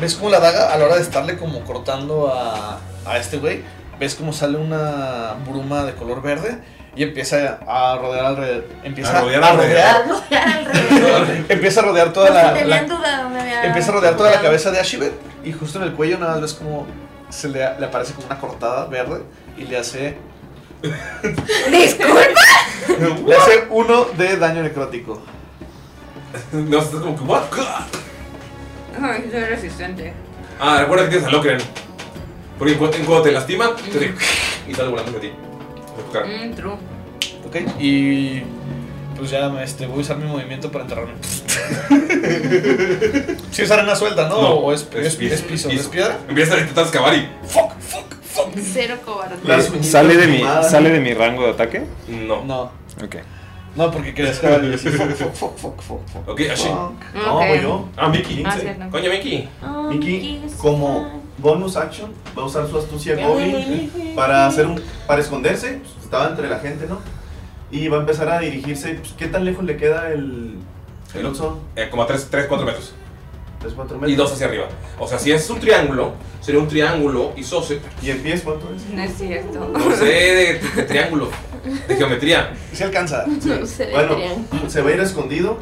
Speaker 2: ¿Ves como la daga a la hora de estarle como cortando a, a este güey? ¿Ves como sale una bruma de color verde? Y empieza a rodear alrededor. Empieza
Speaker 1: A rodear
Speaker 2: a
Speaker 1: alrededor.
Speaker 2: rodear. [LAUGHS] empieza a rodear toda la.
Speaker 3: Tenían
Speaker 2: la-
Speaker 3: dudado, Pues me había-
Speaker 2: empieza a rodear toda la cabeza de Ashibet. Y justo en el cuello nada más ves como se le, le aparece como una cortada verde y le
Speaker 1: [LAUGHS]
Speaker 2: hace. ¡Disculpa! Le hace uno de daño necrótico.
Speaker 1: No, estás como que, ¿what?
Speaker 5: Ay, soy resistente.
Speaker 1: Ah, recuerda que tienes a Locren. Porque en cuanto, en cuanto te lastima, te digo, [CLEARS THROAT] y sale volando hacia ti.
Speaker 5: Mm, true.
Speaker 2: Ok, y pues ya este, voy a usar mi movimiento para [LAUGHS] enterrarme. Si es arena suelta, ¿no? o es, es- es piso, es piedra.
Speaker 1: Empiezas a intentar excavar y.
Speaker 3: [LAUGHS] Cero cobarde.
Speaker 4: Eh, ¿Sale, de mi, ¿Sale de mi rango de ataque?
Speaker 1: No.
Speaker 2: No.
Speaker 4: Ok.
Speaker 2: No, porque querías
Speaker 4: [LAUGHS]
Speaker 2: que haga así, fuck, fuck, fuck, fuck, fuck, fuck.
Speaker 1: Ok, así.
Speaker 6: No, voy yo.
Speaker 1: Ah, Mickey.
Speaker 6: Ah, cierto.
Speaker 1: Coño, Mickey.
Speaker 6: Miki, como bonus action, va a usar su astucia Goblin para, hacer un, para esconderse. pues, Estaba entre la gente, ¿no? Y va a empezar a dirigirse. pues, ¿Qué tan lejos le queda el, el Oxxo?
Speaker 1: Eh, como a 3, 4 metros.
Speaker 6: 3, 4
Speaker 1: Y dos hacia arriba. O sea, si es un triángulo, sería un triángulo isósceles.
Speaker 6: ¿Y en pies cuánto es?
Speaker 5: No es cierto.
Speaker 1: No sé, de, de [LAUGHS] triángulo. De geometría.
Speaker 2: Si alcanza.
Speaker 5: No sé de
Speaker 6: bueno,
Speaker 5: triángulo.
Speaker 6: se va a ir escondido.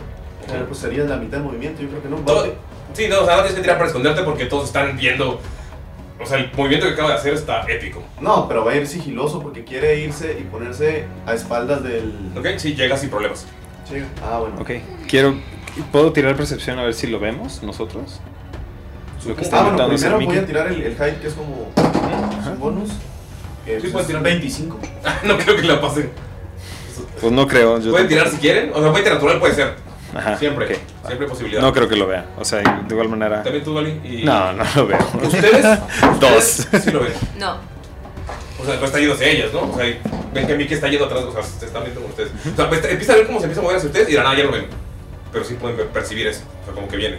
Speaker 6: Pero pues sería la mitad del movimiento. Yo creo que no. Va-
Speaker 1: Sí, no, o sea, no tienes que tirar para esconderte porque todos están viendo. O sea, el movimiento que acaba de hacer está épico.
Speaker 6: No, pero va a ir sigiloso porque quiere irse y ponerse a espaldas del.
Speaker 1: Ok, sí, llega sin problemas.
Speaker 6: Llega. Ah, bueno.
Speaker 4: Ok. Quiero. ¿Puedo tirar percepción a ver si lo vemos nosotros? Lo que está
Speaker 6: ah, bueno,
Speaker 4: intentándose
Speaker 6: primero voy
Speaker 4: Mickey.
Speaker 6: a tirar el, el hype que es como es un bonus. Que
Speaker 1: Sí,
Speaker 6: pues, es
Speaker 1: puedes tirar. [LAUGHS] Ah,
Speaker 6: 25.
Speaker 1: no creo que la pasen.
Speaker 4: Pues no creo. yo
Speaker 1: Pueden
Speaker 4: tampoco.
Speaker 1: tirar si quieren. O sea, puede tirar natural, puede ser.
Speaker 4: Ajá,
Speaker 1: Siempre.
Speaker 4: ok.
Speaker 1: Siempre hay posibilidad.
Speaker 4: No creo que lo vea. O sea, de igual manera.
Speaker 1: También tú, Vali. Y...
Speaker 4: No, no lo veo.
Speaker 1: ¿Ustedes?
Speaker 4: [LAUGHS] Dos.
Speaker 1: Sí lo ven.
Speaker 5: No.
Speaker 1: O sea, no está yendo hacia ellas, ¿no? O sea, y ven que Mickey está yendo atrás, o sea, se están viendo con ustedes. O sea, pues, empieza a ver cómo se empieza a mover hacia ustedes y de la nada ya lo ven. Pero sí pueden ver- percibir eso. O sea, como que vienen.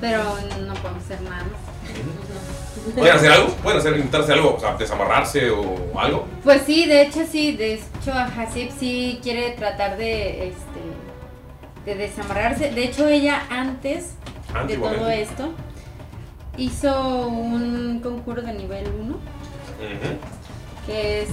Speaker 7: Pero no podemos hacer nada. Pues
Speaker 1: ¿Pueden hacer algo? ¿Pueden hacer, intentar hacer algo? O sea, desamarrarse o algo.
Speaker 7: Pues sí, de hecho sí, de hecho Hasib sí quiere tratar de este de desamarrarse. De hecho ella antes de
Speaker 1: Antiguamente.
Speaker 7: todo esto hizo un concurso de nivel 1 que es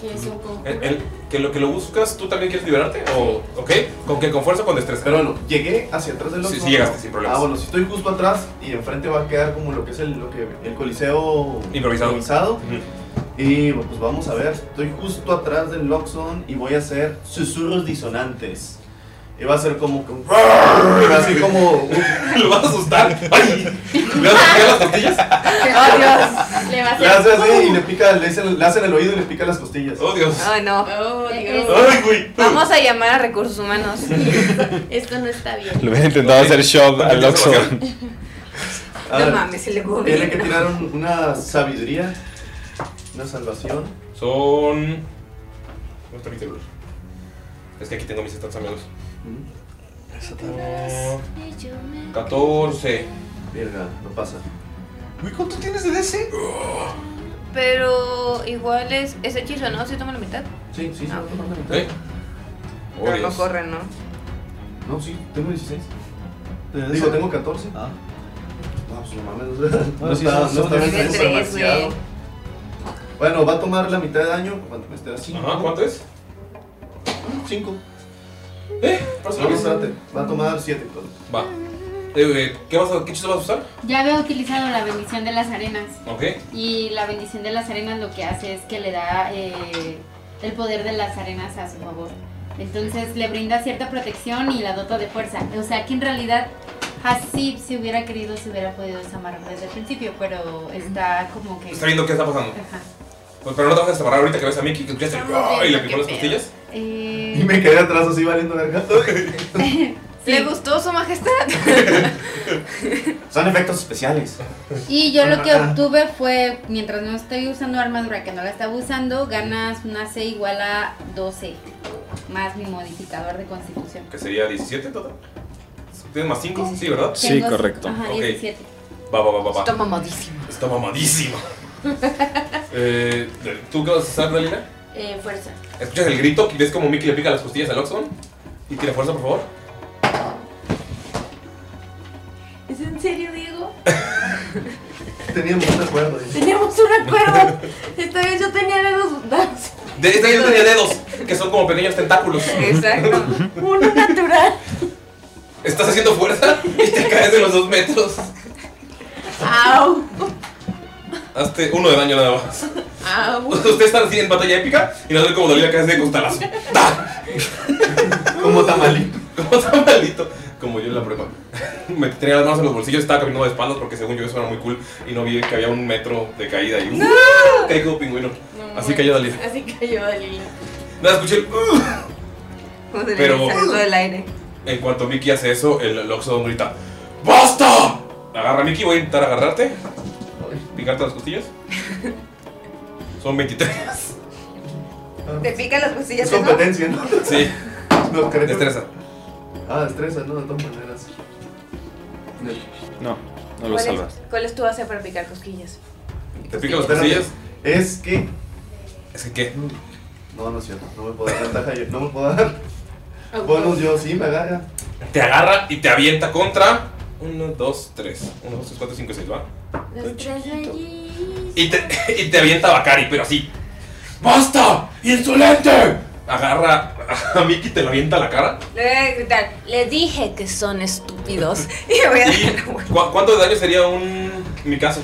Speaker 3: Que es un concurso.
Speaker 1: El- el- que lo que lo buscas, ¿tú también quieres liberarte? ¿O, ok? ¿Con qué? ¿Con fuerza o con destreza?
Speaker 6: Pues, Pero bueno, llegué hacia atrás del otro.
Speaker 1: Sí, sí llegaste sin problemas.
Speaker 6: Ah, bueno, si estoy justo atrás y enfrente va a quedar como lo que es el, lo que, el coliseo
Speaker 1: Improvisado.
Speaker 6: Y bueno, pues vamos a ver, estoy justo atrás del Loxon y voy a hacer susurros disonantes. Y va a ser como que un [LAUGHS] así como un-
Speaker 1: [LAUGHS] lo vas a asustar. ¡Ay! ¿Le vas a picar las costillas?
Speaker 5: [LAUGHS] ¡Oh, Dios!
Speaker 7: le va a
Speaker 6: Le hace así y le pica, le, hace- le hacen el oído y le pica las costillas.
Speaker 1: Oh Dios.
Speaker 5: Ay, no.
Speaker 6: Ay, güey.
Speaker 5: Oh, Vamos a llamar a recursos humanos.
Speaker 3: Esto no está bien.
Speaker 4: Lo hubiera intentado hacer shop al Oxxo.
Speaker 6: A
Speaker 5: No
Speaker 6: ver,
Speaker 5: mames, se le ocurre.
Speaker 6: Tiene que tirar un- una sabiduría, una salvación.
Speaker 1: Son. ¿Dónde está mi celular? Es que aquí tengo mis stats amigos. Mm, 14.
Speaker 6: Verga, no pasa.
Speaker 2: Güey, ¿cuánto tienes de DC?
Speaker 5: Pero igual es, es hechizo, ¿no? ¿Sí toma la mitad?
Speaker 6: Sí, sí, sí.
Speaker 5: Ah,
Speaker 6: no, no, no.
Speaker 1: ¿Eh? Oh,
Speaker 5: Pero
Speaker 1: Dios.
Speaker 5: no corre, ¿no?
Speaker 6: No, sí, tengo 16. Digo, tengo 14.
Speaker 2: Ah.
Speaker 6: No, pues no mames. No
Speaker 2: No, sí,
Speaker 6: está, no
Speaker 2: son- son
Speaker 6: está
Speaker 2: de
Speaker 6: bien,
Speaker 5: tres,
Speaker 6: súper
Speaker 5: güey.
Speaker 6: demasiado. Bueno, va a tomar la mitad de daño. ¿Cuánto me esté así?
Speaker 1: Ajá, ¿cuánto es?
Speaker 6: 5.
Speaker 1: ¿Eh?
Speaker 6: No, espérate. Va a tomar 7.
Speaker 1: Va. Eh, eh, ¿Qué, vas a, ¿Qué chiste vas a usar?
Speaker 7: Ya había utilizado la bendición de las arenas.
Speaker 1: Ok.
Speaker 7: Y la bendición de las arenas lo que hace es que le da eh, el poder de las arenas a su favor. Entonces le brinda cierta protección y la dota de fuerza. O sea que en realidad así si hubiera querido se hubiera podido desamarrar desde el principio, pero está como que...
Speaker 1: Está viendo qué está pasando.
Speaker 7: Ajá.
Speaker 1: Pues, pero no te vas a separar ahorita que ves a Mickey, que escuchaste el "Ah", y le picó las costillas.
Speaker 13: Eh,
Speaker 6: Y me quedé atrás así valiendo verga.
Speaker 13: ¿Le gustó su majestad?
Speaker 6: Son efectos especiales.
Speaker 7: Y yo lo que
Speaker 1: Ah.
Speaker 7: obtuve fue, mientras no estoy usando armadura, que no la estaba usando, ganas una C igual a 12, más mi modificador de constitución.
Speaker 1: Que sería 17 en total. ¿Tienes más 5? Sí, ¿verdad?
Speaker 7: Tengo- Ajá,
Speaker 1: Ok.
Speaker 7: 17.
Speaker 1: Va, va, va, va, va.
Speaker 7: Está mamadísimo. [LAUGHS]
Speaker 1: Está mamadísima. Eh, ¿Tú qué vas a usar, Dalila?
Speaker 9: Eh, fuerza.
Speaker 1: Escuchas el grito y ves como Mickey le pica las costillas al Oxon. Y tira fuerza, por favor.
Speaker 9: ¿Es en serio, Diego?
Speaker 6: Teníamos un acuerdo. ¿eh?
Speaker 9: Teníamos un acuerdo. Esta vez yo tenía dedos abundantes.
Speaker 1: De esta yo tenía dedos, que son como pequeños tentáculos.
Speaker 9: Exacto.
Speaker 1: [LAUGHS]
Speaker 9: Uno natural.
Speaker 1: Estás haciendo fuerza y te caes de los dos metros.
Speaker 9: ¡Au!
Speaker 1: Hazte uno de daño nada más.
Speaker 9: ¡Au!
Speaker 1: Ustedes están así en batalla épica y nos ven como Dalila cae de costalazo. Como tamalito. Como tamalito. Como yo en la prepa. Me tenía las manos en los bolsillos, estaba caminando de espaldas porque según yo eso era muy cool y no vi que había un metro de caída y
Speaker 9: ¡No!
Speaker 1: caí como pingüino. así cayó Dalila.
Speaker 9: Así cayó Dalila.
Speaker 1: Nada, escuché el, "Uh".
Speaker 5: Como se
Speaker 1: Pero-
Speaker 5: le salió del aire.
Speaker 1: En cuanto Mickey hace eso, el Loxodon grita ¡Basta! Agarra a Mickey, voy a intentar agarrarte. Picarte las costillas.
Speaker 6: [LAUGHS]
Speaker 1: Son 23.
Speaker 5: Te pican las costillas.
Speaker 6: Es competencia, ¿no?
Speaker 1: Sí.
Speaker 6: [LAUGHS] No, creo.
Speaker 1: Destreza.
Speaker 6: Ah, destreza, no, de todas maneras.
Speaker 4: [LAUGHS] No, no
Speaker 5: ¿Cuál, es, ¿Cuál es tu base para picar cosquillas?
Speaker 1: ¿Te pican las costillas?
Speaker 6: Es que.
Speaker 1: ¿Es que qué?
Speaker 6: No, no es cierto. No me puedo dar
Speaker 1: [LAUGHS]
Speaker 6: ventaja yo. No me puedo dar. Bonus yo, sí, me agarra.
Speaker 1: Te agarra y te avienta contra. 1, 2, 3. 1, 2, 3, 4, 5, 6, ¿va?
Speaker 9: Los tres allí.
Speaker 1: Y te, [LAUGHS] y te avienta a Bakari, pero así. ¡Basta! ¡Insolente! Agarra a Mickey y te lo avienta a la cara.
Speaker 5: Le voy a gritar, le dije que son estúpidos. [LAUGHS] Y me voy a dar la vuelta.
Speaker 1: ¿Cu- ¿Cuánto de daño sería un Mikasa?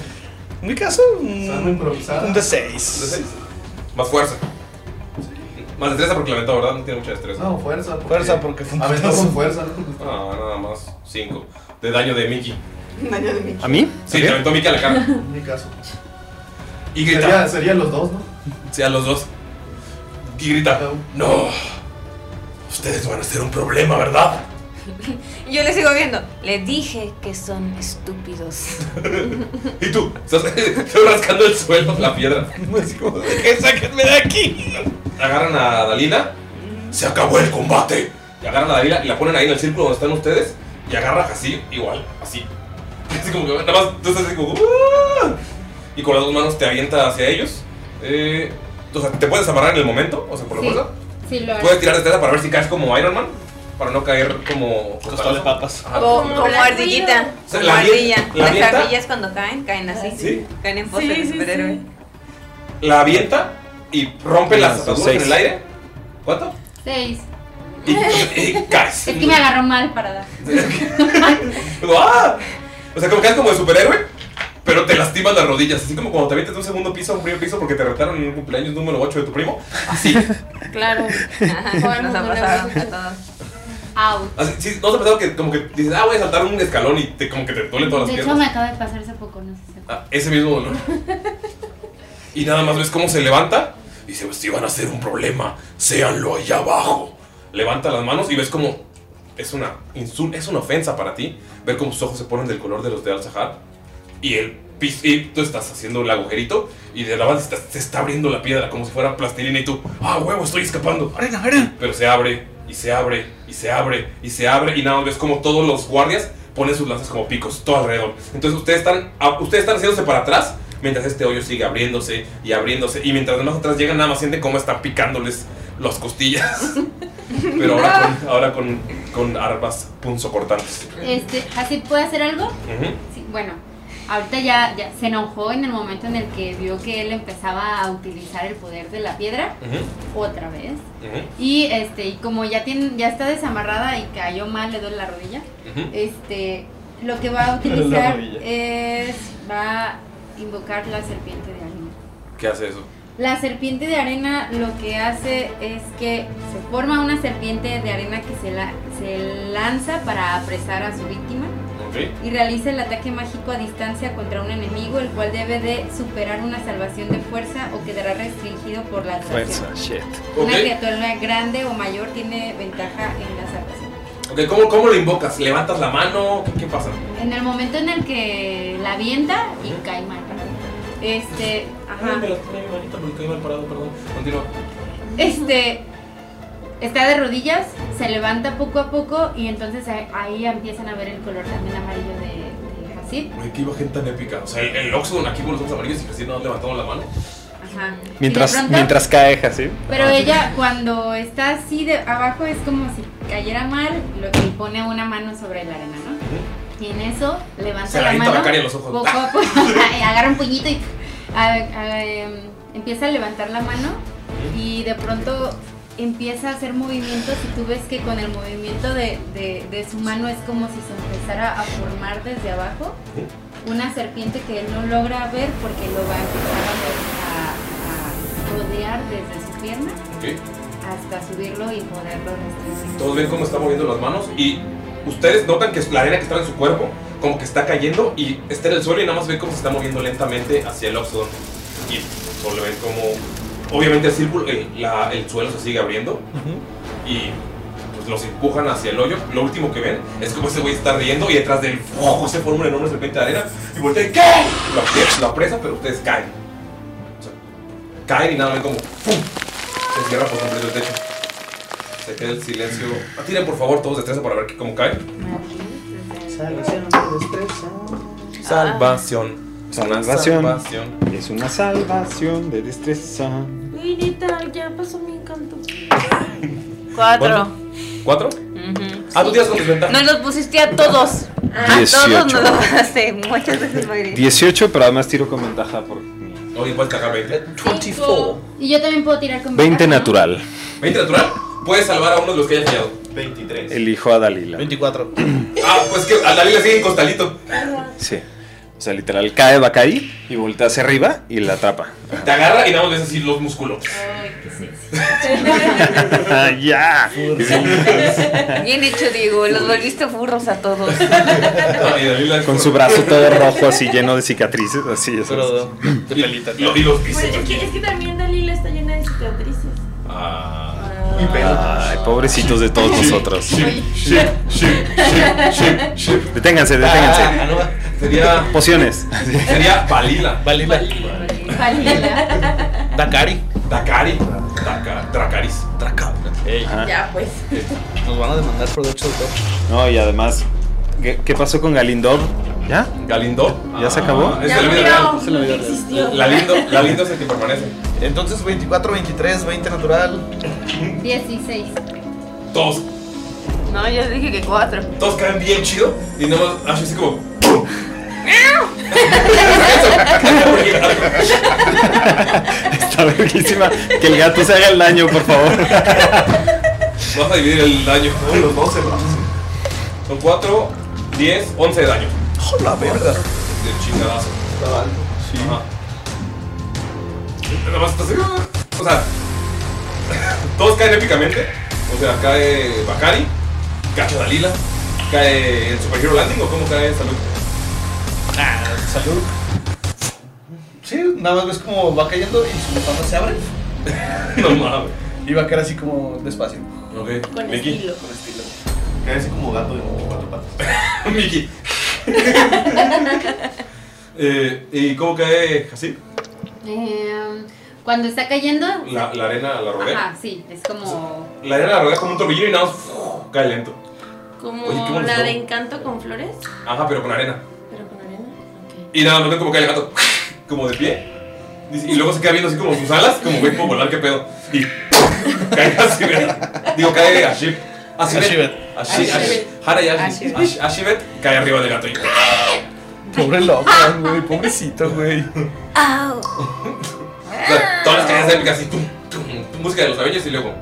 Speaker 2: Mi caso, mm, un
Speaker 1: improvisada.
Speaker 2: D6.
Speaker 1: Más fuerza. Más destreza porque la aventó, ¿verdad? No tiene mucha destreza.
Speaker 6: No, fuerza. Porque...
Speaker 2: Fuerza, porque fue un
Speaker 6: Aventó
Speaker 2: putazo.
Speaker 6: con fuerza, ¿no?
Speaker 1: Ah, nada más. 5. De daño de Mickey.
Speaker 5: Daño de mí.
Speaker 4: ¿A mí?
Speaker 1: Sí, te aventó Mickey a
Speaker 6: [LAUGHS]
Speaker 1: la cara.
Speaker 6: Mi caso.
Speaker 1: Y grita.
Speaker 6: Sería- serían los dos, ¿no?
Speaker 1: Sí, a los dos. Y grita. No. Ustedes van a ser un problema, ¿verdad? [LAUGHS]
Speaker 5: Y yo le sigo viendo, le dije que son
Speaker 1: [LAUGHS]
Speaker 5: estúpidos.
Speaker 1: Y tú, estás [LAUGHS] estás rascando el suelo, la
Speaker 2: [LAUGHS]
Speaker 1: piedra. Así como, "Dejen, sáquenme de aquí. Agarran a Dalila. Se acabó el combate. Y agarran a Dalila y la ponen ahí en el círculo donde están ustedes. Y agarra así, igual, así. [LAUGHS] Así como que nada más, tú estás así como. "¡Ah!". Y con las dos manos te avienta hacia ellos. Eh, o sea, te puedes amarrar en el momento, o sea, por la
Speaker 7: Sí,
Speaker 1: fuerza.
Speaker 7: sí, lo haré.
Speaker 1: Puedes
Speaker 2: Pues,
Speaker 1: tirar destreza para ver si caes como Iron Man. Para no caer como. Costal de papas.
Speaker 5: Co-
Speaker 7: Oh.
Speaker 5: como ardillita.
Speaker 1: O sea,
Speaker 5: Como
Speaker 1: la
Speaker 5: ardilla.
Speaker 1: avienta- la
Speaker 5: Las
Speaker 1: avienta-
Speaker 5: ardillas cuando caen, caen así.
Speaker 1: Sí.
Speaker 5: Caen en pose de superhéroe.
Speaker 1: La avienta y rompe las
Speaker 4: Más dos,
Speaker 1: ataduras en el
Speaker 4: seis.
Speaker 1: aire. ¿Cuánto?
Speaker 7: 6.
Speaker 1: Y, y caes.
Speaker 7: Es que me agarró mal para dar.
Speaker 1: Digo, ¡ah! O sea, como caes como de superhéroe, pero te lastimas las rodillas. Así como cuando te avientas de un segundo piso a un primer piso porque te retaron en un cumpleaños número 8 de tu primo. Así.
Speaker 5: [LAUGHS]
Speaker 7: Claro.
Speaker 5: Nos ha pasado a todos.
Speaker 7: Au.
Speaker 1: así sí, ¿No te ha pasado que como que dices, ah, voy a saltar un escalón y te, como que te duelen todas las
Speaker 7: De hecho, me
Speaker 1: piernas?
Speaker 7: acaba de pasar hace poco, no sé si.
Speaker 1: Ah, ese mismo
Speaker 7: [LAUGHS]
Speaker 1: dolor. Y nada más ves cómo se levanta y dice, si van a ser un problema, séanlo allá abajo. Levanta las manos y ves como es una insul- es una ofensa para ti ver cómo sus ojos se ponen del color de los de Al-Sahar y el pis- y tú estás haciendo el agujerito y de la banda se está, se está abriendo la piedra como si fuera plastilina y tú, ah, huevo, estoy escapando. Arena, arena. Pero se abre y se abre y se abre y se abre y nada más ves como todos los guardias ponen sus lanzas como picos todo alrededor. Entonces ustedes están a- ustedes están haciéndose para atrás mientras este hoyo sigue abriéndose y abriéndose y mientras más atrás llegan nada más sienten cómo están picándoles las [LAUGHS] costillas.
Speaker 7: [LAUGHS]
Speaker 1: Pero ahora con, ahora con, con armas punzocortantes.
Speaker 7: Este, ¿así puede hacer algo?
Speaker 1: Ujú.
Speaker 7: Sí, bueno, ahorita ya, ya se enojó en el momento en el que vio que él empezaba a utilizar el poder de la piedra otra vez. Y este, y como ya tiene, ya está desamarrada y cayó mal, le duele la rodilla.
Speaker 1: Ujú.
Speaker 7: Este, lo que va a
Speaker 1: Le duele [LAUGHS] la
Speaker 7: utilizar
Speaker 1: rodilla.
Speaker 7: es va a invocar la serpiente de arena.
Speaker 1: ¿Qué hace eso?
Speaker 7: La serpiente de arena lo que hace es que se forma una serpiente de arena que se, la, se lanza para apresar a su víctima.
Speaker 1: Ok.
Speaker 7: y realiza el ataque mágico a distancia contra un enemigo, el cual debe de superar una salvación de fuerza o quedará restringido por la salvación.
Speaker 4: Fuerza, shit.
Speaker 7: Una criatura grande o mayor tiene ventaja en la salvación.
Speaker 1: Ok, ¿cómo, ¿cómo lo invocas? ¿Levantas la mano? ¿Qué, qué pasa?
Speaker 7: En el momento en el que la avienta y cae mal parado. Este,
Speaker 1: Ay,
Speaker 7: ajá.
Speaker 1: me lastimé mi manita porque caí mal parado, perdón. Continúa.
Speaker 7: Este está de rodillas, se levanta poco a poco y entonces ahí- ahí empiezan a ver el color también amarillo de, de Hasid.
Speaker 1: Güey, qué imagen tan épica. O sea, el, el Oxxo aquí con los ojos amarillos y recién no levantamos la mano.
Speaker 7: Ajá. Y de
Speaker 4: Mientras,
Speaker 7: pronto-
Speaker 4: mientras cae Ah, así.
Speaker 7: Pero ella cuando está así de abajo es como si cayera mal lo que pone una mano sobre la arena, ¿no? Y en eso levanta
Speaker 1: Se la
Speaker 7: la
Speaker 1: avienta
Speaker 7: mano,
Speaker 1: Bacari a los ojos.
Speaker 7: poco a
Speaker 1: [LAUGHS]
Speaker 7: poco, [LAUGHS] y agarra un puñito y a- a- em, empieza a levantar la mano y de pronto empieza a hacer movimientos y tú ves que con el movimiento de, de- de su mano es como si se empezara a formar desde abajo una serpiente que él no logra ver porque lo va a empezar a, a- a rodear desde su pierna
Speaker 1: Ok.
Speaker 7: hasta subirlo y este poderlo restringir.
Speaker 1: Todos ven cómo está moviendo las manos y ustedes notan que la arena que está en su cuerpo como que está cayendo y está en el suelo y nada más ven cómo se está moviendo lentamente hacia el Oxodon. Y solo ven como... Obviamente el círculo, el, la- el suelo se sigue abriendo y pues los empujan hacia el hoyo. Lo último que ven es como ese güey está riendo y detrás del fuego se forma una enorme serpiente de arena y voltea y ¿qué? Lo, apre- lo apresa pero ustedes caen. O sea, caen y nada, ven como ¡pum! Se cierra por completo el techo. Se queda el silencio. Ah, Tiren por favor todos destreza para ver que- cómo cae.
Speaker 7: ah.
Speaker 1: Salvación. Es una
Speaker 4: Salvación.
Speaker 1: salvación.
Speaker 4: Es una salvación de destreza.
Speaker 3: Uy, neta, ya pasó mi [LAUGHS] encanto.
Speaker 5: Cuatro.
Speaker 1: ¿Cuatro? Ah, tú tiras con desventaja.
Speaker 5: Nos los pusiste a todos. A todos
Speaker 4: Dieciocho.
Speaker 5: nos los pasaste. Muchas gracias, Mayrin.
Speaker 4: 18, pero además tiro con ventaja por
Speaker 1: Oye, puedes cagar 20.
Speaker 7: 24. Y yo también puedo tirar con
Speaker 4: 20
Speaker 7: ventaja, ¿no?
Speaker 4: natural.
Speaker 1: ¿20 natural? Puedes salvar a uno de los que hayan fallado. 23.
Speaker 4: Elijo a Dalila.
Speaker 2: 24.
Speaker 1: Ah, pues que a Dalila sigue en costalito.
Speaker 4: Sí. O sea, literal, cae Bacari y voltea hacia arriba y la atrapa.
Speaker 1: Te agarra y nada más ves así los músculos.
Speaker 4: ¡Ya!
Speaker 5: Bien hecho, Diego. Los volviste furros a todos.
Speaker 4: Con su brazo todo rojo, así lleno de cicatrices, así es.
Speaker 1: Lo di los
Speaker 3: Pues es, que, es que también Dalila está llena de cicatrices.
Speaker 1: Ah.
Speaker 4: Ay, pobrecitos de todos nosotros.
Speaker 3: [LAUGHS]
Speaker 4: Deténganse, deténganse.
Speaker 1: Ah, no, sería.
Speaker 4: Pociones.
Speaker 1: Sería Balila.
Speaker 2: Balila. Dakari.
Speaker 1: Dakari. Daca- Dracaris. Draca.
Speaker 2: Ajá.
Speaker 3: pues.
Speaker 2: Nos van a demandar por derechos de autor.
Speaker 4: No, y además, ¿qué, qué pasó con Galindor? ¿Ya?
Speaker 1: ¿Galindor?
Speaker 4: ¿Ya se acabó?
Speaker 1: Ah, es Ya la vida murió. real.
Speaker 2: Es la vida real.
Speaker 1: Existió. La lindo- la lindo es el que permanece.
Speaker 2: Entonces 24, 23, 20 natural.
Speaker 7: 16.
Speaker 1: Todos,
Speaker 5: No, yo dije que cuatro.
Speaker 1: todos caen bien chido y nada más Ash así como.
Speaker 4: Está verguísima. Que el gato se haga el daño, por favor.
Speaker 1: Vas a dividir el daño. los 12, Son 4, 10, 11 de daño.
Speaker 2: Oh, la verga!
Speaker 1: De chingadazo. Está alto. Sí. Nada más estás. O sea, todos caen épicamente. O sea, cae Bakari, cae Dalila, cae el Superhero Landing o cómo cae Salud.
Speaker 2: Ah, salud. Sí, nada más ves como va cayendo y su pata se abre.
Speaker 1: no mames.
Speaker 2: [LAUGHS] Y va a caer así como despacio.
Speaker 1: Ok.
Speaker 2: Con
Speaker 1: Mickey.
Speaker 2: estilo.
Speaker 1: Con
Speaker 2: estilo.
Speaker 6: Cae así como gato de cuatro
Speaker 2: [LAUGHS]
Speaker 6: patas.
Speaker 1: Mickey. Eh, ¿Y cómo cae así?
Speaker 14: Em,
Speaker 7: Eh, cuando está cayendo.
Speaker 1: La, la arena la rodea.
Speaker 7: Ajá, sí, es como.
Speaker 1: La arena la rodea como un torbellino y nada más ¡fuu! cae lento.
Speaker 3: Como
Speaker 1: Oye, qué bueno
Speaker 3: la
Speaker 1: está.
Speaker 3: de encanto con flores.
Speaker 1: Ajá, pero con arena.
Speaker 3: Pero con arena.
Speaker 1: Y nada, no ven como cae el gato [LAUGHS] como de pie. Dice- Y luego se queda viendo así como sus alas, como güey, puedo volar, qué pedo. Y [LAUGHS] cae así, Digo, cae Ashib. Ashibet. Ashibet. Ashibet. Hara y Ashibet. Ash- Ashibet cae arriba del [LAUGHS] gato. y-
Speaker 2: Pobre loca, güey. Pobrecito, güey.
Speaker 9: Au.
Speaker 1: O sea, todas las caídas épicas así, tum, tum, música de los cabellos y luego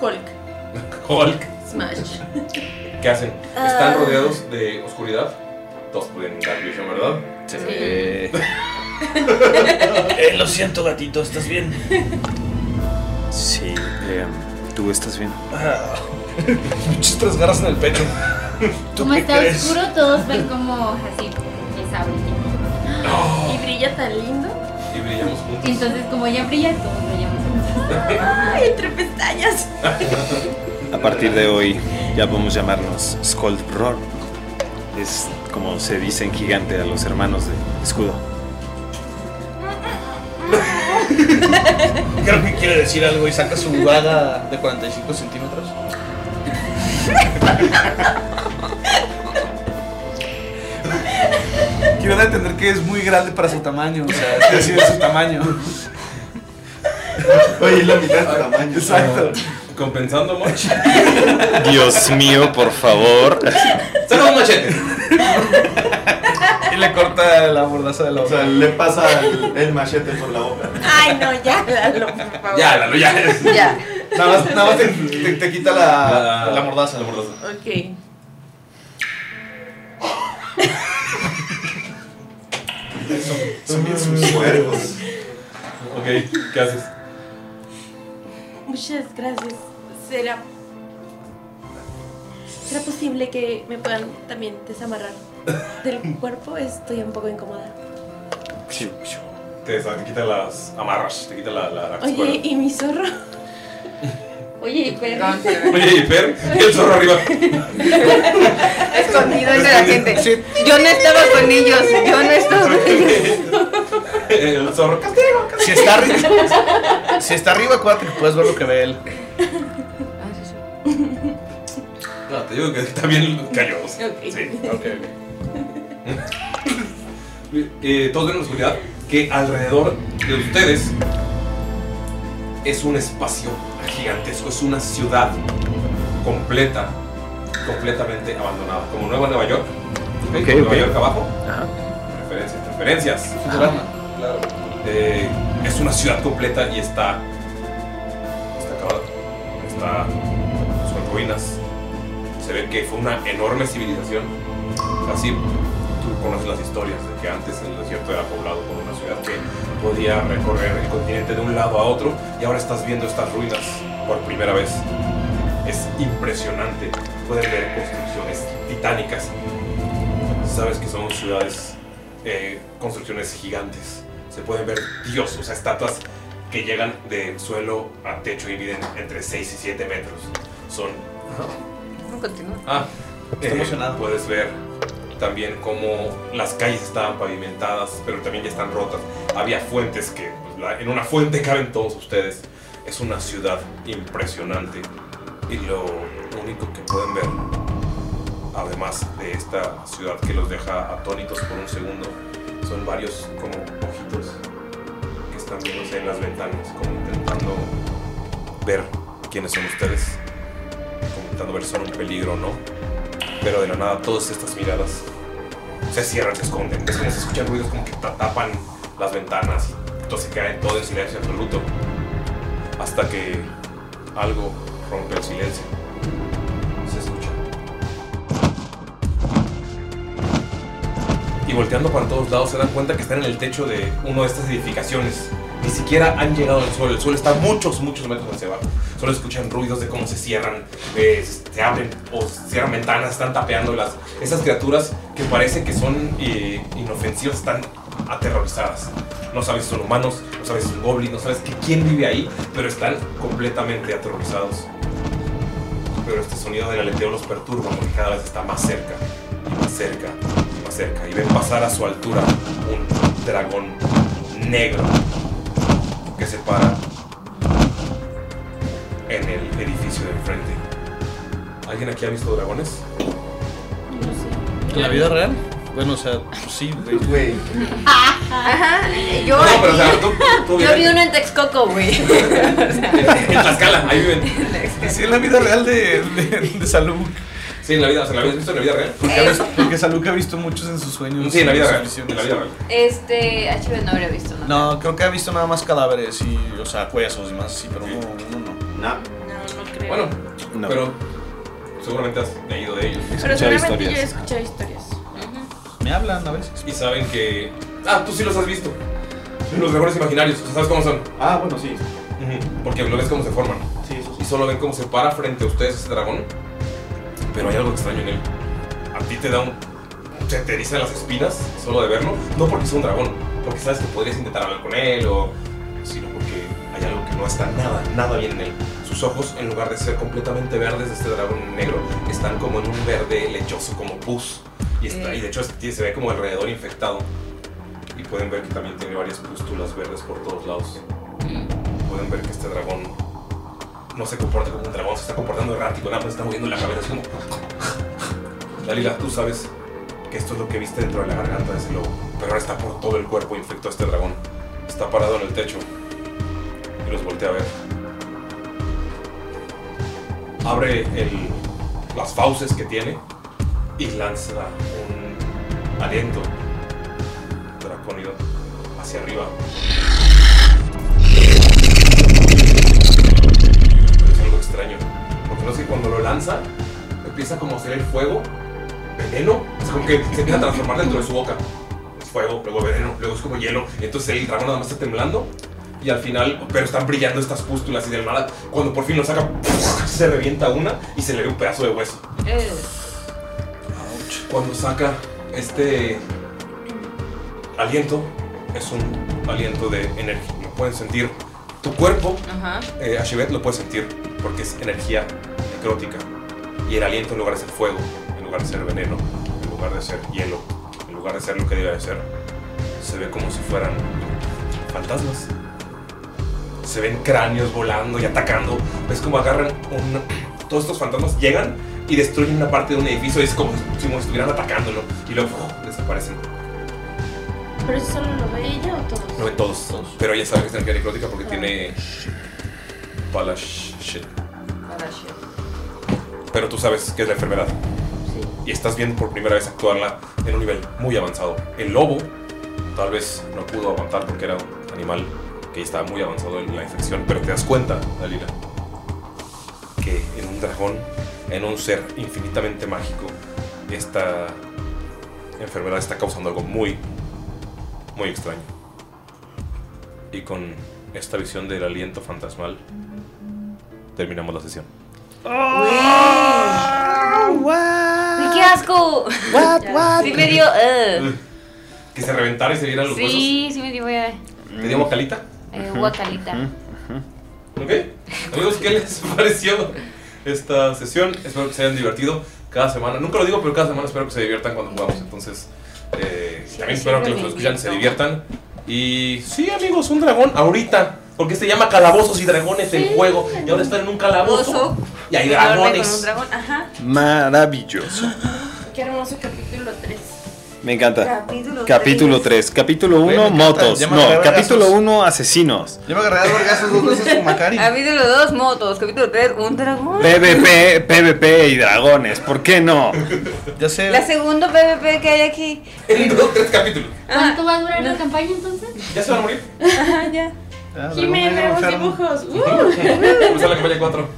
Speaker 3: Hulk.
Speaker 1: [LAUGHS] Hulk.
Speaker 3: [LAUGHS] Smash.
Speaker 1: ¿Qué hacen? Están
Speaker 3: Ah.
Speaker 1: rodeados de oscuridad. Todos pueden dar vision, ¿verdad? Sí.
Speaker 2: [LAUGHS]
Speaker 15: Eh, lo siento, gatito, ¿estás bien?
Speaker 4: Sí, eh,
Speaker 11: Tú estás bien.
Speaker 2: Muchas tres garras en el pecho.
Speaker 14: Como
Speaker 11: qué
Speaker 14: está
Speaker 11: crees?
Speaker 14: oscuro, todos ven como así empieza a brillar.
Speaker 1: ¡Oh!
Speaker 3: Y brilla tan lindo.
Speaker 1: Y brillamos juntos.
Speaker 14: Y entonces, como ya brilla, todos brillamos
Speaker 3: Ay, entre pestañas.
Speaker 2: Ah.
Speaker 11: A partir de hoy ya podemos llamarnos Skoldbror. Es como se dice en gigante a los hermanos de escudo.
Speaker 2: Creo que quiere decir algo y saca su daga de 45 centímetros. Quiero dar a entender que es muy grande para su tamaño, o sea, es decir, es su tamaño.
Speaker 6: Oye, la mitad de tamaño.
Speaker 2: Exacto.
Speaker 1: [LAUGHS] Compensando mucho.
Speaker 11: Dios mío, por favor.
Speaker 1: Saca un
Speaker 6: [LAUGHS]
Speaker 1: machete.
Speaker 2: Y le corta la mordaza de la boca.
Speaker 6: O sea, le pasa el, el machete por la boca.
Speaker 3: Ay, no, ya, Lalo, por favor.
Speaker 6: Lalo, ya.
Speaker 3: Ya.
Speaker 2: Nada más, nada más te, te- te quita la,
Speaker 6: La-
Speaker 2: la mordaza. La
Speaker 6: mordaza.
Speaker 3: Ok.
Speaker 6: Son bien sus cuervos.
Speaker 1: Mm. Ok, ¿qué haces?
Speaker 3: Muchas gracias. ¿Será, ¿Será posible que me puedan también desamarrar del cuerpo? Estoy un poco incómoda.
Speaker 1: Te, desa- te quita las amarras, te quita la, la, la cuerda.
Speaker 3: Oye, ¿y mi zorro? Oye, y perro.
Speaker 1: Oye, y Fer, y el zorro arriba.
Speaker 5: Escondido entre la gente. Yo no estaba con ellos. Yo no estaba con ellos.
Speaker 1: El zorro.
Speaker 2: Si está arriba, si está arriba, acuérdate que puedes ver lo que ve él.
Speaker 1: No, te digo que también cayó. o sea,
Speaker 3: Ok.
Speaker 1: Sí, ok, ok. Eh, todos ven en la oscuridad que alrededor de ustedes es un espacio gigantesco, es una ciudad completa, completamente abandonada. Como Nueva Nueva York. ¿ok?
Speaker 11: Ok,
Speaker 1: Nueva
Speaker 11: ok.
Speaker 1: York abajo. Referencias, referencias.
Speaker 11: Futurama.
Speaker 1: Claro. Eh, es una ciudad completa y está. Está acabada. Está. Son ruinas. Se ve que fue una enorme civilización. Así tú conoces las historias de que antes el desierto era poblado por una ciudad que podía recorrer el continente de un lado a otro y ahora estás viendo estas ruinas por primera vez. Es impresionante. Puedes ver construcciones titánicas. Sabes que son ciudades, eh, construcciones gigantes. Se pueden ver dios, o sea, estatuas que llegan de suelo a techo y miden entre 6 y 7 metros. Son
Speaker 5: No continúa.
Speaker 1: Ah,
Speaker 2: Estoy emocionado.
Speaker 1: Puedes ver también cómo las calles estaban pavimentadas, pero también ya están rotas. Había fuentes que pues, la- en una fuente caben todos ustedes. Es una ciudad impresionante. Y lo único que pueden ver, además de esta ciudad que los deja atónitos por un segundo, son varios como ojitos que están viéndose en las ventanas, como intentando ver quiénes son ustedes intentando ver si son un peligro o no. Pero de la nada todas estas miradas se cierran, se esconden. Es como se escuchan ruidos como que ta- tapan las ventanas. Entonces se queda en todo en silencio absoluto. Hasta que algo rompe el silencio. Se escucha. Y volteando para todos lados se dan cuenta que están en el techo de una de estas edificaciones. Ni siquiera han llegado al suelo. El suelo está muchos, muchos metros hacia abajo. Solo escuchan ruidos de cómo se cierran, eh, se abren o se cierran ventanas, están tapeándolas. Esas criaturas que parece que son eh, inofensivas están aterrorizadas. No sabes si son humanos, no sabes si son goblins, no sabes que quién vive ahí, pero están completamente aterrorizados. Pero este sonido del aleteo los perturba porque cada vez está más cerca, y más cerca, y más cerca. Y ven pasar a su altura un dragón negro que se para en el edificio de enfrente. ¿Alguien aquí ha visto dragones?
Speaker 2: ¿En la vida real? Bueno, o sea, pues sí, güey.
Speaker 5: Ajá. Yo,
Speaker 2: No, pero, o sea,
Speaker 5: aquí-
Speaker 2: tú- tú
Speaker 5: yo vi
Speaker 2: vives-
Speaker 5: uno en Texcoco, güey.
Speaker 1: En Tlaxcala, ahí viven.
Speaker 2: Sí, en la vida real de, de, de Salud.
Speaker 1: Sí, en la vida, o sea, ¿la habías visto en la vida real?
Speaker 2: Porque, ha visto- porque Salud que ha visto muchos en sus sueños.
Speaker 1: Sí, en la vida
Speaker 2: sus
Speaker 1: real,
Speaker 2: visiones.
Speaker 1: en la vida real.
Speaker 5: Este, HB no habría visto nada.
Speaker 2: No, creo que ha visto nada más cadáveres y, o sea, huesos y más así, pero uno, uno no.
Speaker 6: No.
Speaker 1: Bueno, pero seguramente has leído de ellos.
Speaker 3: Pero solamente yo he escuchado historias.
Speaker 2: Me hablan a veces.
Speaker 1: Y saben que. Ah, tú sí los has visto. Los dragones imaginarios, o sea, ¿sabes cómo son?
Speaker 6: Ah, bueno, sí.
Speaker 1: Ujú, Porque lo ves cómo se forman.
Speaker 6: Sí,
Speaker 1: Y solo ven cómo se para frente a ustedes ese dragón. Pero hay algo extraño en él. A ti te da un. Se te erizan las espinas solo de verlo. No porque sea un dragón, porque sabes que podrías intentar hablar con él o. sino porque hay algo que no está nada, nada bien en él. Sus ojos, en lugar de ser completamente verdes de este dragón negro, están como en un verde lechoso, como pus. Y, está, y de hecho es- se ve como alrededor infectado. Y pueden ver que también tiene varias pústulas verdes por todos lados. Pueden ver que este dragón no se comporta como un dragón, se está comportando errático, nada más está moviendo la cabeza. Es como. [LAUGHS] Dalila, tú sabes que esto es lo que viste dentro de la garganta de ese lobo, pero ahora está por todo el cuerpo infectó a este dragón. Está parado en el techo y los voltea a ver. Abre el- las fauces que tiene y lanza un aliento dracónido hacia arriba. Pero es algo extraño, porque no sé cuando lo lanza empieza como a hacer el fuego, veneno, es como que se empieza a transformar dentro de su boca. Es fuego, luego veneno, luego es como hielo, y entonces el dragón nada más está temblando y al final, pero están brillando estas pústulas y del nada, cuando por fin lo saca, se revienta una y se le ve un pedazo de hueso. Cuando saca este aliento, es un aliento de energía. Lo pueden sentir. Tu cuerpo,
Speaker 5: Ajá.
Speaker 1: eh, Ashibet, lo puede sentir porque es energía necrótica. Y el aliento, en lugar de ser fuego, en lugar de ser veneno, en lugar de ser hielo, en lugar de ser lo que debe de ser, se ve como si fueran fantasmas. Se ven cráneos volando y atacando. Ves como agarran un. [CLEARS THROAT] Todos estos fantasmas llegan y destruyen una parte de un edificio. Es como si como estuvieran atacándolo. Y luego ¡fuf! desaparecen.
Speaker 3: ¿Pero eso solo lo ve ella o todos?
Speaker 1: No ven todos. Pero ella sabe que es energía necrótica porque tiene. Palash shit. Pero tú sabes que es la enfermedad. Y estás viendo por primera vez actuarla en un nivel muy avanzado. El lobo tal vez no pudo aguantar porque era un animal que estaba muy avanzado en la infección. Pero te das cuenta, Dalila, que en un dragón, en un ser infinitamente mágico, esta enfermedad está causando algo muy, muy extraño. Y con esta visión del aliento fantasmal, terminamos la sesión.
Speaker 14: Ah,
Speaker 5: Ay, ¡Qué asco!
Speaker 10: What,
Speaker 5: Ya.
Speaker 10: what?
Speaker 5: Sí me dio. eh.
Speaker 1: [LAUGHS] Que se reventara y se vieran los huesos.
Speaker 5: Sí, sí me dio. eh,
Speaker 1: pues. ¿Te dio guacalita?
Speaker 5: eh, guacalita.
Speaker 1: Ok. Amigos, ¿qué les [LAUGHS] pareció esta sesión? Espero que se hayan divertido cada semana. Nunca lo digo, pero cada semana espero que se diviertan cuando jugamos. Entonces, eh, también espero que los que escuchan se diviertan. Y sí, amigos, un dragón ahorita. Porque se llama Calabozos y Dragones el juego. Y ahora están en un calabozo. Y hay
Speaker 3: Que duerme Con un
Speaker 1: dragones.
Speaker 3: dragón. Ajá.
Speaker 4: Maravilloso.
Speaker 3: Qué hermoso capítulo 3.
Speaker 4: Me encanta.
Speaker 3: Capítulo
Speaker 4: Capítulo 3. Capítulo 1,
Speaker 2: me encanta.
Speaker 4: motos.
Speaker 2: Ya me
Speaker 4: No,
Speaker 2: agarré
Speaker 4: capítulo 1, asesinos.
Speaker 2: Yo me agarré a vergazos dos veces con Macari.
Speaker 5: Capítulo 2, motos. Capítulo 3, un dragón.
Speaker 4: PvP, PvP y dragones. ¿Por qué no?
Speaker 2: Ya sé.
Speaker 5: La segunda PvP que hay aquí. Ah,
Speaker 14: ¿Cuánto va a durar la campaña entonces?
Speaker 1: Ya se van a morir.
Speaker 5: Ajá, ya.
Speaker 3: Jimena, nuevos dibujos. ¡Uh!
Speaker 1: Vamos a la campaña 4.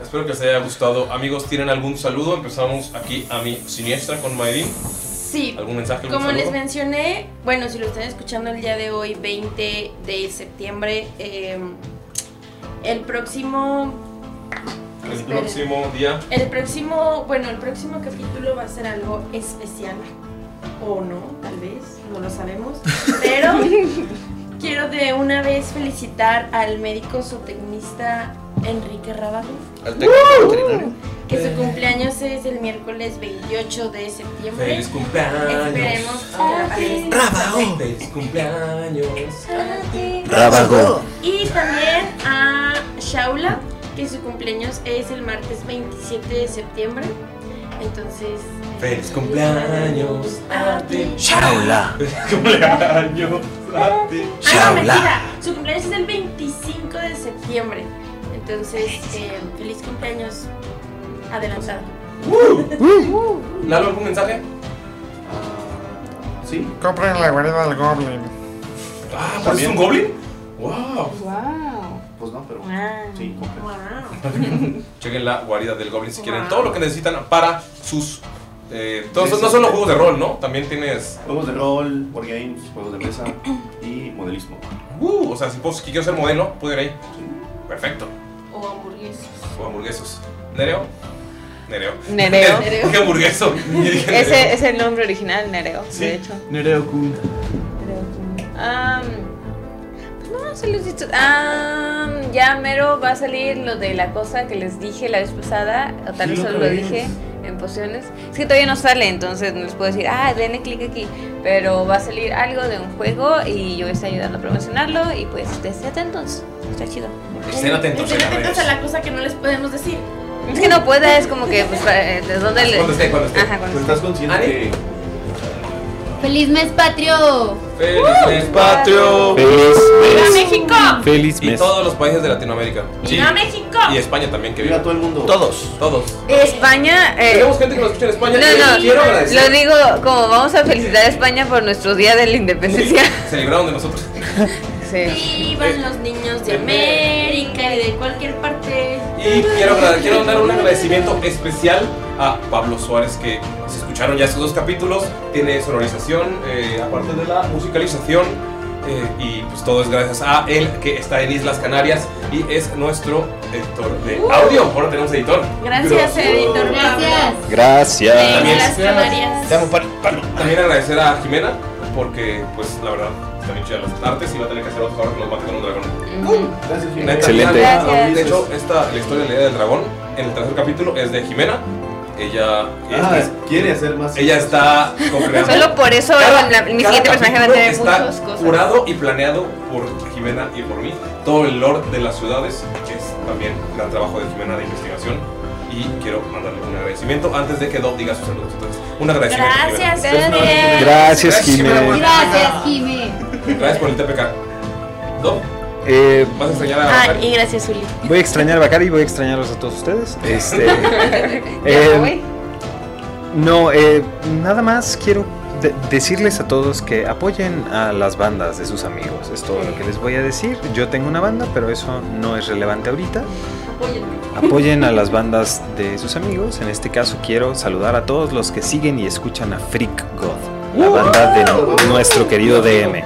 Speaker 1: Espero que les haya gustado. Amigos, ¿tienen algún saludo? Empezamos aquí a mi siniestra con Maedin.
Speaker 3: Sí.
Speaker 1: ¿Algún mensaje? algún
Speaker 3: Como
Speaker 1: saludo?
Speaker 3: les mencioné, bueno, si lo están escuchando el día de hoy, 20 de septiembre, eh, el próximo
Speaker 1: El próximo día.
Speaker 3: El próximo, bueno, el próximo capítulo va a ser algo especial. O no, tal vez, no lo sabemos. Pero quiero de una vez felicitar al médico zootecnista Enrique Rábago,
Speaker 2: Al técnico veterinario.
Speaker 3: que
Speaker 1: Eh.
Speaker 3: su cumpleaños es el miércoles 28 de septiembre.
Speaker 1: ¡Feliz cumpleaños!
Speaker 3: Esperemos que
Speaker 1: ¡Feliz cumpleaños!
Speaker 4: Rábago.
Speaker 3: Y también a Shaula, que su cumpleaños es el martes 27 de septiembre. Entonces,
Speaker 1: ¡Feliz cumpleaños!
Speaker 3: a ti.
Speaker 1: ¡Shaula! ¡Cumpleaños! a ti.
Speaker 3: Ah, no, mentira. Su cumpleaños es el 25 de septiembre. Entonces, eh, feliz cumpleaños adelantado.
Speaker 1: ¿Lalo, algún mensaje?
Speaker 2: Sí. Compren la guarida del Goblin.
Speaker 1: Ah,
Speaker 2: ¿pero es un Goblin?
Speaker 1: ¡Wow!
Speaker 3: Wow.
Speaker 2: Pues no, pero.
Speaker 3: Sí,
Speaker 1: Chequen la guarida del Goblin si quieren todo lo que necesitan para sus. eh, todos, no solo juegos de rol, ¿no? También tienes.
Speaker 6: Juegos de rol, wargames, juegos de mesa y modelismo.
Speaker 1: Uh, o sea, si, puedo- si quiero ser modelo, puedo ir ahí. Perfecto.
Speaker 3: O hamburguesas.
Speaker 1: O hamburguesos. ¿Nereo? Nereo.
Speaker 5: Nereo.
Speaker 1: [LAUGHS] ¿Qué hamburgueso? Yo dije Nereo.
Speaker 5: Ese es el nombre original, Nereo, de hecho.
Speaker 4: Nereo Kun.
Speaker 5: Am, pues no, se los dicho. Am, ya mero va a salir lo de la cosa que les dije la vez pasada, o tal
Speaker 10: Sí,
Speaker 5: vez solo
Speaker 10: otra
Speaker 5: lo
Speaker 10: vez.
Speaker 5: dije en pociones. Es que todavía no sale, entonces no les puedo decir, ah, denle clic aquí. Pero va a salir algo de un juego y yo voy a estar ayudando a promocionarlo y pues desde atentos. Está chido.
Speaker 1: Estén atentos en las
Speaker 3: atentos
Speaker 1: redes.
Speaker 3: a la cosa que no les podemos decir.
Speaker 5: Es que no puede, es como que, pues, eh, ¿de dónde le...?
Speaker 1: Cuando esté, cuando esté.
Speaker 5: Ajá, cuando esté.
Speaker 6: Pues ¿Estás consciente que
Speaker 14: ¡Feliz mes patrio!
Speaker 1: ¡Feliz mes
Speaker 6: patrio!
Speaker 1: ¡Feliz
Speaker 3: ¡Viva México!
Speaker 1: ¡Feliz mes! Y todos los países de Latinoamérica.
Speaker 3: ¡Viva México!
Speaker 1: Y España también, que viva
Speaker 6: todo el mundo.
Speaker 1: Todos. Todos.
Speaker 5: España... eh,
Speaker 1: Tenemos gente que nos escucha en España. y
Speaker 5: No, no,
Speaker 1: quiero agradecer.
Speaker 5: lo digo como vamos a felicitar a España por nuestro Día de la Independencia.
Speaker 1: Se libraron de nosotros.
Speaker 5: Sí.
Speaker 3: Vivan los niños de América y de cualquier parte.
Speaker 1: Y quiero, agra- quiero dar un agradecimiento especial a Pablo Suárez, que se escucharon ya sus dos capítulos, tiene sonorización, eh, aparte de la musicalización, eh, y pues todo es gracias a él, que está en Islas Canarias y es nuestro editor de
Speaker 3: Uh.
Speaker 1: audio. Ahora tenemos editor.
Speaker 3: Gracias,
Speaker 1: Pero-
Speaker 3: editor Gracias.
Speaker 4: Gracias.
Speaker 1: También-
Speaker 3: Las Canarias.
Speaker 1: También agradecer a Jimena, porque pues la verdad, está bien chida las artes y va a tener que hacer otro ahora que los mate con un dragón.
Speaker 6: Gracias,
Speaker 1: Neta,
Speaker 4: Excelente.
Speaker 1: neta,
Speaker 4: Gracias.
Speaker 1: De hecho, esta, la historia de la idea del dragón, en el tercer capítulo, es de Jimena. Ella
Speaker 6: Ah,
Speaker 1: es-
Speaker 6: quiere hacer más?
Speaker 1: Ella está co-creando.
Speaker 5: Solo por eso la- mi
Speaker 1: cada
Speaker 5: siguiente personaje va a
Speaker 1: capítulo
Speaker 5: tener
Speaker 1: está
Speaker 5: muchas cosas.
Speaker 1: curado y planeado por Jimena y por mí. Todo el lore de las ciudades es también gran trabajo de Jimena de investigación. Y quiero mandarle un agradecimiento antes de que Dob diga sus saludos. Entonces, un agradecimiento. Jimena.
Speaker 3: Gracias,
Speaker 1: Gracias,
Speaker 3: Daniel.
Speaker 4: Gracias, Jimena.
Speaker 14: Gracias, Jimé.
Speaker 1: Ah. Gracias por el TPK. Dob,
Speaker 4: Eh,
Speaker 1: vas a enseñar a.
Speaker 3: Ah, y gracias, Uli.
Speaker 4: voy a extrañar a Bacari y voy a extrañarlos a todos ustedes.
Speaker 3: [LAUGHS]
Speaker 4: Este, eh, No, eh, nada más quiero de- decirles a todos que apoyen a las bandas de sus amigos. Es todo lo que les voy a decir. Yo tengo una banda, pero eso no es relevante ahorita. Apoyen a las bandas de sus amigos. En este caso quiero saludar a todos los que siguen y escuchan a Freak God, la banda de nuestro querido DM.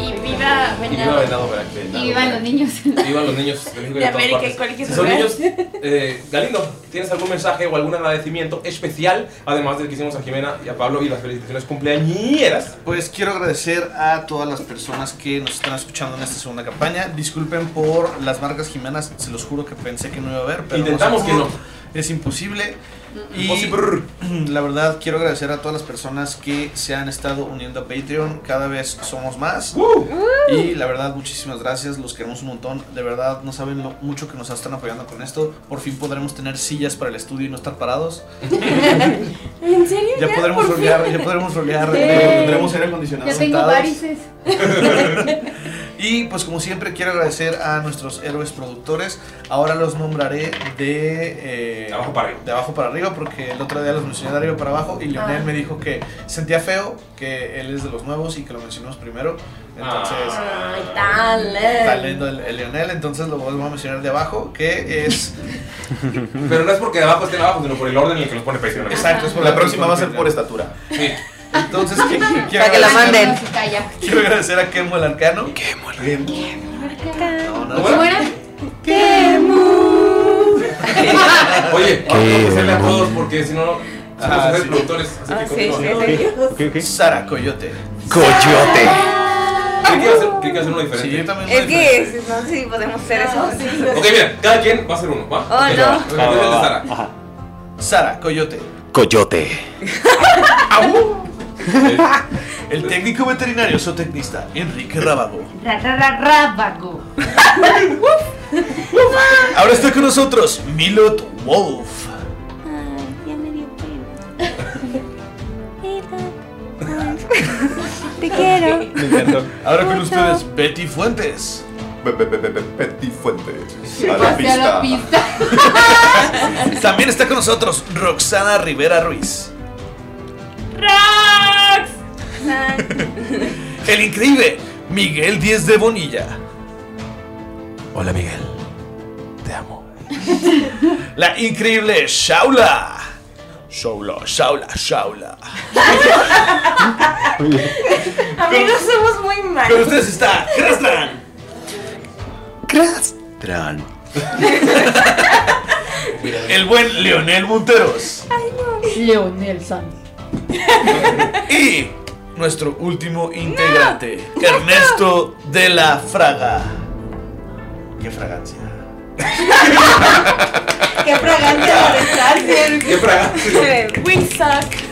Speaker 3: Y viva
Speaker 1: Y viva
Speaker 3: Venado.
Speaker 1: Venado Veracruz.
Speaker 14: Y vivan los niños.
Speaker 1: Vivan los niños de México
Speaker 3: De
Speaker 1: y todas
Speaker 3: América y
Speaker 1: partes.
Speaker 3: cualquier
Speaker 1: Si son
Speaker 3: lugar.
Speaker 1: niños, eh, Galindo, ¿tienes algún mensaje o algún agradecimiento especial? Además del que hicimos a Jimena y a Pablo y las felicitaciones cumpleañeras.
Speaker 2: Pues quiero agradecer a todas las personas que nos están escuchando en esta segunda campaña. Disculpen por las marcas Jimenas, se los juro que pensé que no iba a haber, pero
Speaker 1: Intentamos que no.
Speaker 2: Es imposible. Y la verdad quiero agradecer a todas las personas que se han estado uniendo a Patreon. Cada vez somos más.
Speaker 1: Uh.
Speaker 2: Y la verdad, muchísimas gracias. Los queremos un montón. De verdad, no saben lo mucho que nos están apoyando con esto. Por fin podremos tener sillas para el estudio y no estar
Speaker 1: [LAUGHS]
Speaker 2: parados.
Speaker 3: ¿En serio?
Speaker 2: Ya podremos
Speaker 3: por fin.
Speaker 2: rolear, ya podremos rolear.
Speaker 3: Sí.
Speaker 2: eh, Tendremos aire acondicionado.
Speaker 14: Ya tengo
Speaker 2: sentados.
Speaker 14: varices.
Speaker 2: [LAUGHS] Y pues como siempre quiero agradecer a nuestros héroes productores. Ahora los nombraré de... eh, de abajo
Speaker 1: para arriba.
Speaker 2: porque el otro día los mencioné de arriba para abajo y Leonel
Speaker 3: Ah.
Speaker 2: me dijo que sentía feo, que él es de los nuevos y que lo mencionamos primero. Entonces...
Speaker 3: Ay, tan
Speaker 5: eh.
Speaker 3: leve.
Speaker 2: Está leyendo el, el Leonel, entonces lo vamos a mencionar de abajo, que es...
Speaker 1: [LAUGHS] Pero no es porque de abajo estén abajo, sino por el orden en el que nos pone Patreon.
Speaker 2: Exacto, es por
Speaker 6: La próxima va a ser por estatura.
Speaker 1: [LAUGHS] Sí.
Speaker 2: Entonces, ¿qué, qué- [LAUGHS] quiero
Speaker 5: Para que la
Speaker 2: agradecer-
Speaker 5: manden.
Speaker 2: Quiero agradecer a Kemo el Arcano. Kemo el
Speaker 14: ¿Cómo era?
Speaker 1: Oye, vamos a hacerle a todos porque si no, no, si no
Speaker 2: Eh, Ah,
Speaker 1: se hacen
Speaker 2: sí.
Speaker 1: productores. Así que continúa.
Speaker 2: Sara Coyote.
Speaker 4: Coyote.
Speaker 1: Creí que iba a ser- creí que iba a ser uno diferente.
Speaker 5: Es que no sé si podemos hacer eso.
Speaker 1: Ok, mira, cada quien va a hacer uno, ¿va?
Speaker 5: Oh,
Speaker 1: Ok,
Speaker 5: no.
Speaker 1: va. Ok,
Speaker 5: Va, va,
Speaker 1: entonces, este
Speaker 5: va.
Speaker 1: Sara.
Speaker 2: Sara Coyote.
Speaker 4: Coyote.
Speaker 2: El técnico veterinario zootecnista Enrique Rábago.
Speaker 14: Ra, ra, ra, rábago.
Speaker 2: Ahora está con nosotros Milot Wolf.
Speaker 10: Ya me dio pena. Te quiero.
Speaker 2: Me encantó. Ahora con ustedes Betty Fuentes.
Speaker 6: Betty Fuentes.
Speaker 2: A la
Speaker 14: Hacia la
Speaker 2: pista.
Speaker 14: pista.
Speaker 2: También está con nosotros Roxana Rivera Ruiz.
Speaker 3: Rox.
Speaker 2: El increíble Miguel Díez de Bonilla. Hola Miguel. Te amo. La increíble Shaula. Shaula, Shaula, Shaula.
Speaker 3: Amigos, somos muy malos.
Speaker 2: Con ustedes está Kraslan.
Speaker 4: Crastran.
Speaker 16: El buen Leonel Monteros.
Speaker 17: Leonel San.
Speaker 16: Y nuestro último integrante, Ernesto de la Fraga. ¿Qué fragancia?
Speaker 5: Qué fragante la de
Speaker 1: Qué fragancia.
Speaker 5: Wingsack.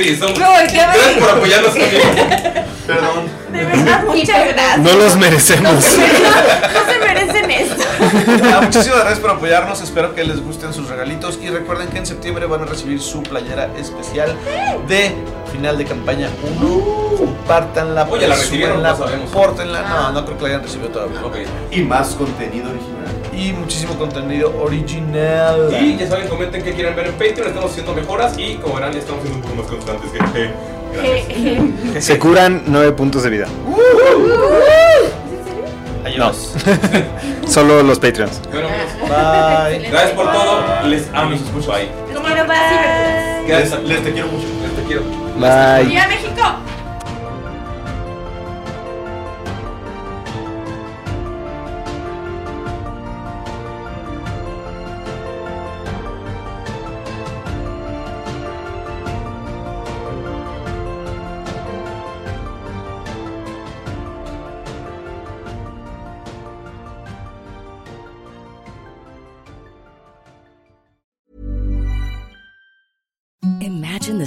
Speaker 1: Sí, somos-
Speaker 5: Gracias
Speaker 1: por apoyarnos
Speaker 6: Perdón.
Speaker 5: De verdad, muchas gracias.
Speaker 4: No los merecemos.
Speaker 5: No se merecen esto.
Speaker 2: [LAUGHS] Ah, muchísimas gracias por apoyarnos. Espero que les gusten sus regalitos. Y recuerden que en septiembre van a recibir su playera especial de final de campaña 1. Compartanla,
Speaker 1: Uh. Oye, ¿la recibieron?
Speaker 2: presúmanla,
Speaker 1: No sabemos.
Speaker 2: compártenla. No, no creo que la hayan recibido todavía.
Speaker 6: Y más contenido original.
Speaker 2: Y muchísimo contenido original.
Speaker 1: Y ya saben, comenten qué quieren ver en Patreon. Estamos haciendo mejoras y, como verán, ya estamos siendo un poco más constantes. jeje.
Speaker 10: Eh,
Speaker 1: Gracias.
Speaker 4: Se curan nueve puntos de vida.
Speaker 10: Uh,
Speaker 4: No. [LAUGHS] Solo los Patreons.
Speaker 1: Bueno,
Speaker 2: Bye.
Speaker 1: pues, Gracias por todo. Les amo y los escucho ahí.
Speaker 3: Como no va.
Speaker 1: Les, te quiero mucho. Les te quiero.
Speaker 4: Bye.
Speaker 3: ¡Viva México!
Speaker 18: Imagine the